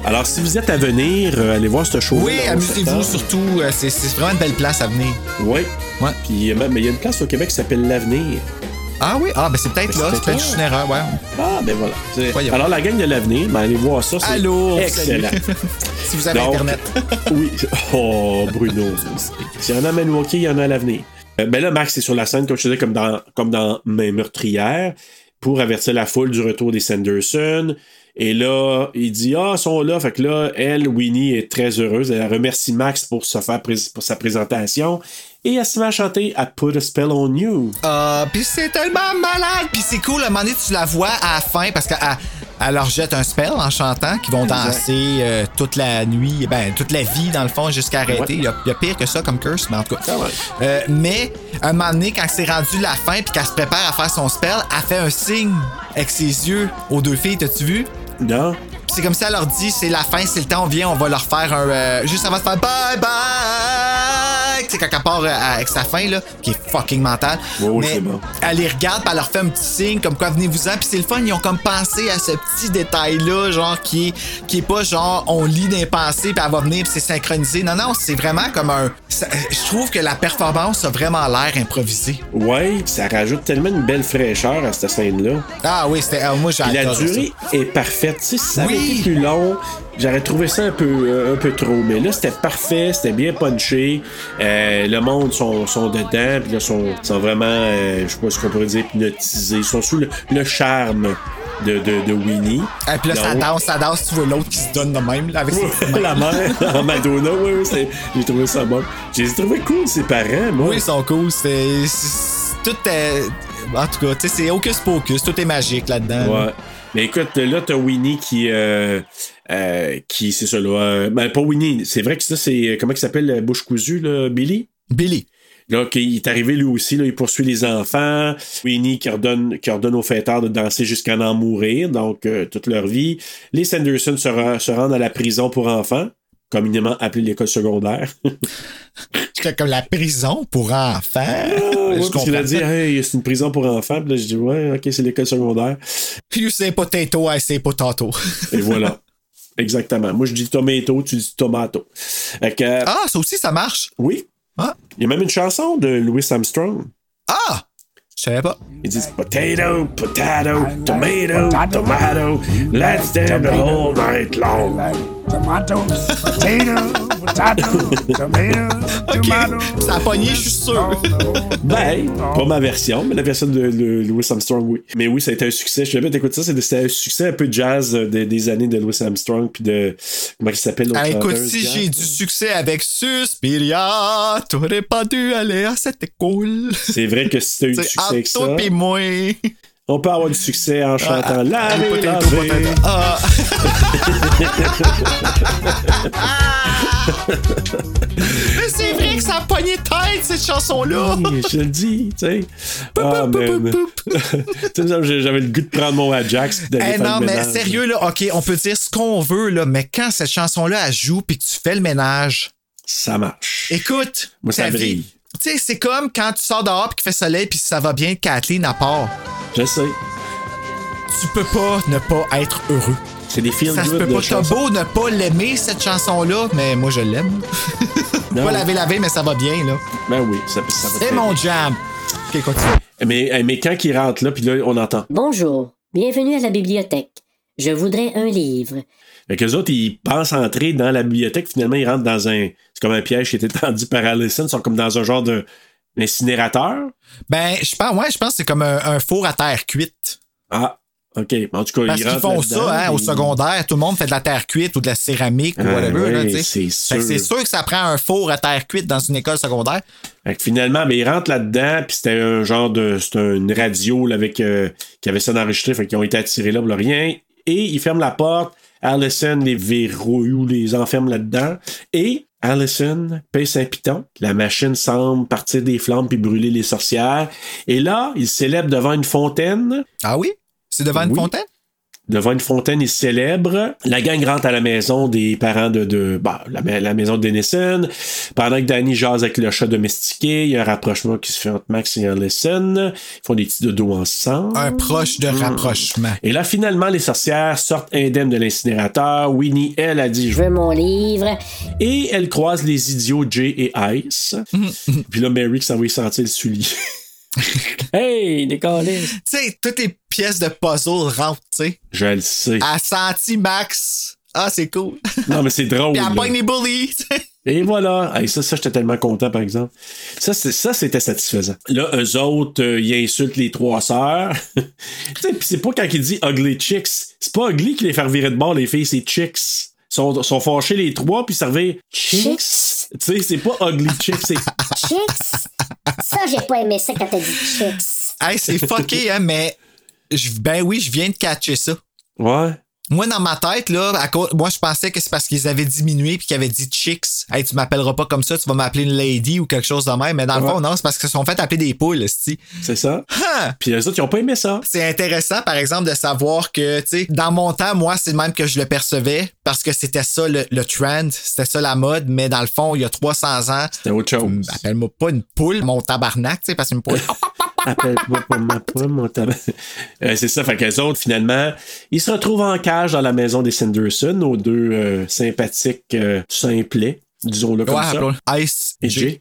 Speaker 4: Alors, si vous êtes à venir, euh, allez voir ce show.
Speaker 2: oui, amusez-vous surtout. euh, C'est c'est vraiment une belle place à venir.
Speaker 4: Oui.
Speaker 2: Ouais.
Speaker 4: Puis, euh, même, il y a une place au Québec qui s'appelle L'Avenir.
Speaker 2: Ah oui? Ah ben c'est peut-être
Speaker 4: Ben,
Speaker 2: là,
Speaker 4: c'est
Speaker 2: c'est peut-être
Speaker 4: peut-être
Speaker 2: juste une erreur, ouais.
Speaker 4: Ah, ben voilà. C'est-
Speaker 2: Voyons.
Speaker 4: Alors, la gang de L'Avenir, ben, allez voir ça. c'est
Speaker 2: Allô? salut.
Speaker 4: Excellent.
Speaker 2: [LAUGHS] si vous avez
Speaker 4: Donc,
Speaker 2: Internet.
Speaker 4: [LAUGHS] oui. Oh, Bruno. S'il y en a à Milwaukee, il y en a à l'avenir. Euh, ben là, Max est sur la scène, comme je te disais, comme dans, comme dans Mes meurtrières, pour avertir la foule du retour des Sanderson. Et là, il dit Ah, ils sont là. Fait que là, elle, Winnie, est très heureuse. Elle remercie Max pour, se faire prés- pour sa présentation. Et elle se met à chanter I Put a Spell on You.
Speaker 2: Ah, puis c'est tellement malade! Puis c'est cool, à un moment donné, tu la vois à la fin parce qu'elle elle leur jette un spell en chantant qu'ils vont danser euh, toute la nuit, ben toute la vie dans le fond jusqu'à arrêter. Il y, a, il y a pire que ça comme curse, mais en tout cas. Euh, mais un moment donné, quand c'est rendu la fin puis qu'elle se prépare à faire son spell, elle fait un signe avec ses yeux aux deux filles, t'as-tu vu?
Speaker 4: Non?
Speaker 2: Puis c'est comme ça, elle leur dit, c'est la fin, c'est le temps, on vient, on va leur faire un. euh, juste avant de faire bye bye! C'est quand elle part euh, avec sa fin, là, qui est fucking mentale.
Speaker 4: Oui, oui,
Speaker 2: Mais
Speaker 4: c'est bon.
Speaker 2: Elle les regarde, puis elle leur fait un petit signe, comme quoi venez-vous-en, puis c'est le fun, ils ont comme pensé à ce petit détail-là, genre, qui est, qui est pas genre, on lit des pensées, puis elle va venir, puis c'est synchronisé. Non, non, c'est vraiment comme un. ça- je trouve que la performance a vraiment l'air improvisée.
Speaker 4: Ouais, ça rajoute tellement une belle fraîcheur à cette scène-là.
Speaker 2: Ah oui, c'était. euh, moi, j'ai
Speaker 4: Puis la
Speaker 2: adoré ça.
Speaker 4: durée est parfaite. Tu sais, si ça avait
Speaker 2: Oui.
Speaker 4: été plus long, j'aurais trouvé ça un peu, euh, un peu trop. Mais là, c'était parfait, c'était bien punché. Euh, le monde sont, sont dedans, puis là, sont, sont vraiment, euh, je sais pas ce qu'on pourrait dire, hypnotisés. Ils sont sous le, le charme de, de, de Winnie.
Speaker 2: Et Ah, puis là, ça
Speaker 4: Donc,
Speaker 2: danse, ça danse, tu vois l'autre qui se donne de même, là, avec ses petites mains.
Speaker 4: Ben [LAUGHS] la mère en Madonna, oui, oui, c'est- j'ai trouvé ça bon. J'ai trouvé cool ses parents, moi.
Speaker 2: Oui, ils sont cool. C'est. c'est- Tout est. En tout cas, tu sais, c'est hocus pocus. Tout est magique là-dedans.
Speaker 4: Ouais. Mais écoute, là, t'as Winnie qui. Euh, euh, qui, c'est ça, là. euh, ben, pas Winnie. C'est vrai que ça, c'est. euh, Comment il s'appelle, la bouche cousue, là, Billy?
Speaker 2: Billy.
Speaker 4: Là, il est arrivé lui aussi, là, il poursuit les enfants. Winnie qui ordonne, qui ordonne aux fêteurs de danser jusqu'à en mourir, donc euh, toute leur vie. Les Sanderson se, ra- se rendent à la prison pour enfants, communément appelée l'école secondaire.
Speaker 2: C'était comme la prison pour enfants.
Speaker 4: Ouais,
Speaker 2: je
Speaker 4: parce qu'il a
Speaker 2: comprends.
Speaker 4: dit, hey, c'est une prison pour enfants. Puis là, je dis, ouais, ok, c'est l'école secondaire.
Speaker 2: Puis c'est potato, I say potato.
Speaker 4: Et [LAUGHS] voilà. Exactement. Moi, je dis tomato, tu dis tomato. Fait que, euh,
Speaker 2: [LAUGHS] ah, ça aussi, ça marche.
Speaker 4: oui.
Speaker 2: Ah.
Speaker 4: Il y a même une chanson de Louis Armstrong.
Speaker 2: Ah! Je savais pas.
Speaker 4: Ils disent potato, potato, tomato, tomato, let's stand the whole night long.
Speaker 3: tomatoes, potatoes, potatoes, tomatoes, tomatoes.
Speaker 2: Ça a pogné, je suis sûr.
Speaker 4: Ben,
Speaker 2: Ah.
Speaker 4: pas ma version, mais la version de, de Louis Armstrong, oui. Mais oui, ça a été un succès. Je jamais écoute ça, c'est- c'était un succès un peu jazz euh, des, des années de Louis Armstrong, puis de. Comment il s'appelle l'autre
Speaker 2: Ah, écoute,
Speaker 4: chanteuse,
Speaker 2: si
Speaker 4: Jazz?
Speaker 2: j'ai du succès avec Suspiria, t'aurais pas dû aller à cette école.
Speaker 4: C'est vrai que si t'as eu du
Speaker 2: C'est
Speaker 4: succès avec
Speaker 2: entre Ah,
Speaker 4: ça,
Speaker 2: toi pis moi.
Speaker 4: on peut avoir du succès en chantant la
Speaker 2: Allez,
Speaker 4: vie,
Speaker 2: potato,
Speaker 4: la vie.
Speaker 2: potato. Ah, [LAUGHS] mais c'est vrai que ça a pogné tête, cette chanson-là.
Speaker 4: Oui, Je le dis, tu sais. Ah, man. Tu sais, j'ai- J'avais le goût de prendre mon Ajax. puis d'aller
Speaker 2: Eh
Speaker 4: faire
Speaker 2: non,
Speaker 4: le
Speaker 2: mais
Speaker 4: ménage.
Speaker 2: sérieux, là, OK, on peut dire ce qu'on veut, là, mais quand cette chanson-là, elle joue puis que tu fais le ménage,
Speaker 4: Ça marche.
Speaker 2: écoute,
Speaker 4: Moi, ça
Speaker 2: ta vie-
Speaker 4: brille.
Speaker 2: Tu sais, c'est comme quand tu sors dehors puis qu'il fait soleil puis ça va bien, Kathleen à part.
Speaker 4: Je sais.
Speaker 2: Tu peux pas ne pas être heureux.
Speaker 4: C'est des films
Speaker 2: Ça se peut
Speaker 4: de
Speaker 2: pas. T'as
Speaker 4: chansons.
Speaker 2: beau ne pas l'aimer, cette chanson-là, mais moi, je [LAUGHS] l'aime.
Speaker 4: Non,
Speaker 2: Pas laver, laver, mais ça va bien, là.
Speaker 4: Ben oui, ça, ça va
Speaker 2: C'est
Speaker 4: très
Speaker 2: mon jam. OK, continue.
Speaker 4: bien. mais, mais quand il rentre là, puis là, on entend.
Speaker 7: Bonjour, bienvenue à la bibliothèque. Je voudrais un livre.
Speaker 4: Fait qu'eux autres, ils pensent entrer dans la bibliothèque. Finalement, ils rentrent dans un. C'est comme un piège qui [LAUGHS] était tendu par Allison. Ils sont comme dans un genre de. incinérateur.
Speaker 2: Ben, je pense, ouais, je pense que c'est comme un, un four à terre cuite.
Speaker 4: Ah, OK. En tout cas,
Speaker 2: Parce
Speaker 4: ils
Speaker 2: qu'ils
Speaker 4: rentrent.
Speaker 2: font
Speaker 4: là-dedans,
Speaker 2: ça, hein, au
Speaker 4: et-
Speaker 2: secondaire. Tout le monde fait de la terre cuite ou de la céramique ou
Speaker 4: Ah,
Speaker 2: whatever, là,
Speaker 4: ouais,
Speaker 2: tu sais.
Speaker 4: c'est
Speaker 2: Fait que
Speaker 4: sûr.
Speaker 2: c'est sûr que ça prend un four à terre cuite dans une école secondaire.
Speaker 4: Fait que finalement, mais ils rentrent là-dedans, puis c'était un genre de. C'était une radio là, avec, euh, qui avait ça enregistré, fait qu'ils ont été attirés là pour le rien. Et ils ferment la porte. Allison les verrouille ou les enferme là-dedans. Et Allison pèse un piton. La machine semble partir des flammes puis brûler les sorcières. Et là, ils célèbrent devant une fontaine.
Speaker 2: Ah oui? C'est devant une
Speaker 4: Oui.
Speaker 2: fontaine?
Speaker 4: Devant une fontaine, ils célèbrent. La gang rentre à la maison des parents de, de bah, la, ma- la maison de Dennison. Pendant que Danny jase avec le chat domestiqué, il y a un rapprochement qui se fait entre Max et Allison. Ils font des petits dodos ensemble.
Speaker 2: Un proche de rapprochement.
Speaker 4: Et là, finalement, les sorcières sortent indemnes de l'incinérateur. Winnie, elle, a dit...
Speaker 7: Je veux mon livre.
Speaker 4: Et elle croise les idiots Jay et
Speaker 2: [LAUGHS]
Speaker 4: Ice. Puis là, Mary qui s'en va y sentir le soulier. [LAUGHS]
Speaker 1: Hey, décollé.
Speaker 2: Tu sais, toutes les pièces de puzzle rentrent, tu sais.
Speaker 4: Je le sais.
Speaker 2: Elle sentit Max. Ah, c'est cool. [LAUGHS]
Speaker 4: Non, mais c'est drôle.
Speaker 2: Puis
Speaker 4: là.
Speaker 2: elle pogne les bullies. [LAUGHS] tu sais.
Speaker 4: Et voilà. Hey, ça, ça j'étais tellement content, par exemple. Ça, c'est- ça, c'était satisfaisant. Là, eux autres, euh, ils insultent les trois sœurs. [LAUGHS] tu sais, puis c'est pas quand il dit ugly chicks. C'est pas ugly qui les fait revirer de bord, les filles, c'est chicks. Ils sont, sont fâchés les trois, puis ils se revirent chicks.
Speaker 1: [LAUGHS]
Speaker 4: Tu sais, c'est pas ugly chicks, [LAUGHS] c'est
Speaker 7: Chicks? Ça, j'ai pas aimé ça quand t'as dit chicks.
Speaker 2: Hey, c'est fucké, hein, mais je- ben oui, je viens de catcher ça.
Speaker 4: Ouais.
Speaker 2: Moi, dans ma tête, là, à cause- moi, je pensais que c'est parce qu'ils avaient diminué puis qu'ils avaient dit chicks. Hey, tu m'appelleras pas comme ça, tu vas m'appeler une lady ou quelque chose de même. Mais dans le
Speaker 4: Ouais.
Speaker 2: fond, non, c'est parce qu'ils se sont fait appeler des poules, esti.
Speaker 4: C'est ça.
Speaker 2: Hein?
Speaker 4: Puis les autres, ils ont pas aimé ça.
Speaker 2: C'est intéressant, par exemple, de savoir que, tu sais, dans mon temps, moi, c'est le même que je le percevais parce que c'était ça le, le trend, c'était ça la mode, mais dans le fond, il y a 300 ans,
Speaker 4: C'était autre chose.
Speaker 2: appelle-moi pas une poule, mon tabarnak, tu sais, parce qu'une poule.
Speaker 4: [LAUGHS] Appelle-moi pas ma pomme, mon tabac. Euh, c'est ça, fait qu'eux autres, finalement, ils se retrouvent en cage dans la maison des Sanderson, nos deux euh, sympathiques euh, simplets, disons-le comme
Speaker 2: Ouais,
Speaker 4: ça.
Speaker 2: appelons- Ice
Speaker 4: Et Jay.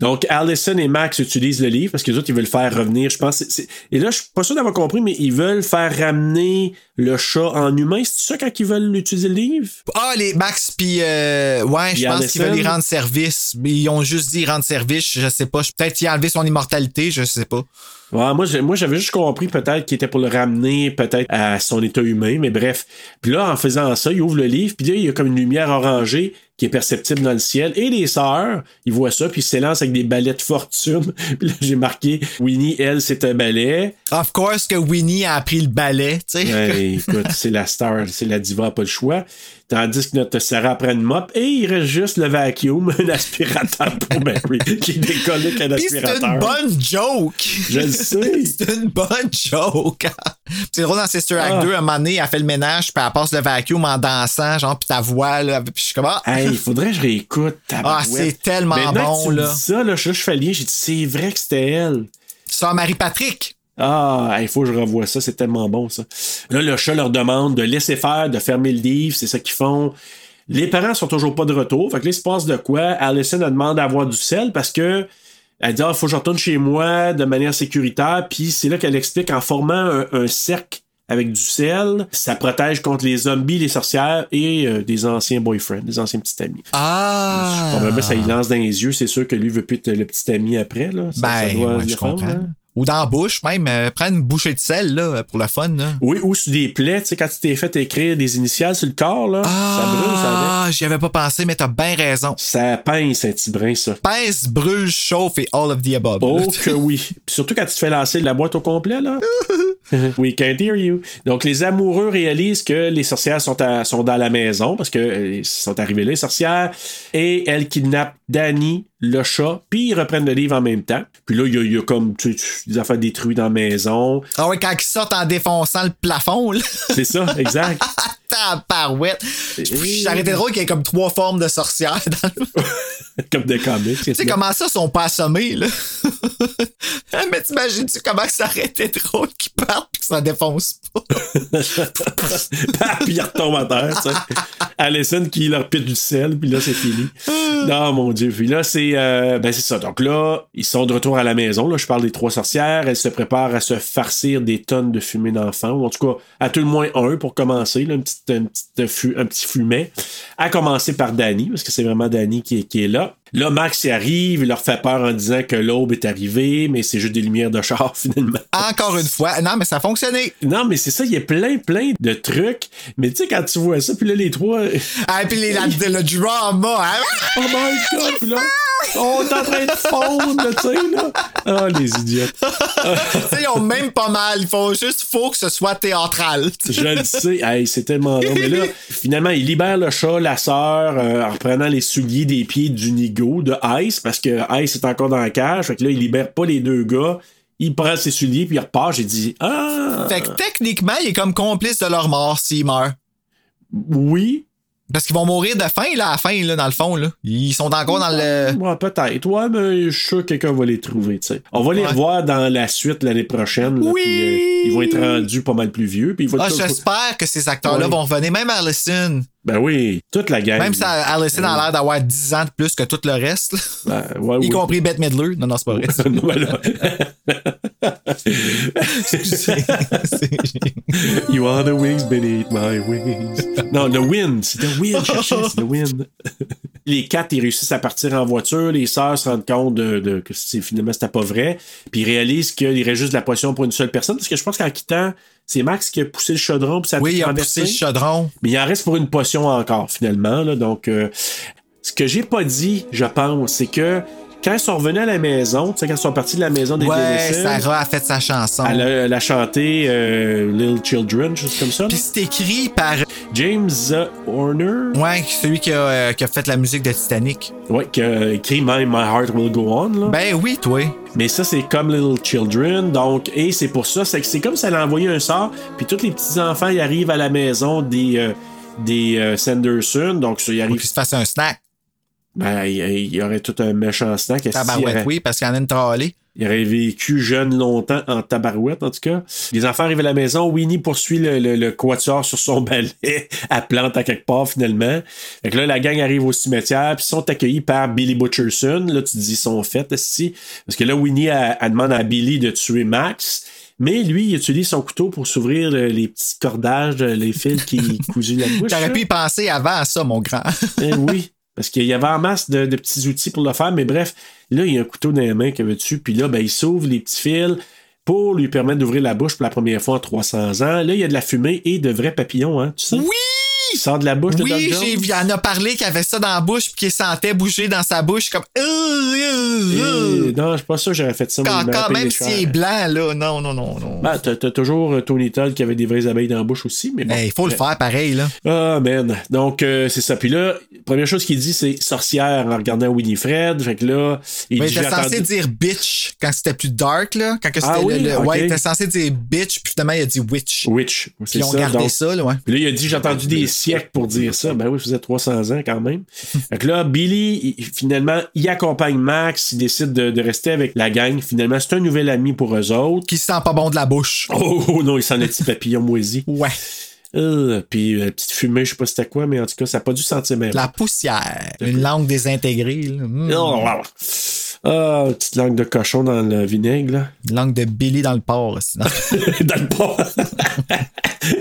Speaker 4: Donc, Allison et Max utilisent le livre parce que les autres, ils veulent faire revenir, je pense. c'est- c'est- Et là, je suis pas sûr d'avoir compris, mais ils veulent faire ramener le chat en humain. C'est ça quand ils veulent utiliser le livre?
Speaker 2: Ah, les Max, puis euh, ouais,
Speaker 4: Puis
Speaker 2: je pense
Speaker 4: Anderson.
Speaker 2: qu'ils veulent y rendre service. Ils ont juste dit rendre service, je sais pas. Peut-être qu'il a enlevé son immortalité, je sais pas.
Speaker 4: Ouais, moi, j'ai- moi, j'avais juste compris peut-être qu'il était pour le ramener peut-être à son état humain, mais bref. Puis là, en faisant ça, il ouvre le livre, puis là, il y a comme une lumière orangée qui est perceptible dans le ciel. Et les sœurs, ils voient ça, puis ils s'élancent avec des balais de fortune. [LAUGHS] puis là, j'ai marqué Winnie, elle, c'est un balai.
Speaker 2: Of course que Winnie a appris le ballet, tu sais.
Speaker 4: Ouais, écoute, c'est la star, c'est la diva, pas le choix. Tandis que notre Sarah prend une mop et il reste juste le vacuum, [LAUGHS] un aspirateur pour Mary, qui décolle avec un
Speaker 2: Puis c'est
Speaker 4: aspirateur.
Speaker 2: une bonne joke. [LAUGHS]
Speaker 4: Je le sais.
Speaker 2: c'est une bonne joke. hein. c'est drôle dans Sister Act
Speaker 4: Ah.
Speaker 2: 2, à un moment donné, elle fait le ménage, puis elle passe le vacuum en dansant, genre, puis ta voix, là, puis je suis comme, ah,
Speaker 4: Hey, il faudrait que je réécoute. tabarouette.
Speaker 2: Ah, c'est tellement
Speaker 4: Maintenant que
Speaker 2: bon,
Speaker 4: tu me
Speaker 2: là.
Speaker 4: dis ça, là, je, je fais le lien, j'ai dit, c'est vrai que c'était elle.
Speaker 2: Sœur Marie-Patrick.
Speaker 4: Ah, il faut que je revoie ça, c'est tellement bon, ça. Là, le chat leur demande de laisser faire, de fermer le livre, c'est ça qu'ils font. Les parents sont toujours pas de retour, fait que là, il se passe de quoi? Allison, elle demande à avoir du sel parce que elle dit, ah, faut que je retourne chez moi de manière sécuritaire, puis c'est là qu'elle explique en formant un, un cercle avec du sel. Ça protège contre les zombies, les sorcières et euh, des anciens boyfriends, des anciens petits amis.
Speaker 2: Ah!
Speaker 4: Probablement, ça y lance dans les yeux. C'est sûr que lui veut plus être le petit ami après. Là. Ça,
Speaker 2: Ben,
Speaker 4: ça doit
Speaker 2: ouais,
Speaker 4: le
Speaker 2: je
Speaker 4: faire,
Speaker 2: comprends.
Speaker 4: hein.
Speaker 2: Ou dans la bouche, même. euh, prends une bouchée de sel, là, pour le fun, là.
Speaker 4: Oui, ou sur des plaies. Tu sais, quand tu t'es fait écrire des initiales sur le corps, là, ça brûle, ça avec.
Speaker 2: Ah, j'y avais pas pensé, mais t'as bien raison.
Speaker 4: Ça pince un petit brin, ça.
Speaker 2: Pèse, brûle, chauffe et all of the above.
Speaker 4: Oh
Speaker 2: là.
Speaker 4: que oui. [LAUGHS] Puis surtout quand tu te fais lancer de la boîte au complet, [LAUGHS] là. We can't hear you. Donc, les amoureux réalisent que les sorcières sont, à- sont dans la maison parce que euh, ils sont arrivées là, les sorcières. Et elles kidnappent Danny, le chat, puis ils reprennent le livre en même temps. Puis là, il y a- il y, a comme tu- tu- des affaires détruites dans la maison.
Speaker 2: Ah ouais, quand ils sortent en défonçant le plafond, là. [LAUGHS]
Speaker 4: C'est ça, [LAUGHS] exact.
Speaker 2: Tabarouette. J'arrêtais drôle qu'il y ait comme trois formes de sorcières dans le...
Speaker 4: comme des comics.
Speaker 2: Tu sais, comment ça, ils sont pas assommés, là? [LAUGHS] Mais t'imagines-tu comment que ça aurait été drôle qu'ils partent pis que ça défonce pas?
Speaker 4: Paf, [LAUGHS] puis il retombe à terre, tu sais. Allison qui leur pète du sel, puis là, c'est fini. Non, mon Dieu. Puis là, c'est euh, ben, c'est ça. Donc là, ils sont de retour à la maison. Là, je parle des trois sorcières. Elles se préparent à se farcir des tonnes de fumée d'enfants, ou en tout cas, à tout le moins un pour commencer, là, une petite, une petite fu- un petit fumet. À commencer par Danny, parce que c'est vraiment Danny qui est, qui est là. Là, Max y arrive, il leur fait peur en disant que l'aube est arrivée, mais c'est juste des lumières de char, [LAUGHS] finalement.
Speaker 2: Encore une fois. Non, mais ça a fonctionné.
Speaker 4: Non, mais c'est ça, il y a plein, plein de trucs. Mais tu sais, quand tu vois ça, puis là, les trois.
Speaker 2: Ah, puis les, la- le drama, [LAUGHS] hein?
Speaker 4: Oh my god, puis là. On est en train de fondre, là, tu sais, là. Ah, les idiotes.
Speaker 2: Tu sais, ils ont même pas mal. Il faut juste, faut que ce soit théâtral. tu sais.
Speaker 4: Je le sais. Hey, c'est tellement long. Mais là, finalement, il libère le chat, la sœur, euh, en reprenant les souliers des pieds du Nigo, de Ice, parce que Ice est encore dans la cage. Fait que là, il libère pas les deux gars. Il prend ses souliers, puis il repart. J'ai dit, ah.
Speaker 2: Fait que techniquement, il est comme complice de leur mort s'ils meurent.
Speaker 4: Oui.
Speaker 2: Parce qu'ils vont mourir de faim, là, à la fin, là, dans le fond, là. Ils sont encore dans le.
Speaker 4: Ouais, peut-être. Ouais, mais je suis sûr que quelqu'un va les trouver, tu sais. On va les
Speaker 2: Ouais.
Speaker 4: revoir dans la suite l'année prochaine. là,
Speaker 2: Oui!
Speaker 4: puis, euh, ils vont être rendus pas mal plus vieux. Puis ils vont
Speaker 2: Ah,
Speaker 4: être-
Speaker 2: j'espère que ces acteurs-là
Speaker 4: Ouais.
Speaker 2: vont revenir. Même Allison.
Speaker 4: Ben oui, toute la gang.
Speaker 2: Même si Allison a l'air d'avoir 10 ans de plus que tout le reste, là.
Speaker 4: Ben, ouais,
Speaker 2: y
Speaker 4: oui.
Speaker 2: compris Bette Midler. Non, non, c'est
Speaker 4: [LAUGHS]
Speaker 2: pas vrai.
Speaker 4: Non, ben là.
Speaker 2: C'est- c'est-
Speaker 4: you are the wings beneath my wings. [LAUGHS] Non, le wind. C'est le [LAUGHS] wind. cherchez, C'est le wind. [LAUGHS] Les quatre, ils réussissent à partir en voiture. Les sœurs se rendent compte de, de- que c'est, finalement, c'était pas vrai. Puis ils réalisent qu'il y aurait juste de la potion pour une seule personne. Parce que je pense qu'en quittant, c'est Max qui a poussé le chaudron. Puis ça a
Speaker 2: oui,
Speaker 4: tout
Speaker 2: il a
Speaker 4: renversé.
Speaker 2: poussé le chaudron.
Speaker 4: Mais il en reste pour une potion encore, finalement. là. donc, euh, ce que j'ai pas dit, je pense, c'est que quand ils sont revenus à la maison, tu sais, quand ils sont partis de la maison des
Speaker 2: Ouais,
Speaker 4: Dennison,
Speaker 2: Sarah a fait sa chanson.
Speaker 4: elle, a, elle a chanté euh, Little Children, juste comme ça. là.
Speaker 2: Puis c'est écrit par
Speaker 4: James euh, Horner,
Speaker 2: ouais, celui qui a, euh, qui a fait la musique de Titanic.
Speaker 4: ouais, qui a écrit même My Heart Will Go On. là.
Speaker 2: Ben oui, toi.
Speaker 4: Mais ça, c'est comme Little Children. Donc, et c'est pour ça, c'est que c'est comme si elle a envoyé un sort, puis tous les petits-enfants, ils arrivent à la maison des, euh, des euh, Sanderson. Donc, ça, ils
Speaker 2: Faut
Speaker 4: arrivent
Speaker 2: qu'il se fasse un snack.
Speaker 4: Ben, il- il y aurait tout un méchant snack. Est-ce qu'il
Speaker 2: Tabarouette,
Speaker 4: aurait-
Speaker 2: oui, parce qu'il y en a une trollée.
Speaker 4: Il aurait vécu jeune longtemps en tabarouette, en tout cas. Les enfants arrivent à la maison. Winnie poursuit le, le, le quatuor sur son [LAUGHS] balai. Elle plante à quelque part, finalement. Fait que là, la gang arrive au cimetière, puis ils sont accueillis par Billy Butcherson. Là, tu te dis, ils sont faits, si. Parce que là, Winnie, elle, elle demande à Billy de tuer Max. Mais lui, il utilise son couteau pour s'ouvrir euh, les petits cordages, euh, les fils qui [LAUGHS] cousuent la bouche.
Speaker 2: T'aurais
Speaker 4: là.
Speaker 2: pu y penser avant à ça, mon grand.
Speaker 4: Eh oui. Parce qu'il y avait en masse de, de petits outils pour le faire, mais bref, là, il y a un couteau dans les mains qu'il avait dessus, puis là, ben, il s'ouvre les petits fils pour lui permettre d'ouvrir la bouche pour la première fois en 300 ans. Là, il y a de la fumée et de vrais papillons, hein, tu sais?
Speaker 2: Oui!
Speaker 4: Il sort de la bouche de
Speaker 2: [LAUGHS] Oui,
Speaker 4: Doc Jones.
Speaker 2: j'ai vu, il en a parlé qu'il avait ça dans la bouche puis qu'il sentait bouger dans sa bouche comme. euh,
Speaker 4: Eh, non, je suis pas sûr que j'aurais fait ça. moi,
Speaker 2: Quand,
Speaker 4: il m'aurait
Speaker 2: quand
Speaker 4: payé
Speaker 2: même
Speaker 4: cher.
Speaker 2: s'il est blanc, là. Non, non, non, non.
Speaker 4: Ben, t'as t'as toujours euh, Tony Todd qui avait des vraies abeilles dans la bouche aussi, mais bon.
Speaker 2: Ben, il faut le faire pareil, là.
Speaker 4: Ah, man. Donc, euh, c'est ça. Puis là, première chose qu'il dit, c'est sorcière en regardant Winifred. Fait que là, il
Speaker 2: Mais
Speaker 4: dit,
Speaker 2: il était
Speaker 4: j'ai
Speaker 2: censé
Speaker 4: entendu-
Speaker 2: dire bitch quand c'était plus dark, là. Quand que c'était
Speaker 4: Ah
Speaker 2: le-
Speaker 4: oui?
Speaker 2: le-
Speaker 4: Ok.
Speaker 2: Ouais, il était censé dire bitch, puis finalement, il a dit witch.
Speaker 4: Witch. c'est
Speaker 2: Puis on gardait
Speaker 4: Donc,
Speaker 2: ça, là, ouais.
Speaker 4: Puis là, il a dit, j'ai entendu des siècles pour dire ça. Ben oui, ça faisait 300 ans quand [LAUGHS] même. Fait que là, Billy, il- finalement, il accompagne Max, il décide de, de rester avec la gang. Finalement, c'est un nouvel ami pour eux autres.
Speaker 2: Qui sent pas bon de la bouche.
Speaker 4: Oh, oh, non, il sent le [LAUGHS] petit papillon moisi.
Speaker 2: Ouais.
Speaker 4: Euh, puis la petite fumée, je sais pas c'était quoi, mais en tout cas, ça n'a pas dû sentir même.
Speaker 2: De La poussière. Une langue désintégrée, là. Mm.
Speaker 4: Oh, wow. Ah, une petite langue de cochon dans le vinaigre, là.
Speaker 2: Langue de Billy dans le porc. sinon.
Speaker 4: [LAUGHS] dans le port. [LAUGHS] [LAUGHS]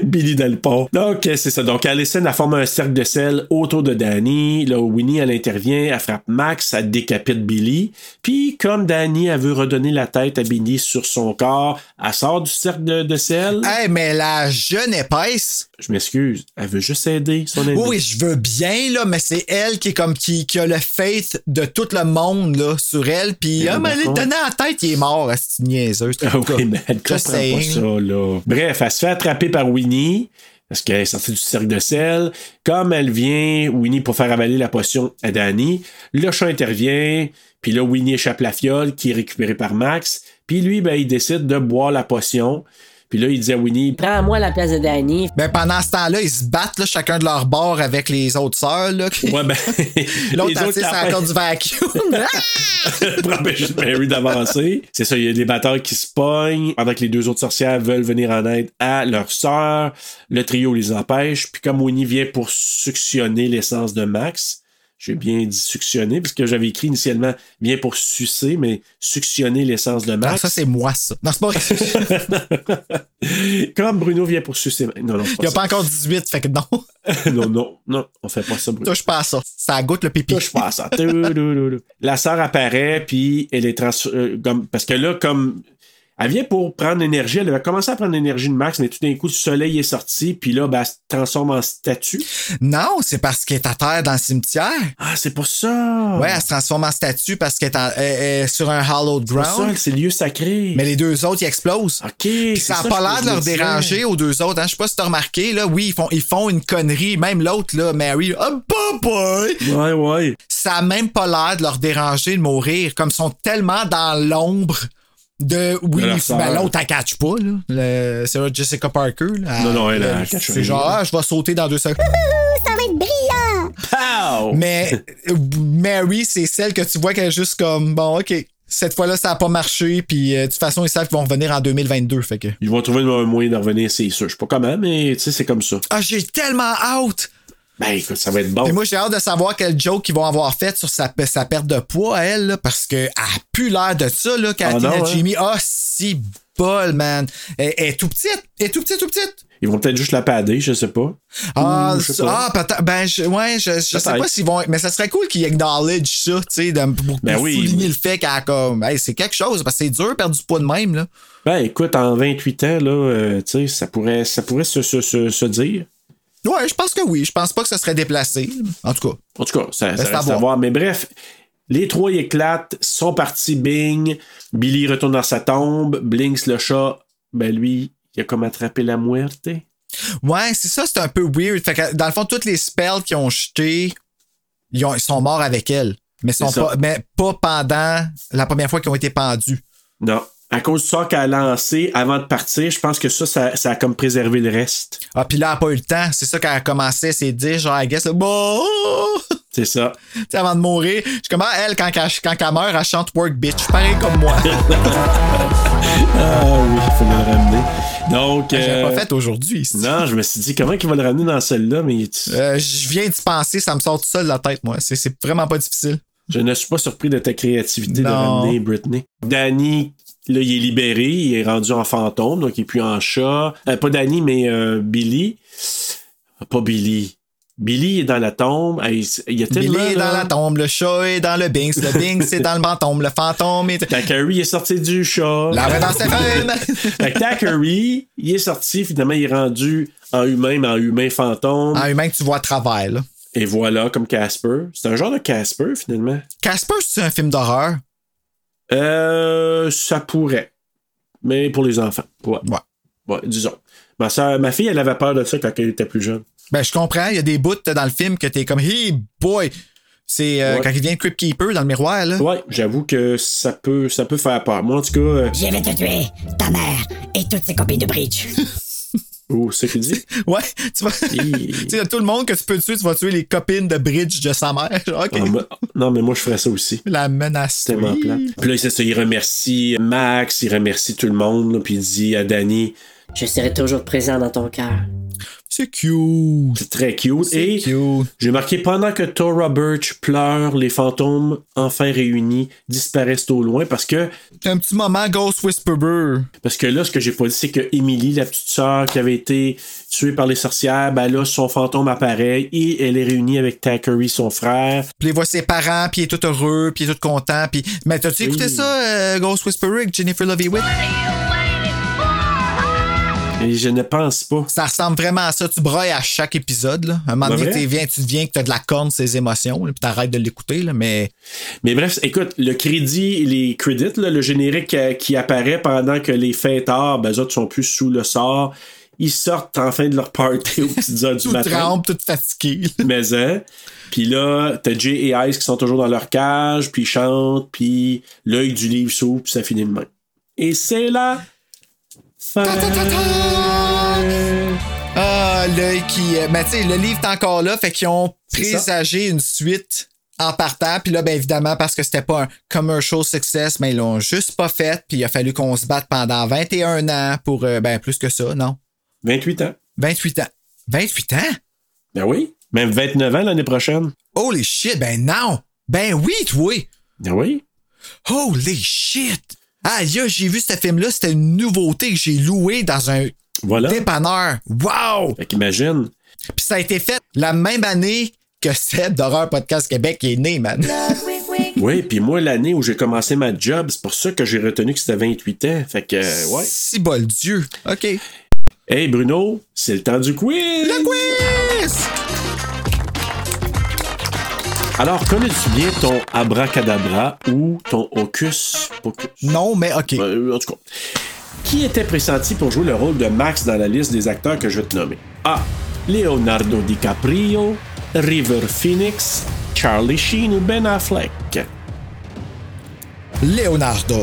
Speaker 4: Billy dans le port. Donc, euh, c'est ça. Donc, Allison, elle forme un cercle de sel autour de Danny. Là, Winnie, elle intervient, elle frappe Max, elle décapite Billy. Puis, comme Danny, elle veut redonner la tête à Billy sur son corps, elle sort du cercle de, de sel.
Speaker 2: hey, mais la jeune épaisse.
Speaker 4: Je m'excuse, elle veut juste aider son ami.
Speaker 2: Oui, oui, je veux bien, là, mais c'est elle qui est comme qui, qui a le faith de tout le monde, là, sur elle. Puis,
Speaker 4: Elle
Speaker 2: ah,
Speaker 4: est
Speaker 2: mais elle est
Speaker 4: d'accord.
Speaker 2: tenant en tête, il est mort, c'est niaiseuse.
Speaker 4: [LAUGHS] Ah oui, mais elle comprend
Speaker 2: Just
Speaker 4: pas
Speaker 2: saying.
Speaker 4: ça, là. Bref, elle se fait attraper par Winnie. Parce qu'elle est sortie du cercle de sel. Comme elle vient, Winnie, pour faire avaler la potion à Danny, le chat intervient. Puis là, Winnie échappe la fiole qui est récupérée par Max. Puis lui, ben, il décide de boire la potion. Puis là, il dit à Winnie,
Speaker 1: Prends-moi la place de Danny.
Speaker 2: Ben, pendant ce temps-là, ils se battent, là, chacun de leur bord avec les autres sœurs, là. qui-
Speaker 4: ouais, ben, les
Speaker 2: [LAUGHS] L'autre, elle
Speaker 4: autres,
Speaker 2: tire sur la
Speaker 4: après-
Speaker 2: corde
Speaker 4: [LAUGHS]
Speaker 2: du vacuum. Ah!
Speaker 4: pour empêcher Mary d'avancer. C'est ça, il y a des batailles qui se pognent pendant que les deux autres sorcières veulent venir en aide à leur sœur. Le trio les empêche. Puis comme Winnie vient pour suctionner l'essence de Max, j'ai bien dit suctionner, parce que j'avais écrit initialement bien pour sucer, mais suctionner l'essence de
Speaker 2: Ah,
Speaker 4: Max.
Speaker 2: ça, c'est moi, ça. Non, c'est pas
Speaker 4: [LAUGHS]
Speaker 2: vrai.
Speaker 4: comme Bruno vient pour sucer. Non, non,
Speaker 2: Il n'y
Speaker 4: pas
Speaker 2: a pas encore 18, fait que non, [LAUGHS]
Speaker 4: ça. non, non, non, on fait pas ça, Bruno.
Speaker 2: touche pas à ça. Ça goûte le pipi.
Speaker 4: touche pas à ça. Toulouloulou. La sœur apparaît, puis elle est trans... euh, comme... Parce que là, comme... Elle vient pour prendre l'énergie. Elle avait commencé à prendre l'énergie de Max, mais tout d'un coup, le soleil est sorti, puis là, ben, elle se transforme en statue.
Speaker 2: Non, c'est parce qu'elle est à terre dans le cimetière.
Speaker 4: Ah, c'est pour ça!
Speaker 2: Ouais, elle se transforme en statue parce qu'elle est, en- elle- elle est sur un hallowed
Speaker 4: C'est pour ça,
Speaker 2: ground.
Speaker 4: c'est le lieu sacré.
Speaker 2: Mais les deux autres, ils explosent.
Speaker 4: OK.
Speaker 2: Puis
Speaker 4: c'est
Speaker 2: ça n'a
Speaker 4: ça
Speaker 2: pas
Speaker 4: que
Speaker 2: l'air
Speaker 4: je
Speaker 2: de leur
Speaker 4: me disais.
Speaker 2: déranger aux deux autres. Hein. Je sais pas si t'as remarqué, là. Oui, ils font, ils font une connerie. Même l'autre, là, Mary. Ah, bah, boy!
Speaker 4: Ouais, ouais.
Speaker 2: ça a même pas l'air de leur déranger de mourir, comme ils sont tellement dans l'ombre de oui,
Speaker 4: De leur
Speaker 2: mais
Speaker 4: sœur.
Speaker 2: l'autre elle catch pas là, Le- c'est Jessica Parker là.
Speaker 4: Non, non, elle, elle catch rien.
Speaker 2: c'est genre ah, je vais sauter dans deux secondes.
Speaker 7: Ça va être brillant!
Speaker 4: Pow!
Speaker 2: Mais [LAUGHS] euh, Mary, c'est celle que tu vois qu'elle est juste comme bon, OK, cette fois-là ça a pas marché puis euh, de toute façon ils savent qu'ils vont revenir en 2022 fait que
Speaker 4: Ils vont trouver un moyen de revenir, c'est sûr. Je sais pas comment, mais tu sais, c'est comme ça.
Speaker 2: ah, j'ai tellement hâte.
Speaker 4: Ben, écoute, ça va être bon.
Speaker 2: Et moi, j'ai hâte de savoir quel joke ils vont avoir fait sur sa, sa perte de poids à elle, là, parce qu'elle a plus l'air de ça, là, quand
Speaker 4: Ah
Speaker 2: elle
Speaker 4: non,
Speaker 2: est à
Speaker 4: hein?
Speaker 2: Jimmy. Ah, si bol, man. Elle, elle est tout petite. Elle est tout petite, tout petite.
Speaker 4: Ils vont peut-être juste la pader, je sais pas.
Speaker 2: Ah,
Speaker 4: Ouh, je sais
Speaker 2: ah
Speaker 4: pas.
Speaker 2: peut-être. Ben, je, ouais, je, je sais pas
Speaker 4: Peut-être.
Speaker 2: s'ils vont. Mais ça serait cool qu'ils acknowledge ça, tu sais, de- pour, pour
Speaker 4: Ben oui,
Speaker 2: souligner
Speaker 4: oui.
Speaker 2: le fait qu'elle a comme. Hey, c'est quelque chose, parce que c'est dur perdre du poids de même, là.
Speaker 4: Ben, écoute, en 28 ans, là, euh, tu sais, ça pourrait, ça pourrait se, se, se, se dire.
Speaker 2: Ouais, je pense que oui. Je pense pas que ça serait déplacé. En tout cas.
Speaker 4: En tout cas, ça, ça
Speaker 2: Ben, c'est
Speaker 4: reste
Speaker 2: à
Speaker 4: à
Speaker 2: voir.
Speaker 4: voir. Mais bref, les trois ils éclatent, sont partis, bing. Billy retourne dans sa tombe. Blinks, le chat, ben lui, il a comme attrapé la muerte.
Speaker 2: Ouais, c'est ça, c'est un peu weird. Fait que, dans le fond, toutes les spells qu'ils ont jetées, ils, ont- ils sont morts avec elle. Mais, sont
Speaker 4: C'est ça.
Speaker 2: pas, mais pas pendant la première fois qu'ils ont été pendus.
Speaker 4: Non. À cause du sort qu'elle a lancé avant de partir, je pense que ça, ça, ça a comme préservé le reste.
Speaker 2: Ah, puis là, elle n'a pas eu le temps. C'est ça qu'elle a commencé, c'est dire, genre, I guess, bon,
Speaker 4: C'est ça.
Speaker 2: [LAUGHS] Tu sais, avant de mourir. Je comment elle, quand, elle, quand elle meurt, elle chante Work Bitch. Pareil comme
Speaker 4: [LAUGHS]
Speaker 2: moi.
Speaker 4: Ah oui, il faut le ramener. Donc.
Speaker 2: Ah, J'ai
Speaker 4: euh,
Speaker 2: pas fait aujourd'hui. c'est-
Speaker 4: Non, je me suis dit, comment il va le ramener dans celle-là, mais tu-
Speaker 2: Euh, je viens d'y penser, ça me sort tout seul de la tête, moi. C'est- C'est vraiment pas difficile.
Speaker 4: Je ne suis pas surpris de ta créativité de
Speaker 2: Non.
Speaker 4: ramener Britney. Danny, là, il est libéré, il est rendu en fantôme, donc il est plus en chat. Euh, pas Danny, mais euh, Billy. Pas Billy. Billy est dans la tombe. Hey, Il y a tellement.
Speaker 2: Billy est dans
Speaker 4: là,
Speaker 2: la tombe, le chat est dans le Binks, le Binks est dans le fantôme, le fantôme est.
Speaker 4: la Carrie est sorti du chat.
Speaker 2: La reine
Speaker 4: ben,
Speaker 2: dans ses femmes!
Speaker 4: [LAUGHS] Fait que Thackeray, il est sorti, finalement, il est rendu en humain, mais en humain fantôme.
Speaker 2: En humain que tu vois à travers. là.
Speaker 4: Et voilà, comme Casper. C'est un genre de Casper, finalement.
Speaker 2: Casper, c'est un film d'horreur.
Speaker 4: Euh, ça pourrait. Mais pour les enfants. Ouais.
Speaker 2: Ouais.
Speaker 4: Ouais, disons. Ma, soeur, ma fille, elle avait peur de ça quand elle était plus jeune.
Speaker 2: Ben, je comprends, il y a des bouts dans le film que t'es comme, hey boy! C'est euh,
Speaker 4: Ouais.
Speaker 2: quand il devient Crypt Keeper dans le miroir, là.
Speaker 4: Ouais, j'avoue que ça peut, ça peut faire peur. Moi, en tout cas, euh,
Speaker 8: Je vais te tuer, ta mère et toutes ses copines de bridge.
Speaker 4: oh, c'est ce qu'il [LAUGHS] dit.
Speaker 2: Ouais, [LAUGHS] tu vas.
Speaker 4: Hi.
Speaker 2: tu sais, de tout le monde que tu peux tuer, tu vas tuer les copines de Bridge de sa mère. [LAUGHS] Genre, OK.
Speaker 4: Ah, moi- non, mais moi, je ferais ça aussi.
Speaker 2: La menace.
Speaker 4: C'est Tellement
Speaker 2: Oui.
Speaker 4: plate. Puis là, c'est ça, il remercie Max, il remercie tout le monde, là, puis il dit à Danny
Speaker 1: Je serai toujours présent dans ton cœur.
Speaker 2: C'est cute.
Speaker 4: C'est très cute.
Speaker 2: C'est
Speaker 4: Et
Speaker 2: cute.
Speaker 4: j'ai marqué pendant que Tora Birch pleure, les fantômes, enfin réunis, disparaissent au loin parce que,
Speaker 2: Un petit moment Ghost Whisperer.
Speaker 4: parce que là, ce que j'ai pas dit, c'est que Emily, la petite sœur qui avait été tuée par les sorcières, ben là, son fantôme apparaît et elle est réunie avec Thackeray, son frère.
Speaker 2: Puis il voit ses parents, puis il est tout heureux, puis il est tout content. Puis... Mais t'as-tu écouté ça, euh, Ghost Whisperer, avec Jennifer Love Hewitt?
Speaker 4: Et je ne pense pas.
Speaker 2: Ça ressemble vraiment à ça. Tu broyes à chaque épisode. Là. À un moment
Speaker 4: Ben
Speaker 2: donné,
Speaker 4: vrai?
Speaker 2: t'es viens- tu deviens que t'as de la corne, ces émotions, là, puis t'arrêtes de l'écouter. là, Mais
Speaker 4: Mais bref, écoute, le crédit, les crédits, là, le générique qui, qui apparaît pendant que les fêtards, ben, eux autres sont plus sous le sort, ils sortent enfin de leur party aux petites heures du
Speaker 2: tout
Speaker 4: matin.
Speaker 2: trempe, tout fatigué. là.
Speaker 4: Mais hein. Puis là, t'as Jay et Ice qui sont toujours dans leur cage, puis ils chantent, puis l'œil du livre s'ouvre, puis ça finit de même. Et c'est là. Fin.
Speaker 2: Ah, l'œil qui. euh, Mais tu sais, le livre est encore là, fait qu'ils ont
Speaker 4: C'est ça.
Speaker 2: présagé une suite en partant. Puis là, bien évidemment, parce que c'était pas un commercial success, mais ils l'ont juste pas fait. Puis il a fallu qu'on se batte pendant 21 ans pour. euh, ben, plus que ça, non.
Speaker 4: 28 ans.
Speaker 2: 28 ans. 28 ans?
Speaker 4: Ben oui. Même 29 ans l'année prochaine.
Speaker 2: Holy shit, ben non! Ben oui, toi!
Speaker 4: Ben oui.
Speaker 2: Holy shit! Ah, yo, j'ai vu ce film-là, c'était une nouveauté que j'ai louée dans un
Speaker 4: Voilà.
Speaker 2: dépanneur. Wow!
Speaker 4: Fait qu'imagine.
Speaker 2: Puis ça a été fait la même année que Seb d'Horreur Podcast Québec est né, man.
Speaker 4: Oui, puis moi, l'année où j'ai commencé ma job, c'est pour ça que j'ai retenu que c'était 28 ans. Fait que, euh, ouais.
Speaker 2: Si bol Dieu. OK.
Speaker 4: Hey Bruno, c'est le temps du quiz!
Speaker 2: Quiz!
Speaker 4: Alors, connais-tu bien ton abracadabra ou ton hocus pocus?
Speaker 2: Non, mais OK.
Speaker 4: Euh, en tout cas. Qui était pressenti pour jouer le rôle de Max dans la liste des acteurs que je vais te nommer? A. Leonardo DiCaprio, River Phoenix, Charlie Sheen ou Ben Affleck?
Speaker 2: Leonardo.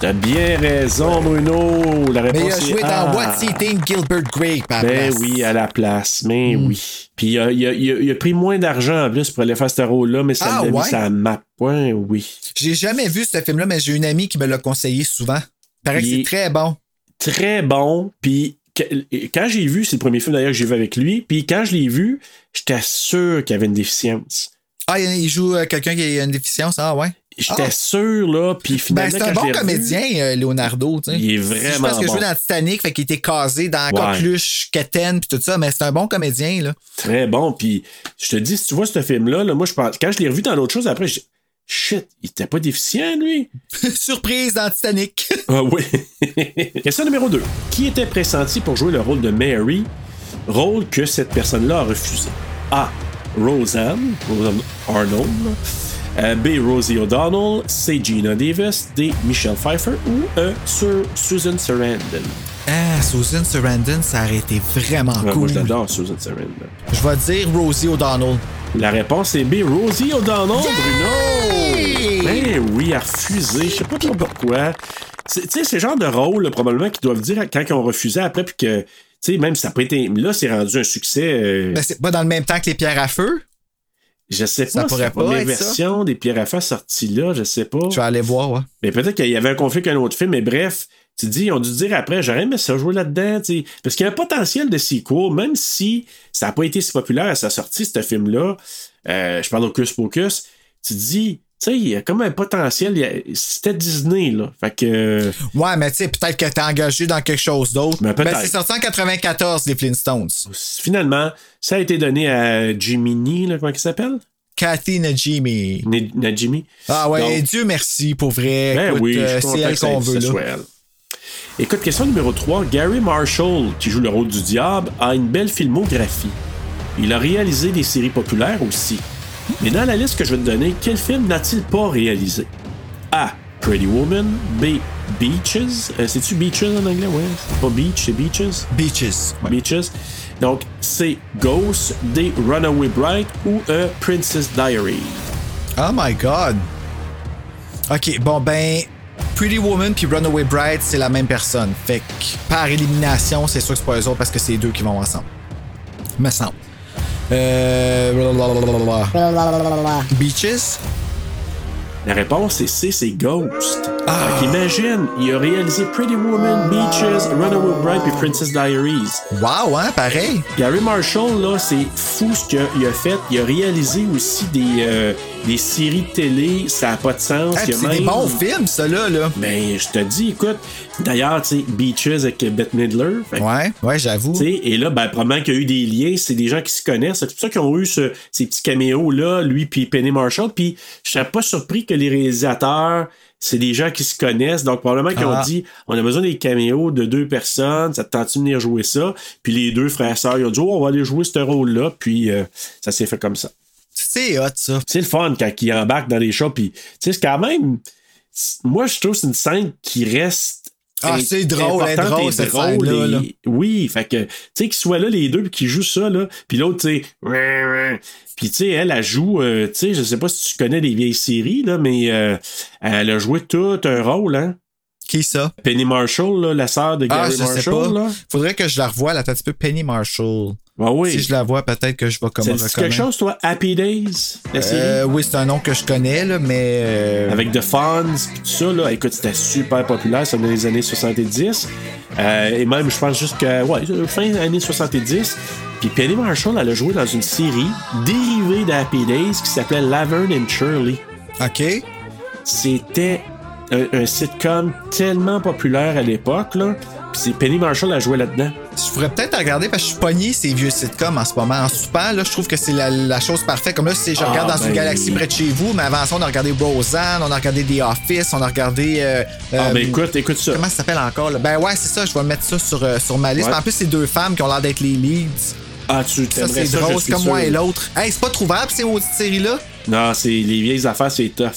Speaker 4: T'as bien raison, Bruno. La réponse
Speaker 2: Mais il a
Speaker 4: est
Speaker 2: joué
Speaker 4: A.
Speaker 2: dans What's Eating Gilbert Grape. à
Speaker 4: ah.
Speaker 2: la
Speaker 4: Ben
Speaker 2: place. Hmm.
Speaker 4: oui, à la place, mais oui. Puis euh, il a, il a- il a pris moins d'argent en plus pour aller faire ce rôle-là, mais ça
Speaker 2: Ah,
Speaker 4: l'a
Speaker 2: ouais?
Speaker 4: mis sa map. Ouais, oui.
Speaker 2: J'ai jamais vu ce film-là, mais j'ai une amie qui me l'a conseillé souvent. Paraît
Speaker 4: Il-
Speaker 2: que c'est très bon.
Speaker 4: Très bon. Puis que- quand j'ai vu, c'est le premier film d'ailleurs que j'ai vu avec lui, puis quand je l'ai vu, j'étais sûr qu'il y avait une déficience.
Speaker 2: Ah, il il joue euh, quelqu'un qui a une déficience. Ah, ouais.
Speaker 4: J'étais
Speaker 2: Ah.
Speaker 4: sûr, là, puis
Speaker 2: Ben,
Speaker 4: finalement,
Speaker 2: c'est
Speaker 4: quand
Speaker 2: un
Speaker 4: je
Speaker 2: bon
Speaker 4: l'ai revu-
Speaker 2: comédien, euh, Leonardo. tu sais.
Speaker 4: Il est
Speaker 2: Je
Speaker 4: vraiment
Speaker 2: pense que je
Speaker 4: bon.
Speaker 2: joué dans Titanic, fait qu'il était casé dans
Speaker 4: Ouais.
Speaker 2: Coqueluche, Keten, puis tout ça, mais c'est un bon comédien, là. [LAUGHS]
Speaker 4: Très bon. Puis je te dis, si tu vois ce film-là, là, moi, je pense, quand je l'ai revu dans l'autre chose, après, j'ai shit, il était pas déficient, lui.
Speaker 2: Surprise dans Titanic.
Speaker 4: [LAUGHS] Ah oui. Question numéro 2. Qui était pressenti pour jouer le rôle de Mary, rôle que cette personne-là a refusé? A. Roseanne, Roseanne Arnold. Euh, B. Rosie O'Donnell. C. Gina Davis. D. Michelle Pfeiffer. Ou E. Sur Susan Sarandon.
Speaker 2: ah, Susan Sarandon, ça aurait été vraiment
Speaker 4: Ouais, Moi,
Speaker 2: cool.
Speaker 4: je
Speaker 2: Je,
Speaker 4: l'adore, Susan Sarandon.
Speaker 2: vais dire Rosie O'Donnell.
Speaker 4: La réponse est B. Rosie O'Donnell, Bruno! Ben oui, à refuser. Je sais pas trop pourquoi. C'est- Tu sais, c'est le genre de rôle, là, probablement, qu'ils doivent dire quand ils ont refusé après, puis que, tu sais, même si ça peut être. Là, c'est rendu un succès. euh,
Speaker 2: Mais c'est pas dans le même temps que les pierres à feu.
Speaker 4: je sais
Speaker 2: Ben, ça
Speaker 4: pas, c'est la
Speaker 2: pourrait pas
Speaker 4: première
Speaker 2: être ça.
Speaker 4: version des Pierre à Face sortie là, je sais pas.
Speaker 2: Je vais aller voir, ouais.
Speaker 4: Mais peut-être qu'il y avait un conflit avec un autre film, mais bref, tu te dis, ils ont dû dire après, j'aurais aimé ça jouer là-dedans, tu sais. Parce qu'il y a un potentiel de sequel, même si ça n'a pas été si populaire à sa sortie, ce film-là. Euh, je parle au Cus Pocus. Tu te dis, tu sais, il y a comme un potentiel. il y a- C'était Disney, là. Fait que. euh,
Speaker 2: Ouais, mais tu sais, peut-être que t'es engagé dans quelque chose d'autre.
Speaker 4: Mais peut-être.
Speaker 2: Ben, c'est sorti en 94, les Flintstones.
Speaker 4: Finalement, ça a été donné à Jiminy, là, comment il s'appelle?
Speaker 2: Kathy Najimy.
Speaker 4: Né- à Jimmy.
Speaker 2: Ah ouais,
Speaker 4: Donc-
Speaker 2: et Dieu merci pour vrai.
Speaker 4: Ben
Speaker 2: Écoute,
Speaker 4: oui, je
Speaker 2: euh,
Speaker 4: suis
Speaker 2: c'est
Speaker 4: content
Speaker 2: elle
Speaker 4: que ça-
Speaker 2: qu'on
Speaker 4: que
Speaker 2: veut,
Speaker 4: ce
Speaker 2: là.
Speaker 4: soit elle. Écoute, question numéro 3. Gary Marshall, qui joue le rôle du diable, a une belle filmographie. Il a réalisé des séries populaires aussi. Mais dans la liste que je vais te donner, quel film n'a-t-il pas réalisé? A. Pretty Woman. B. Beaches. Euh, C'est-tu Beaches en anglais? Ouais. C'est pas Beach, c'est Beaches.
Speaker 2: Beaches. ouais.
Speaker 4: Beaches. Donc, C. Ghost. D. Runaway Bride. Ou E. Princess Diary.
Speaker 2: Oh my god. Ok, bon ben, Pretty Woman puis Runaway Bride, c'est la même personne. Fait que par élimination, c'est sûr que c'est pas eux autres parce que c'est les deux qui vont ensemble. Me semble. Euh. blablabla. Beaches?
Speaker 4: La réponse est C. C'est Ghost.
Speaker 2: Ah.
Speaker 4: Fait qu'imagine, il a réalisé Pretty Woman, Beaches, Runaway Bride puis Princess Diaries.
Speaker 2: Wow, hein, pareil.
Speaker 4: Gary Marshall, là, c'est fou ce qu'il a, il a fait. Il a réalisé aussi des, euh, des séries de télé, ça n'a pas de sens.
Speaker 2: Ah,
Speaker 4: Il a
Speaker 2: c'est des
Speaker 4: même-
Speaker 2: bons films, ça, là. là.
Speaker 4: Ben, je te dis, écoute, d'ailleurs, tu sais, Beaches avec Bette Midler. Fait que,
Speaker 2: Ouais, ouais, j'avoue.
Speaker 4: tu sais, Et là, ben, probablement qu'il y a eu des liens, c'est des gens qui se connaissent. C'est pour ça qu'ils ont eu ce- ces petits caméos-là, lui puis Penny Marshall. Puis je serais pas surpris que les réalisateurs, c'est des gens qui se connaissent. Donc probablement qu'ils
Speaker 2: Ah.
Speaker 4: ont dit, on a besoin des caméos de deux personnes, ça te tente de venir jouer ça? Puis les deux frères et sœurs, ils ont dit, oh, on va aller jouer ce rôle-là. Puis euh, ça s'est fait comme ça
Speaker 2: C'est hot, ça.
Speaker 4: c'est le fun quand il embarque dans les chats. Puis, tu sais, c'est quand même. c'est- Moi, je trouve que c'est une scène qui reste.
Speaker 2: Ah,
Speaker 4: im-
Speaker 2: c'est drôle, elle est
Speaker 4: importante
Speaker 2: drôle,
Speaker 4: et
Speaker 2: cette
Speaker 4: drôle
Speaker 2: scène-là,
Speaker 4: et-
Speaker 2: là.
Speaker 4: Oui, fait que, tu sais, qu'ils soient là, les deux, puis qu'ils jouent ça, là. Puis l'autre, tu sais. Puis, tu sais, elle, elle joue. euh, tu sais, je sais pas si tu connais les vieilles séries, là, mais euh, elle a joué tout un rôle, hein.
Speaker 2: Qui ça?
Speaker 4: Penny Marshall, là, la sœur de
Speaker 2: Ah,
Speaker 4: Gary
Speaker 2: je sais
Speaker 4: Marshall, là.
Speaker 2: pas. Faudrait que je la revoie, la un petit peu Penny Marshall.
Speaker 4: Ben oui.
Speaker 2: Si je la vois, peut-être que je vais comme
Speaker 4: Ça te dit quelque
Speaker 2: reconnaître.
Speaker 4: chose, toi, Happy Days, la série?
Speaker 2: Euh, oui, c'est un nom que je connais, là, mais. euh,
Speaker 4: avec The Fonz, pis tout ça, là. Écoute, c'était super populaire, ça venait des années 70. Euh, et même, je pense jusqu'à, ouais, euh, fin des années 70. Puis Penny Marshall, elle a joué dans une série dérivée d'Happy Days qui s'appelait Laverne and Shirley.
Speaker 2: OK.
Speaker 4: C'était un, un sitcom tellement populaire à l'époque, là. Puis c'est Penny Marshall a joué là-dedans.
Speaker 2: Je pourrais peut-être la regarder parce que je suis pogné ces vieux sitcoms en ce moment. En soupant, là, je trouve que c'est la, la chose parfaite. Comme là, si je
Speaker 4: Ah,
Speaker 2: regarde dans une
Speaker 4: ben-
Speaker 2: galaxie près de chez vous, mais avant ça, on a regardé Roseanne, on a regardé The Office, on a regardé. euh,
Speaker 4: ah,
Speaker 2: euh,
Speaker 4: ben écoute, écoute ça.
Speaker 2: Comment ça s'appelle encore? là? Ben ouais, c'est ça, je vais mettre ça sur, euh, sur ma liste.
Speaker 4: Ouais.
Speaker 2: En plus, c'est deux femmes qui ont l'air d'être les leads.
Speaker 4: Ah, tu
Speaker 2: Ça,
Speaker 4: t'aimerais
Speaker 2: c'est
Speaker 4: ça, je
Speaker 2: drôle,
Speaker 4: suis
Speaker 2: c'est comme moi
Speaker 4: sûr.
Speaker 2: et l'autre. Hey, c'est pas trouvable, ces autres séries-là?
Speaker 4: Non, c'est les vieilles affaires, c'est tough.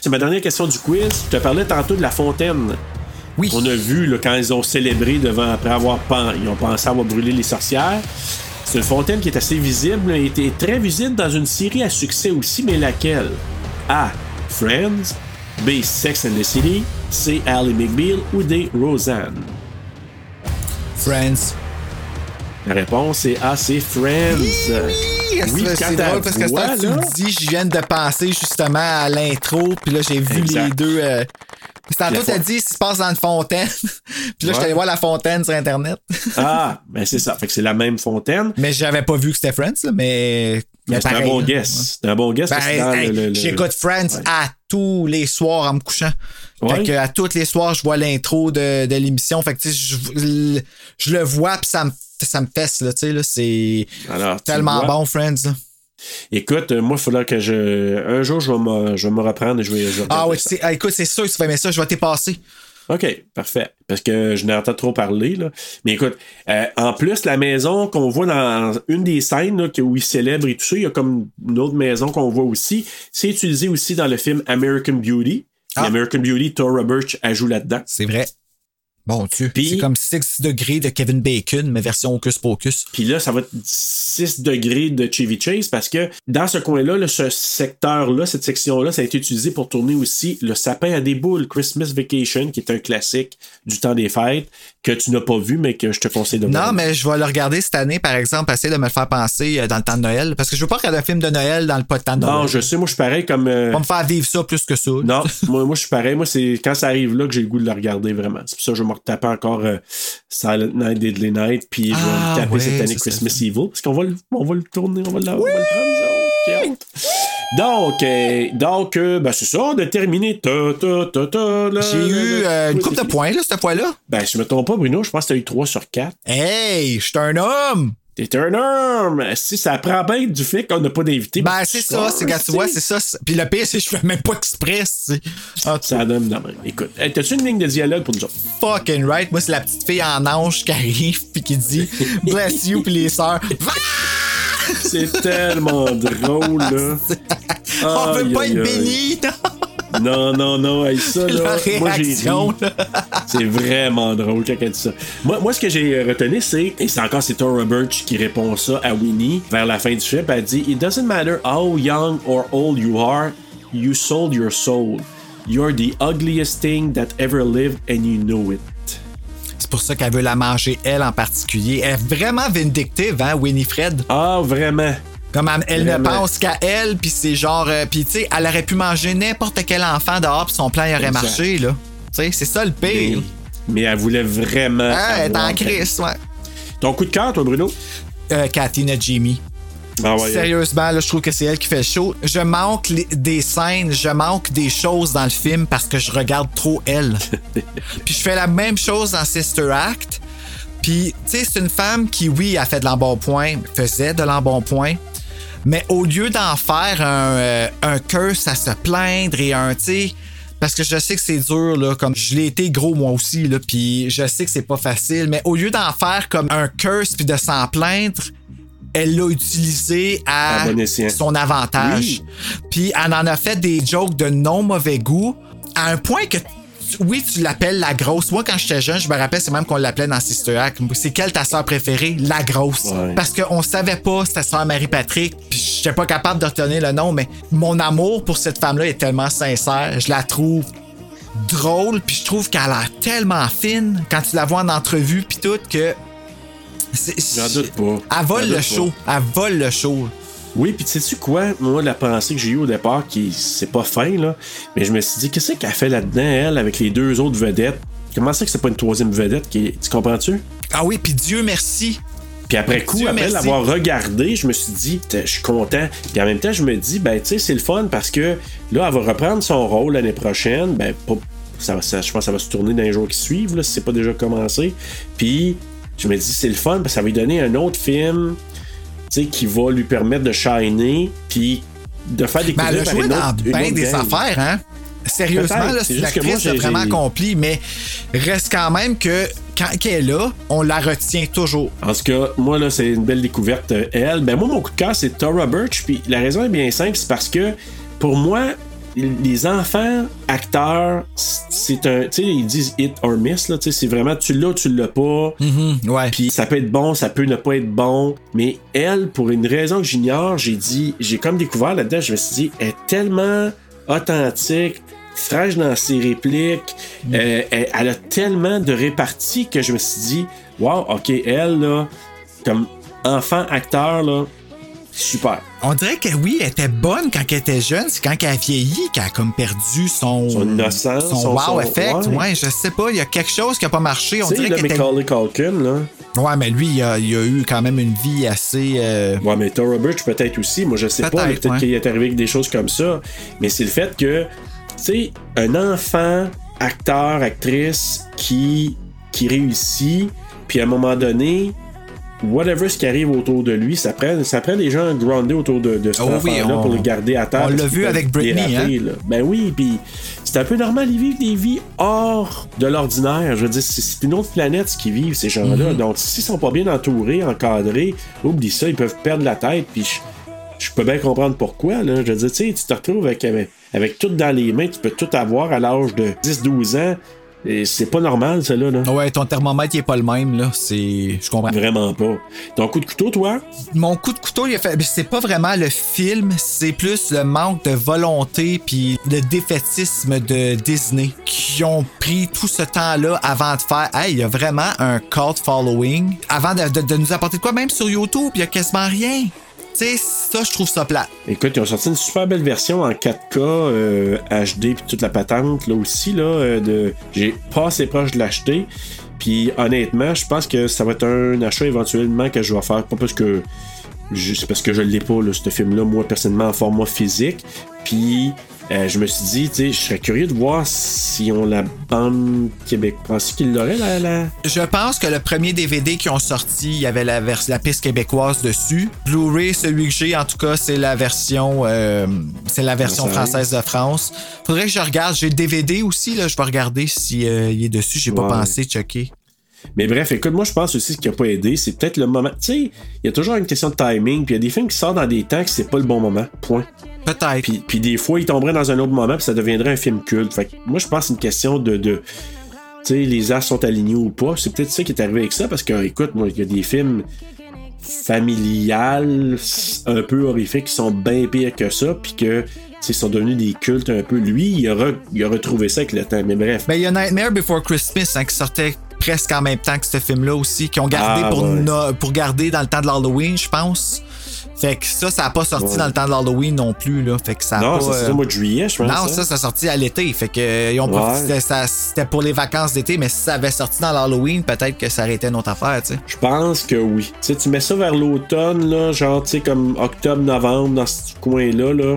Speaker 4: C'est ma dernière question du quiz. Je te parlais tantôt de la fontaine.
Speaker 2: Oui.
Speaker 4: On a vu là, quand ils ont célébré devant après avoir pen- ils ont pensé avoir brûlé les sorcières. C'est une fontaine qui est assez visible, elle était très visible dans une série à succès aussi, mais laquelle A. Friends, B. Sex and the City, C. Ally McBeal ou D. Roseanne.
Speaker 2: Friends.
Speaker 4: La réponse est A. C'est Friends.
Speaker 2: Oui, c'est-
Speaker 4: quand
Speaker 2: c'est
Speaker 4: elle
Speaker 2: drôle parce que
Speaker 4: voit,
Speaker 2: ça, tu
Speaker 4: là,
Speaker 2: me dis, je viens de penser justement à l'intro, puis là, j'ai vu
Speaker 4: Exact.
Speaker 2: les deux. Euh, c'est tantôt,
Speaker 4: La
Speaker 2: t'as
Speaker 4: fon-
Speaker 2: dit, ça se passe dans une fontaine. [LAUGHS] puis là, je
Speaker 4: Ouais.
Speaker 2: suis allé voir la fontaine
Speaker 4: [LAUGHS]
Speaker 2: sur Internet.
Speaker 4: Ah, ben c'est ça. Fait que c'est la même fontaine.
Speaker 2: mais j'avais pas vu que c'était Friends, là, mais. mais
Speaker 4: Mais C'est un
Speaker 2: pareil,
Speaker 4: bon
Speaker 2: là.
Speaker 4: guess. C'est un bon guess.
Speaker 2: Ben,
Speaker 4: parce que c'est dans
Speaker 2: hey,
Speaker 4: le- le- le-
Speaker 2: J'écoute Friends
Speaker 4: Ouais.
Speaker 2: à tous les soirs en me couchant.
Speaker 4: Ouais.
Speaker 2: Fait que à tous les soirs, je vois l'intro de, de l'émission. Fait que tu sais, je, je le vois puis ça me ça me fesse là, tu sais là, c'est
Speaker 4: Alors, Ah, tu
Speaker 2: tellement
Speaker 4: vois.
Speaker 2: bon Friends. là.
Speaker 4: Écoute, euh, moi, il faudra que je. Un jour, je vais me, je vais me reprendre et je vais. je vais
Speaker 2: Ah
Speaker 4: regarder
Speaker 2: ouais,
Speaker 4: ça.
Speaker 2: c'est- ah, écoute, c'est sûr que tu vas aimer ça, je vais t'épasser.
Speaker 4: OK, parfait. Parce que je n'ai entendu trop parler, là. Mais écoute, euh, en plus, la maison qu'on voit dans une des scènes là, que- où ils célèbrent et tout ça, il y a comme une autre maison qu'on voit aussi. C'est utilisé aussi dans le film American Beauty.
Speaker 2: Ah.
Speaker 4: American Beauty, Thora Birch, elle joue là-dedans.
Speaker 2: C'est vrai. Bon Dieu,
Speaker 4: Puis-
Speaker 2: c'est comme 6 degrés de Kevin Bacon, mais version Hocus Pocus.
Speaker 4: Puis là, ça va être 6 degrés de Chevy Chase parce que dans ce coin-là, là, ce secteur-là, cette section-là, ça a été utilisé pour tourner aussi le sapin à des boules, Christmas Vacation, qui est un classique du temps des fêtes que tu n'as pas vu, mais que je te conseille de voir.
Speaker 2: Non, mais je vais le regarder cette année, par exemple, essayer de me le faire penser euh, dans le temps de Noël. Parce que je veux pas regarder un film de Noël dans le pas de temps de
Speaker 4: Ah, Non,
Speaker 2: Noël.
Speaker 4: je sais, moi, je suis pareil comme. euh,
Speaker 2: Pas me faire vivre ça plus que ça.
Speaker 4: Non, moi, moi je suis pareil. Moi, c'est quand ça arrive là que j'ai le goût de le regarder vraiment. C'est pour ça que je vais me retaper encore euh, Silent Night, Deadly Night, puis je vais
Speaker 2: Ah,
Speaker 4: me taper
Speaker 2: ouais,
Speaker 4: cette année
Speaker 2: ça, ça,
Speaker 4: Christmas
Speaker 2: ça.
Speaker 4: Evil, parce qu'on va, le- on va le tourner, on va, le- on va le prendre. ça, on- j'ai hâte. Donc, euh, donc euh, ben, c'est ça, on a terminé. Ta, ta, ta, ta, la,
Speaker 2: J'ai
Speaker 4: la,
Speaker 2: eu
Speaker 4: la.
Speaker 2: euh, une
Speaker 4: Oui,
Speaker 2: coupe de
Speaker 4: c'est-
Speaker 2: points, là, cette fois-là.
Speaker 4: Ben, si je me trompe pas, Bruno, je pense que t'as eu 3 sur 4.
Speaker 2: Hey, je suis un homme!
Speaker 4: T'es un homme! Si ça prend bien du fait qu'on n'a pas d'invité.
Speaker 2: Ben, c'est ça, c'est quand tu vois, c'est ça. c'est- Puis le pire, c'est que je fais même pas exprès. c'est- Ah, tu-
Speaker 4: Ça donne la main. Écoute, hey, t'as-tu une ligne de dialogue pour nous autres?
Speaker 2: fucking right. Moi, c'est la petite fille en ange qui arrive, puis qui dit Bless you, puis les sœurs. Va!
Speaker 4: C'est tellement drôle,
Speaker 2: [LAUGHS]
Speaker 4: là.
Speaker 2: On veut
Speaker 4: Ah, Aïe,
Speaker 2: pas
Speaker 4: aïe,
Speaker 2: être
Speaker 4: aïe.
Speaker 2: béni,
Speaker 4: Non, non, non, hey, ça, là,
Speaker 2: La
Speaker 4: moi, j'ai ri.
Speaker 2: réaction, là.
Speaker 4: C'est vraiment drôle quand elle dit ça. Moi, moi ce que j'ai euh, retenu, c'est, et c'est encore, c'est Tora Birch qui répond ça à Winnie vers la fin du film. Elle dit It doesn't matter how young or old you are, you sold your soul. You're the ugliest thing that ever lived and you know it.
Speaker 2: C'est pour ça qu'elle veut la manger, elle en particulier. Elle est vraiment vindictive, hein, Winifred?
Speaker 4: Ah, vraiment?
Speaker 2: Comme elle, elle ne
Speaker 4: Vraiment.
Speaker 2: pense qu'à elle, puis c'est genre. euh, puis tu sais, elle aurait pu manger n'importe quel enfant dehors, puis son plan il aurait
Speaker 4: Exact.
Speaker 2: marché, là. Tu sais, c'est ça le pire.
Speaker 4: Mais elle voulait vraiment.
Speaker 2: Ah, elle est
Speaker 4: avoir-
Speaker 2: en crise, ouais.
Speaker 4: Ton coup de cœur, toi, Bruno?
Speaker 2: Euh, Katina Jimmy.
Speaker 4: Ah ouais.
Speaker 2: Sérieusement, là, je trouve que c'est elle qui fait le show. Je manque les- des scènes, je manque des choses dans le film parce que je regarde trop elle.
Speaker 4: [LAUGHS]
Speaker 2: puis je fais la même chose dans Sister Act. Puis, tu sais, c'est une femme qui, oui, a fait de l'embonpoint, faisait de l'embonpoint. Mais au lieu d'en faire un, euh, un curse à se plaindre et un, tu sais, parce que je sais que c'est dur, là, comme je l'ai été gros moi aussi, là, puis je sais que c'est pas facile, mais au lieu d'en faire comme un curse puis de s'en plaindre, elle l'a utilisé à
Speaker 4: À bon escient.
Speaker 2: son avantage.
Speaker 4: Oui.
Speaker 2: Puis elle en a fait des jokes de non mauvais goût à un point que tu- oui, tu l'appelles la grosse. Moi, quand j'étais jeune, je me rappelle, c'est même qu'on l'appelait dans Sister Act. C'est quelle ta sœur préférée? La grosse.
Speaker 4: Ouais.
Speaker 2: Parce qu'on savait pas c'était sœur Marie-Patrick, puis j'étais pas capable de retenir le nom, mais mon amour pour cette femme-là est tellement sincère. Je la trouve drôle, puis je trouve qu'elle a l'air tellement fine quand tu la vois en entrevue, puis tout, que. c'est-
Speaker 4: J'en doute pas.
Speaker 2: Elle vole
Speaker 4: J'en doute
Speaker 2: le
Speaker 4: pas.
Speaker 2: show. Elle vole le show.
Speaker 4: Oui, puis sais-tu quoi? Moi, la pensée que j'ai eue au départ, qui c'est pas fin, là, mais je me suis dit, qu'est-ce qu'elle fait là-dedans, elle, avec les deux autres vedettes? Comment ça que c'est pas une troisième vedette? Qui... est- Tu comprends-tu?
Speaker 2: Ah oui, puis Dieu merci.
Speaker 4: Puis après coup,
Speaker 2: Dieu
Speaker 4: après
Speaker 2: merci.
Speaker 4: l'avoir regardé, je me suis dit, T'es- je suis content. Puis en même temps, je me dis, ben, tu sais, c'est le fun parce que là, elle va reprendre son rôle l'année prochaine. Ben, pas- ça, va- ça- je pense que ça va se tourner dans les jours qui suivent, là, si c'est pas déjà commencé. Puis je me dis, c'est le fun parce que ça va lui donner un autre film, tu sais, qui va lui permettre de shiner, puis de faire
Speaker 2: Mais Ben, elle
Speaker 4: découvrir
Speaker 2: a
Speaker 4: par
Speaker 2: joué
Speaker 4: une
Speaker 2: dans
Speaker 4: autre, une
Speaker 2: bien
Speaker 4: autre
Speaker 2: des
Speaker 4: gang.
Speaker 2: affaires, hein? Sérieusement,
Speaker 4: Peut-être.
Speaker 2: là,
Speaker 4: C'est
Speaker 2: c'est une
Speaker 4: juste que moi,
Speaker 2: actrice
Speaker 4: j'ai-
Speaker 2: là, vraiment
Speaker 4: j'ai-
Speaker 2: accomplie, mais reste quand même que quand elle est là, on la retient toujours.
Speaker 4: En tout cas, moi, là, c'est une belle découverte, euh, elle. Ben, moi, mon coup de cœur, c'est Tara Birch. Puis la raison est bien simple, c'est parce que, pour moi, les enfants acteurs, c'est un. Tu sais, ils disent hit or miss, là. Tu sais, c'est vraiment tu l'as, tu l'as pas.
Speaker 2: Ouais.
Speaker 4: Hum. Puis ça peut être bon, ça peut ne pas être bon. Mais elle, pour une raison que j'ignore, j'ai dit, j'ai comme découvert là-dedans, je me suis dit, elle est tellement authentique, fraîche dans ses répliques,
Speaker 2: Mm.
Speaker 4: euh, elle, elle a tellement de réparties que je me suis dit, wow, ok, elle, là, comme enfant acteur, là, super.
Speaker 2: On dirait que oui, elle était bonne quand elle était jeune, c'est quand elle a vieilli qu'elle a comme perdu son.
Speaker 4: Son innocence,
Speaker 2: Son,
Speaker 4: son-
Speaker 2: wow
Speaker 4: son-
Speaker 2: effect.
Speaker 4: ouais.
Speaker 2: Ouais. je sais pas, il y a quelque chose qui a pas marché.
Speaker 4: Tu
Speaker 2: On
Speaker 4: sais,
Speaker 2: dirait
Speaker 4: là,
Speaker 2: qu'elle était.
Speaker 4: Macaulay Culkin, là.
Speaker 2: Ouais, mais lui, il a, il a eu quand même une vie assez. euh,
Speaker 4: Ouais, mais Tara Birch peut-être aussi. Moi, je sais pas. mais
Speaker 2: Peut-être,
Speaker 4: Peut-être
Speaker 2: ouais.
Speaker 4: qu'il est arrivé avec des choses comme ça. Mais c'est le fait que, tu sais, un enfant, acteur, actrice qui, qui réussit, puis à un moment donné, whatever ce qui arrive autour de lui, ça prend, ça prend des gens groundés autour de, de cet
Speaker 2: Oh oui,
Speaker 4: enfant-là
Speaker 2: on-
Speaker 4: pour le garder à terre.
Speaker 2: on
Speaker 4: parce
Speaker 2: l'a
Speaker 4: qu'ils
Speaker 2: vu
Speaker 4: peuvent
Speaker 2: avec Britney, hein?
Speaker 4: déraper, là. Ben oui, puis c'est un peu normal. Ils vivent des vies hors de l'ordinaire. Je veux dire, c'est- c'est une autre planète ce qu'ils vivent, ces gens-là. Donc, s'ils sont pas bien entourés, encadrés, oublie ça, ils peuvent perdre la tête. Puis je, je peux bien comprendre pourquoi. Là. Je veux dire, tu sais, tu te retrouves avec, avec, avec tout dans les mains, tu peux tout avoir à l'âge de 10-12 ans. Et c'est pas normal, ça, là. là.
Speaker 2: Ouais, ton thermomètre, il est pas le même, là. C'est. Je comprends.
Speaker 4: Vraiment pas. Ton coup de couteau, toi?
Speaker 2: mon coup de couteau, il a fait. C'est pas vraiment le film, c'est plus le manque de volonté puis le défaitisme de Disney qui ont pris tout ce temps-là avant de faire. Hey, il y a vraiment un cult following. Avant de, de- de nous apporter de quoi, même sur YouTube, il y a quasiment rien. Tu sais, ça, je trouve ça plat.
Speaker 4: Écoute, ils ont sorti une super belle version en 4K euh, HD puis toute la patente là aussi là euh, de j'ai pas assez proche de l'acheter. Puis honnêtement, je pense que ça va être un achat éventuellement que je vais faire pas parce que juste parce que je l'ai pas là ce film là moi personnellement en format physique. Puis euh, je me suis dit, tu sais, je serais curieux de voir si on la bande Québec. Penses-tu qu'il l'aurait la, la...
Speaker 2: Je pense que le premier DVD qui ont sorti, il y avait la, vers- la piste québécoise dessus. Blu-ray, celui que j'ai, en tout cas, c'est la version, euh, c'est la version
Speaker 4: Française.
Speaker 2: française de France. Faudrait que je regarde. J'ai le DVD aussi, là. Je vais regarder si euh, il est dessus. J'ai pas
Speaker 4: Ouais.
Speaker 2: pensé checker.
Speaker 4: Mais bref, écoute, moi je pense aussi ce qui a pas aidé, c'est peut-être le moment. Tu sais, il y a toujours une question de timing, puis il y a des films qui sortent dans des temps que c'est pas le bon moment. Point.
Speaker 2: Peut-être.
Speaker 4: Puis, puis des fois, il tomberait dans un autre moment, puis ça deviendrait un film culte. Fait que moi, je pense que c'est une question de. de tu sais, les arts sont alignés ou pas. C'est peut-être ça qui est arrivé avec ça, parce que, écoute, moi, il y a des films familiales, un peu horrifiques, qui sont bien pires que ça, puis que, tu sais, sont devenus des cultes un peu. Lui, il a, re- il a retrouvé ça avec le temps. Mais bref.
Speaker 2: Ben, il y a Nightmare Before Christmas hein, qui sortait presque en même temps que ce film-là aussi, qui ont gardé
Speaker 4: Ah,
Speaker 2: pour,
Speaker 4: ouais.
Speaker 2: no- pour garder dans le temps de l'Halloween, je pense. Fait que ça, ça n'a pas sorti dans le temps de l'Halloween non plus. Là. Fait que ça a
Speaker 4: Non,
Speaker 2: pas,
Speaker 4: ça, c'est
Speaker 2: euh,
Speaker 4: au mois de juillet, je pense.
Speaker 2: non,
Speaker 4: hein.
Speaker 2: ça, ça a sorti à l'été. Fait que euh, ils ont
Speaker 4: Ouais.
Speaker 2: profité- ça- c'était pour les vacances d'été, mais si ça avait sorti dans l'Halloween, peut-être que ça aurait été une autre affaire, tu sais.
Speaker 4: Je pense que oui. Tu sais, tu mets ça vers l'automne, là, genre, tu sais, comme octobre, novembre, dans ce coin-là, là,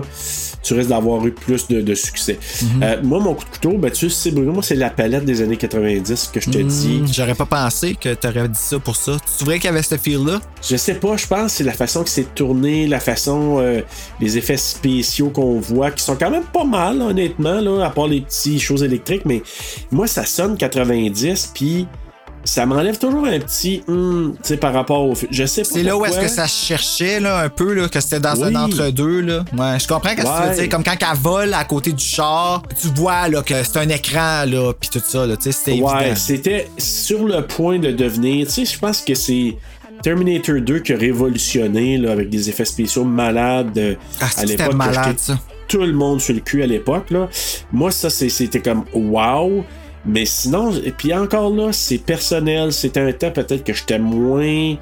Speaker 4: tu risques d'avoir eu plus de, de succès.
Speaker 2: Mhm.
Speaker 4: Euh, moi, mon coup de couteau, ben, tu sais, Bruno, moi, c'est la palette des années 90 que je te dis.
Speaker 2: Hmm, J'aurais pas pensé que t'aurais dit ça pour ça. Tu trouvais qu'il y avait ce feel-là?
Speaker 4: Je sais pas, je pense que c'est la façon que c'est tourné, la façon, euh, les effets spéciaux qu'on voit, qui sont quand même pas mal, honnêtement, là, à part les petites choses électriques, mais moi, ça sonne 90, puis ça m'enlève toujours un petit, hum, tu sais, par rapport au. fi- Je sais pas.
Speaker 2: C'est là où est-ce
Speaker 4: pourquoi.
Speaker 2: que ça se cherchait là, un peu, là, que c'était dans
Speaker 4: Oui.
Speaker 2: un entre-deux. Là. Ouais, je comprends ce que tu
Speaker 4: Ouais.
Speaker 2: veux dire. Comme quand elle vole à côté du char, tu vois là, que c'est un écran, là, puis tout ça. Là, tu sais, c'était
Speaker 4: Ouais,
Speaker 2: évident.
Speaker 4: c'était sur le point de devenir. Tu sais, je pense que c'est Terminator 2 qui a révolutionné là, avec des effets spéciaux malades euh,
Speaker 2: Ah,
Speaker 4: à
Speaker 2: c'était
Speaker 4: l'époque. que
Speaker 2: malade,
Speaker 4: j'étais
Speaker 2: ça.
Speaker 4: Tout le monde sur le cul à l'époque. là. Moi, ça, c'est- c'était comme wow. Mais sinon, et puis encore là, c'est personnel. C'était un temps peut-être que j'étais moins.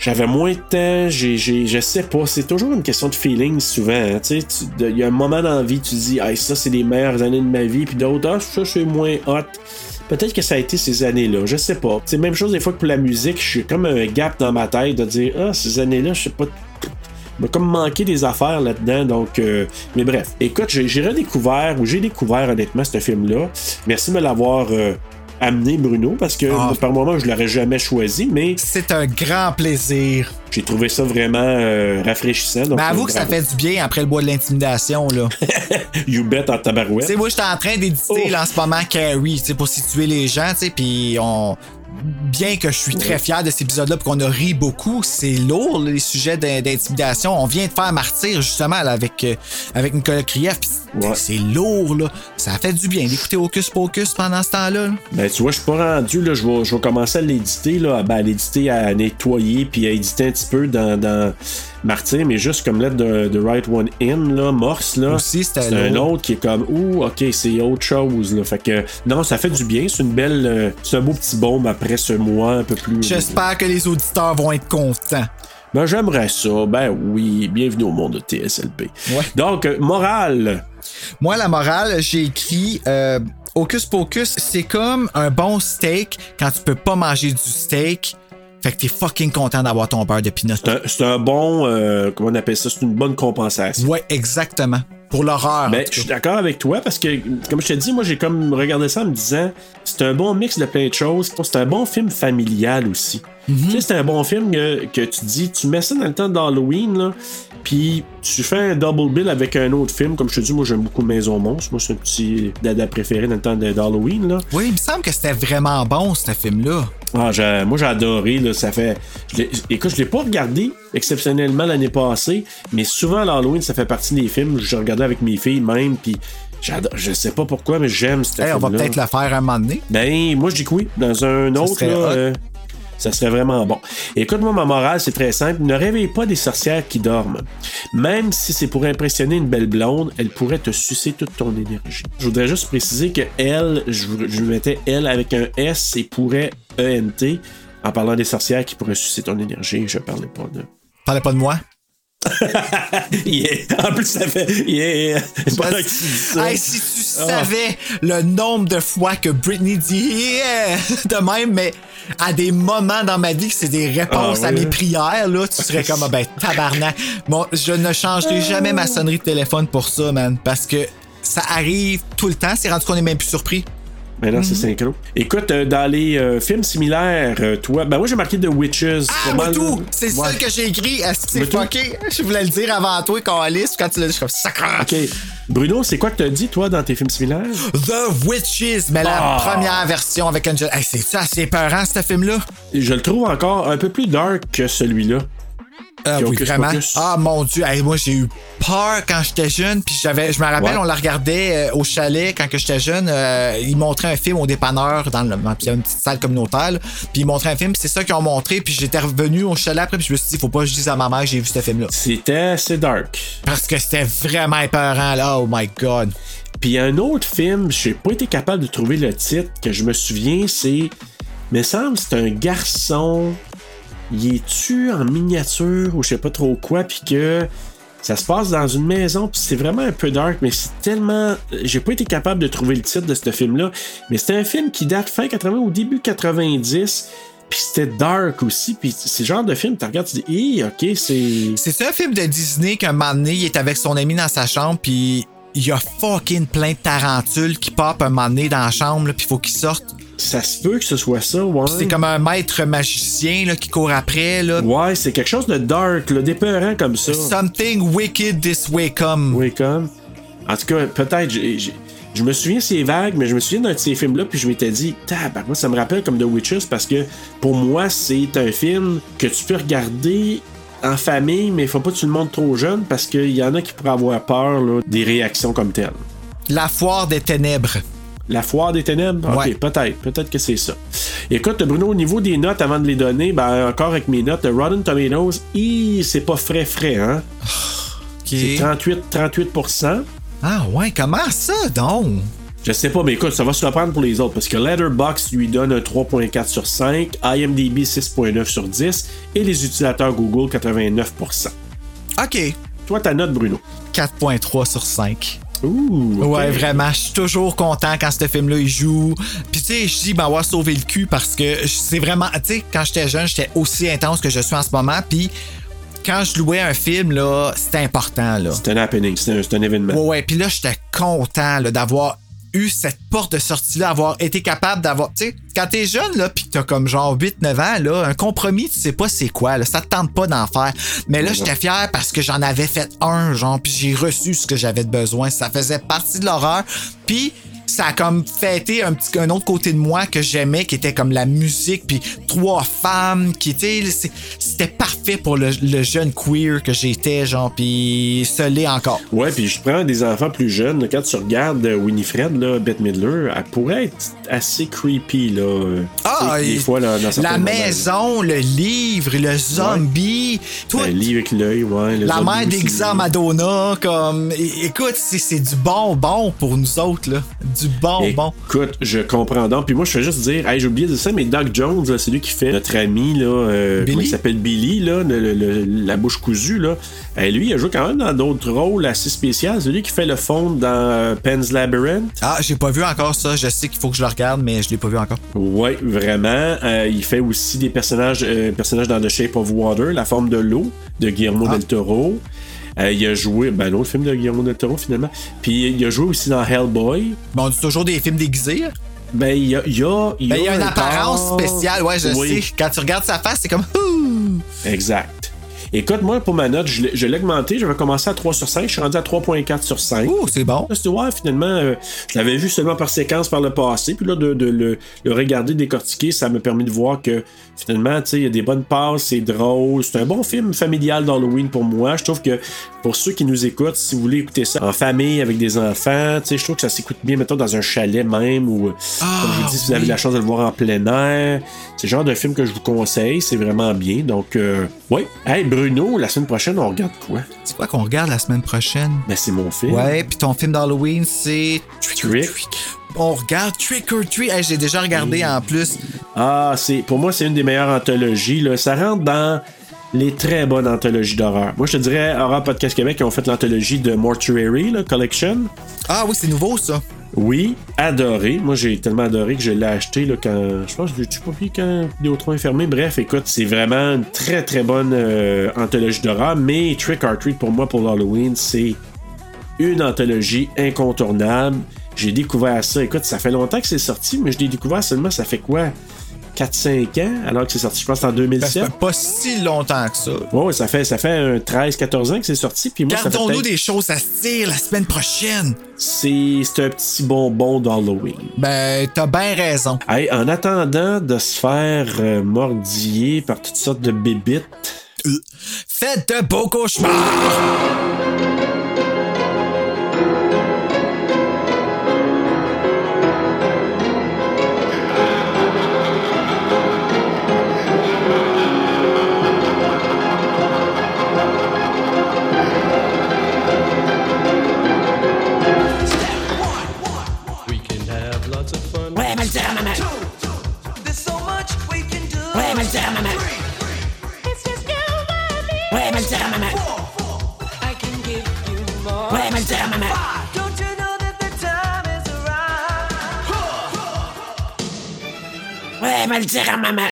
Speaker 4: J'avais moins de temps, j'ai, j'ai- je sais pas, c'est toujours une question de feeling souvent. hein, tu sais, tu- de- Il y a un moment dans la vie, tu dis, hey, ça c'est les meilleures années de ma vie, puis d'autres, ah, ça c'est moins hot. Peut-être que ça a été ces années-là, je sais pas. C'est même chose des fois que pour la musique, je suis comme un gap dans ma tête de dire, ah, ces années-là, je sais pas. Il m'a comme manqué des affaires là-dedans, donc. euh, mais bref, écoute, j'ai, j'ai redécouvert, ou j'ai découvert honnêtement ce film-là. Merci de me l'avoir. euh, amené Bruno parce que
Speaker 2: Ah.
Speaker 4: par moment je l'aurais jamais choisi mais
Speaker 2: C'est un grand plaisir.
Speaker 4: j'ai trouvé ça vraiment euh, rafraîchissant. donc,
Speaker 2: Mais avoue que ça
Speaker 4: bravo.
Speaker 2: fait du bien après le bois de l'intimidation. là.
Speaker 4: You bet en
Speaker 2: tu
Speaker 4: tabarouette.
Speaker 2: sais, moi, j'étais en train d'éditer
Speaker 4: Oh.
Speaker 2: là, en ce moment Carrie tu sais, pour situer les gens. tu sais, Puis on. Bien que je suis très fier de cet épisode-là, puis qu'on a ri beaucoup, c'est lourd, là, les sujets d'in- d'intimidation. On vient de faire martyr, justement, là, avec, euh, avec Nicolas Krief. puis
Speaker 4: Ouais.
Speaker 2: C'est lourd, là. Ça fait du bien d'écouter Hocus Pocus pendant ce temps-là. là.
Speaker 4: Ben, tu vois, je suis pas rendu, là. Je vais, je vais commencer à l'éditer, là. à- Ben, à l'éditer, à nettoyer, puis à éditer un petit peu dans, dans Martin, mais juste comme lettre de, de Right One In, là, Morse, là.
Speaker 2: Aussi, c'était
Speaker 4: C'est un
Speaker 2: lourd.
Speaker 4: autre qui est comme, ouh, ok, c'est autre chose, là. Fait que, non, ça fait du bien. C'est une belle, euh, c'est un beau petit baume après ce mois un peu plus.
Speaker 2: J'espère que les auditeurs vont être contents.
Speaker 4: Ben, j'aimerais ça. Ben oui, bienvenue au monde de TSLP.
Speaker 2: Ouais.
Speaker 4: Donc, euh, morale.
Speaker 2: Moi, la morale, j'ai écrit euh, Hocus Pocus, c'est comme un bon steak quand tu peux pas manger du steak. Fait que t'es fucking content d'avoir ton beurre de pinot.
Speaker 4: C'est un- C'est un, bon, euh, comment on appelle ça? C'est une bonne compensation.
Speaker 2: Ouais, exactement. Pour l'horreur. en
Speaker 4: Ben,
Speaker 2: tout
Speaker 4: je suis
Speaker 2: cas.
Speaker 4: d'accord avec toi parce que, comme je te dis, moi j'ai comme regardé ça en me disant, c'est un bon mix de plein de choses. C'est un bon film familial aussi.
Speaker 2: Mhm.
Speaker 4: Tu sais, c'est un bon film que, que tu dis, tu mets ça dans le temps d'Halloween, là, puis tu fais un double bill avec un autre film. Comme je te dis, moi j'aime beaucoup Maison Monstre. Moi, c'est un petit dada préféré dans le temps de- d'Halloween, là.
Speaker 2: Oui, il me semble que c'était vraiment bon, ce film-là.
Speaker 4: Ah, j'ai- moi j'ai adoré, là, ça fait. je l'ai- écoute, je l'ai pas regardé exceptionnellement l'année passée, mais souvent à l'Halloween, ça fait partie des films. que Je regardais avec mes filles même, puis j'adore. Je sais pas pourquoi, mais j'aime ce
Speaker 2: Hey, on va
Speaker 4: film-là.
Speaker 2: peut-être le faire un moment donné.
Speaker 4: Ben, moi je dis que oui, dans un
Speaker 2: Ça
Speaker 4: autre,
Speaker 2: serait
Speaker 4: là,
Speaker 2: hot.
Speaker 4: euh, ça serait vraiment bon. Écoute-moi, ma morale, c'est très simple. Ne réveille pas des sorcières qui dorment. Même si c'est pour impressionner une belle blonde, elle pourrait te sucer toute ton énergie. Je voudrais juste préciser que elle, je, je mettais elle avec un S et pourrait ENT. En parlant des sorcières qui pourraient sucer ton énergie, je parlais pas de. [LAUGHS]
Speaker 2: Parlez pas de moi.
Speaker 4: Yeah. En plus, ça fait. Yeah. Pendant que tu dis Ah, ça.
Speaker 2: Hey, si tu
Speaker 4: Ah.
Speaker 2: savais le nombre de fois que Britney dit yeah de même, mais à des moments dans ma vie que c'est des réponses
Speaker 4: Ah,
Speaker 2: à
Speaker 4: oui.
Speaker 2: mes prières, là, tu serais comme, ah ben, tabarnak. Bon, je ne changerai jamais ma sonnerie de téléphone pour ça, man, parce que ça arrive tout le temps, c'est rendu qu'on est même plus surpris.
Speaker 4: Maintenant, c'est
Speaker 2: Mhm.
Speaker 4: synchro. Écoute, euh, dans les euh, films similaires, euh, toi, ben moi j'ai marqué The Witches.
Speaker 2: Ah,
Speaker 4: Comment-
Speaker 2: tout! C'est
Speaker 4: Ouais.
Speaker 2: ça que j'ai écrit. Est-ce que c'est
Speaker 4: Moutou.
Speaker 2: fucké? Je voulais le dire avant toi, quand Alice, quand tu l'as dit, je suis comme, sacre!
Speaker 4: Ok. Bruno, c'est quoi que t'as dit, toi, dans tes films similaires?
Speaker 2: The Witches, mais la
Speaker 4: Ah.
Speaker 2: première version avec Angel. Hey, c'est ça, c'est peurant, ce film-là?
Speaker 4: Je le trouve encore un peu plus dark que celui-là.
Speaker 2: Ah
Speaker 4: Puis
Speaker 2: oui,
Speaker 4: Hocus
Speaker 2: vraiment.
Speaker 4: Pocus.
Speaker 2: Ah mon dieu, Hey, moi j'ai eu peur quand j'étais jeune, puis j'avais je me rappelle
Speaker 4: Ouais.
Speaker 2: on la regardait euh, au chalet quand que j'étais jeune, euh, ils montraient un film au dépanneur dans le puis il y avait une petite salle communautaire, là, puis ils montraient un film, puis c'est ça qu'ils ont montré, puis j'étais revenu au chalet après, puis je me suis dit faut pas que je dise à ma mère que j'ai vu ce film là
Speaker 4: C'était assez dark.
Speaker 2: parce que c'était vraiment épeurant là. Oh my god.
Speaker 4: Puis il y a un autre film, j'ai pas été capable de trouver le titre, que je me souviens, c'est. Me semble, c'est un garçon il est-tu en miniature ou je sais pas trop quoi, puis que ça se passe dans une maison, puis c'est vraiment un peu dark, mais c'est tellement. J'ai pas été capable de trouver le titre de ce film-là, mais c'est un film qui date fin 80 ou début 90. Puis c'était dark aussi. Puis c'est le genre de film, tu regardes, tu dis, hé, ok, c'est.
Speaker 2: C'est ça un film de Disney qu'un moment donné, il est avec son ami dans sa chambre, puis il y a fucking plein de tarentules qui popent un moment donné dans la chambre, là, puis il faut qu'il sorte.
Speaker 4: Ça se peut que ce soit ça, ouais.
Speaker 2: Puis C'est comme un maître magicien là, qui court après. Là.
Speaker 4: Ouais, c'est quelque chose de dark, là, d'épeurant comme ça.
Speaker 2: Something wicked this way come.
Speaker 4: Oui, comme. En tout cas, peut-être. j'ai- j'ai- Je me souviens, c'est vague, mais je me souviens d'un de ces films-là, puis je m'étais dit, moi, ça me rappelle comme The Witches, parce que pour moi, c'est un film que tu peux regarder en famille, mais faut pas que tu le montres trop jeune, parce qu'il y en a qui pourraient avoir peur là, des réactions comme telles.
Speaker 2: La foire des ténèbres.
Speaker 4: La foire des ténèbres? Ok,
Speaker 2: Ouais.
Speaker 4: peut-être. Peut-être que c'est ça. Écoute, Bruno, au niveau des notes, avant de les donner, ben, encore avec mes notes, le Rotten Tomatoes, hi, c'est pas frais frais, hein? C'est 38, 38%.
Speaker 2: Ah ouais, comment ça donc?
Speaker 4: Je sais pas, mais écoute, ça va se reprendre pour les autres, parce que Letterboxd lui donne un 3.4 sur 5, IMDb 6.9 sur 10, et les utilisateurs Google 89%.
Speaker 2: OK.
Speaker 4: Toi, ta note, Bruno?
Speaker 2: 4.3 sur 5.
Speaker 4: Ouh! ok.
Speaker 2: Ouais, vraiment. Je suis toujours content quand ce film-là, il joue. Puis, tu sais, je dis m'avoir sauvé le cul parce que c'est vraiment. Tu sais, quand j'étais jeune, j'étais aussi intense que je suis en ce moment. Puis, quand je louais un film, là, c'était important, là.
Speaker 4: C'est un happening, c'est un, c'est un événement.
Speaker 2: Ouais, ouais. Puis là, j'étais content là, d'avoir eu cette porte de sortie-là, avoir été capable d'avoir. Tu sais, quand t'es jeune, là, pis que t'as comme genre 8-9 ans, là, un compromis, tu sais pas c'est quoi, là, ça te tente pas d'en faire. Mais là, j'étais fier parce que j'en avais fait un, genre, puis j'ai reçu ce que j'avais de besoin. Ça faisait partie de l'horreur. Puis ça a comme fêté un petit un autre côté de moi que j'aimais qui était comme la musique puis trois femmes qui étaient c'est- c'était parfait pour le, le jeune queer que j'étais genre puis ça l'est encore
Speaker 4: Ouais, puis je prends des enfants plus jeunes. là, Quand tu regardes euh, Winifred, là, Bette Midler, elle pourrait être assez creepy, là. euh,
Speaker 2: Ah,
Speaker 4: tu sais, des
Speaker 2: il-
Speaker 4: fois, là, dans certains
Speaker 2: la
Speaker 4: moments, là.
Speaker 2: maison, le livre, le zombie, tout.
Speaker 4: Un lit avec l'œil, ouais. Ben, le
Speaker 2: la
Speaker 4: zombie
Speaker 2: mère
Speaker 4: aussi.
Speaker 2: déguisée en Madonna, comme. é- Écoute, c'est c'est du bon bon pour nous autres, là. Du bon Oh, bon.
Speaker 4: Écoute, je comprends donc. Puis moi, je fais juste dire, hey, j'ai oublié de dire ça, mais Doc Jones, là, c'est lui qui fait notre ami, là, euh,
Speaker 2: Billy?
Speaker 4: comment il s'appelle Billy, là, le- le- le- la bouche cousue, là. Et lui, il joue quand même dans d'autres rôles assez spéciaux. C'est lui qui fait le fond dans euh, Penn's Labyrinth.
Speaker 2: Ah, j'ai pas vu encore ça. Je sais qu'il faut que je le regarde, mais je l'ai pas vu encore.
Speaker 4: Ouais, vraiment. Euh, il fait aussi des personnages, euh, personnages dans The Shape of Water, La forme de l'eau, de Guillermo
Speaker 2: Ah.
Speaker 4: del Toro. Euh, il a joué, ben, l'autre film de Guillermo del Toro, finalement. Puis il a joué aussi dans Hellboy.
Speaker 2: Mais on dit toujours des films déguisés. là.
Speaker 4: Ben, il y a, il y a,
Speaker 2: Ben, il y a une
Speaker 4: un
Speaker 2: apparence
Speaker 4: corps.
Speaker 2: spéciale, ouais, je
Speaker 4: Oui.
Speaker 2: sais. Quand tu regardes sa face, c'est comme. Ouh!
Speaker 4: Exact. Écoute, moi, pour ma note, je l'ai- je l'ai augmentée. J'avais commencé à 3 sur 5. Je suis rendu à 3.4 sur 5.
Speaker 2: Ouh, c'est bon.
Speaker 4: Là, c'est, ouais, finalement, euh, je l'avais vu seulement par séquence par le passé. Puis là, de, de le, le regarder décortiquer, ça m'a permis de voir que finalement, tu sais, il y a des bonnes passes, c'est drôle. C'est un bon film familial d'Halloween pour moi. Je trouve que pour ceux qui nous écoutent, si vous voulez écouter ça en famille, avec des enfants, tu sais, je trouve que ça s'écoute bien, mettons, dans un chalet même ou, euh, comme je vous dis, si vous avez
Speaker 2: oui.
Speaker 4: la chance de le voir en plein air. C'est le genre de film que je vous conseille. C'est vraiment bien. Donc, euh, ouais. Hey, Bruno, la semaine prochaine, on regarde quoi?
Speaker 2: C'est quoi qu'on regarde la semaine prochaine?
Speaker 4: Ben, c'est mon film.
Speaker 2: Ouais, puis ton film d'Halloween, c'est. Trick or
Speaker 4: Trick.
Speaker 2: Trick. On regarde Trick or Treat. Hey, j'ai déjà regardé en plus.
Speaker 4: Ah, c'est pour moi, c'est une des meilleures anthologies. Là. Ça rentre dans les très bonnes anthologies d'horreur. Moi, je te dirais, Horror Podcast Québec, ils ont fait l'anthologie de Mortuary là, Collection.
Speaker 2: Ah oui, c'est nouveau ça.
Speaker 4: Oui, adoré. Moi, j'ai tellement adoré que je l'ai acheté là, quand. Je pense que je l'ai pas pris quand Vidéotron est fermé. Bref, écoute, c'est vraiment une très très bonne euh, anthologie d'horreur. Mais Trick or Treat pour moi pour Halloween, c'est une anthologie incontournable. J'ai découvert ça. Écoute, ça fait longtemps que c'est sorti, mais je l'ai découvert seulement, ça fait quoi 4-5 ans, alors que c'est sorti, je pense, en
Speaker 2: Ça
Speaker 4: 2007.
Speaker 2: fait Ben, pas si longtemps que ça.
Speaker 4: Ouais, ouais, ça fait, ça fait un 13-14 ans que c'est sorti. Puis moi, ça fait
Speaker 2: Gardons-nous
Speaker 4: peut-être-
Speaker 2: des choses à se dire la semaine prochaine.
Speaker 4: C'est c'est un petit bonbon d'Halloween.
Speaker 2: Ben, t'as bien raison.
Speaker 4: Hey, en attendant de se faire euh, mordiller par toutes sortes de bébites,
Speaker 2: Euh, Faites de beaux cauchemars!
Speaker 6: There's so much we can do.
Speaker 4: va le dire à maman.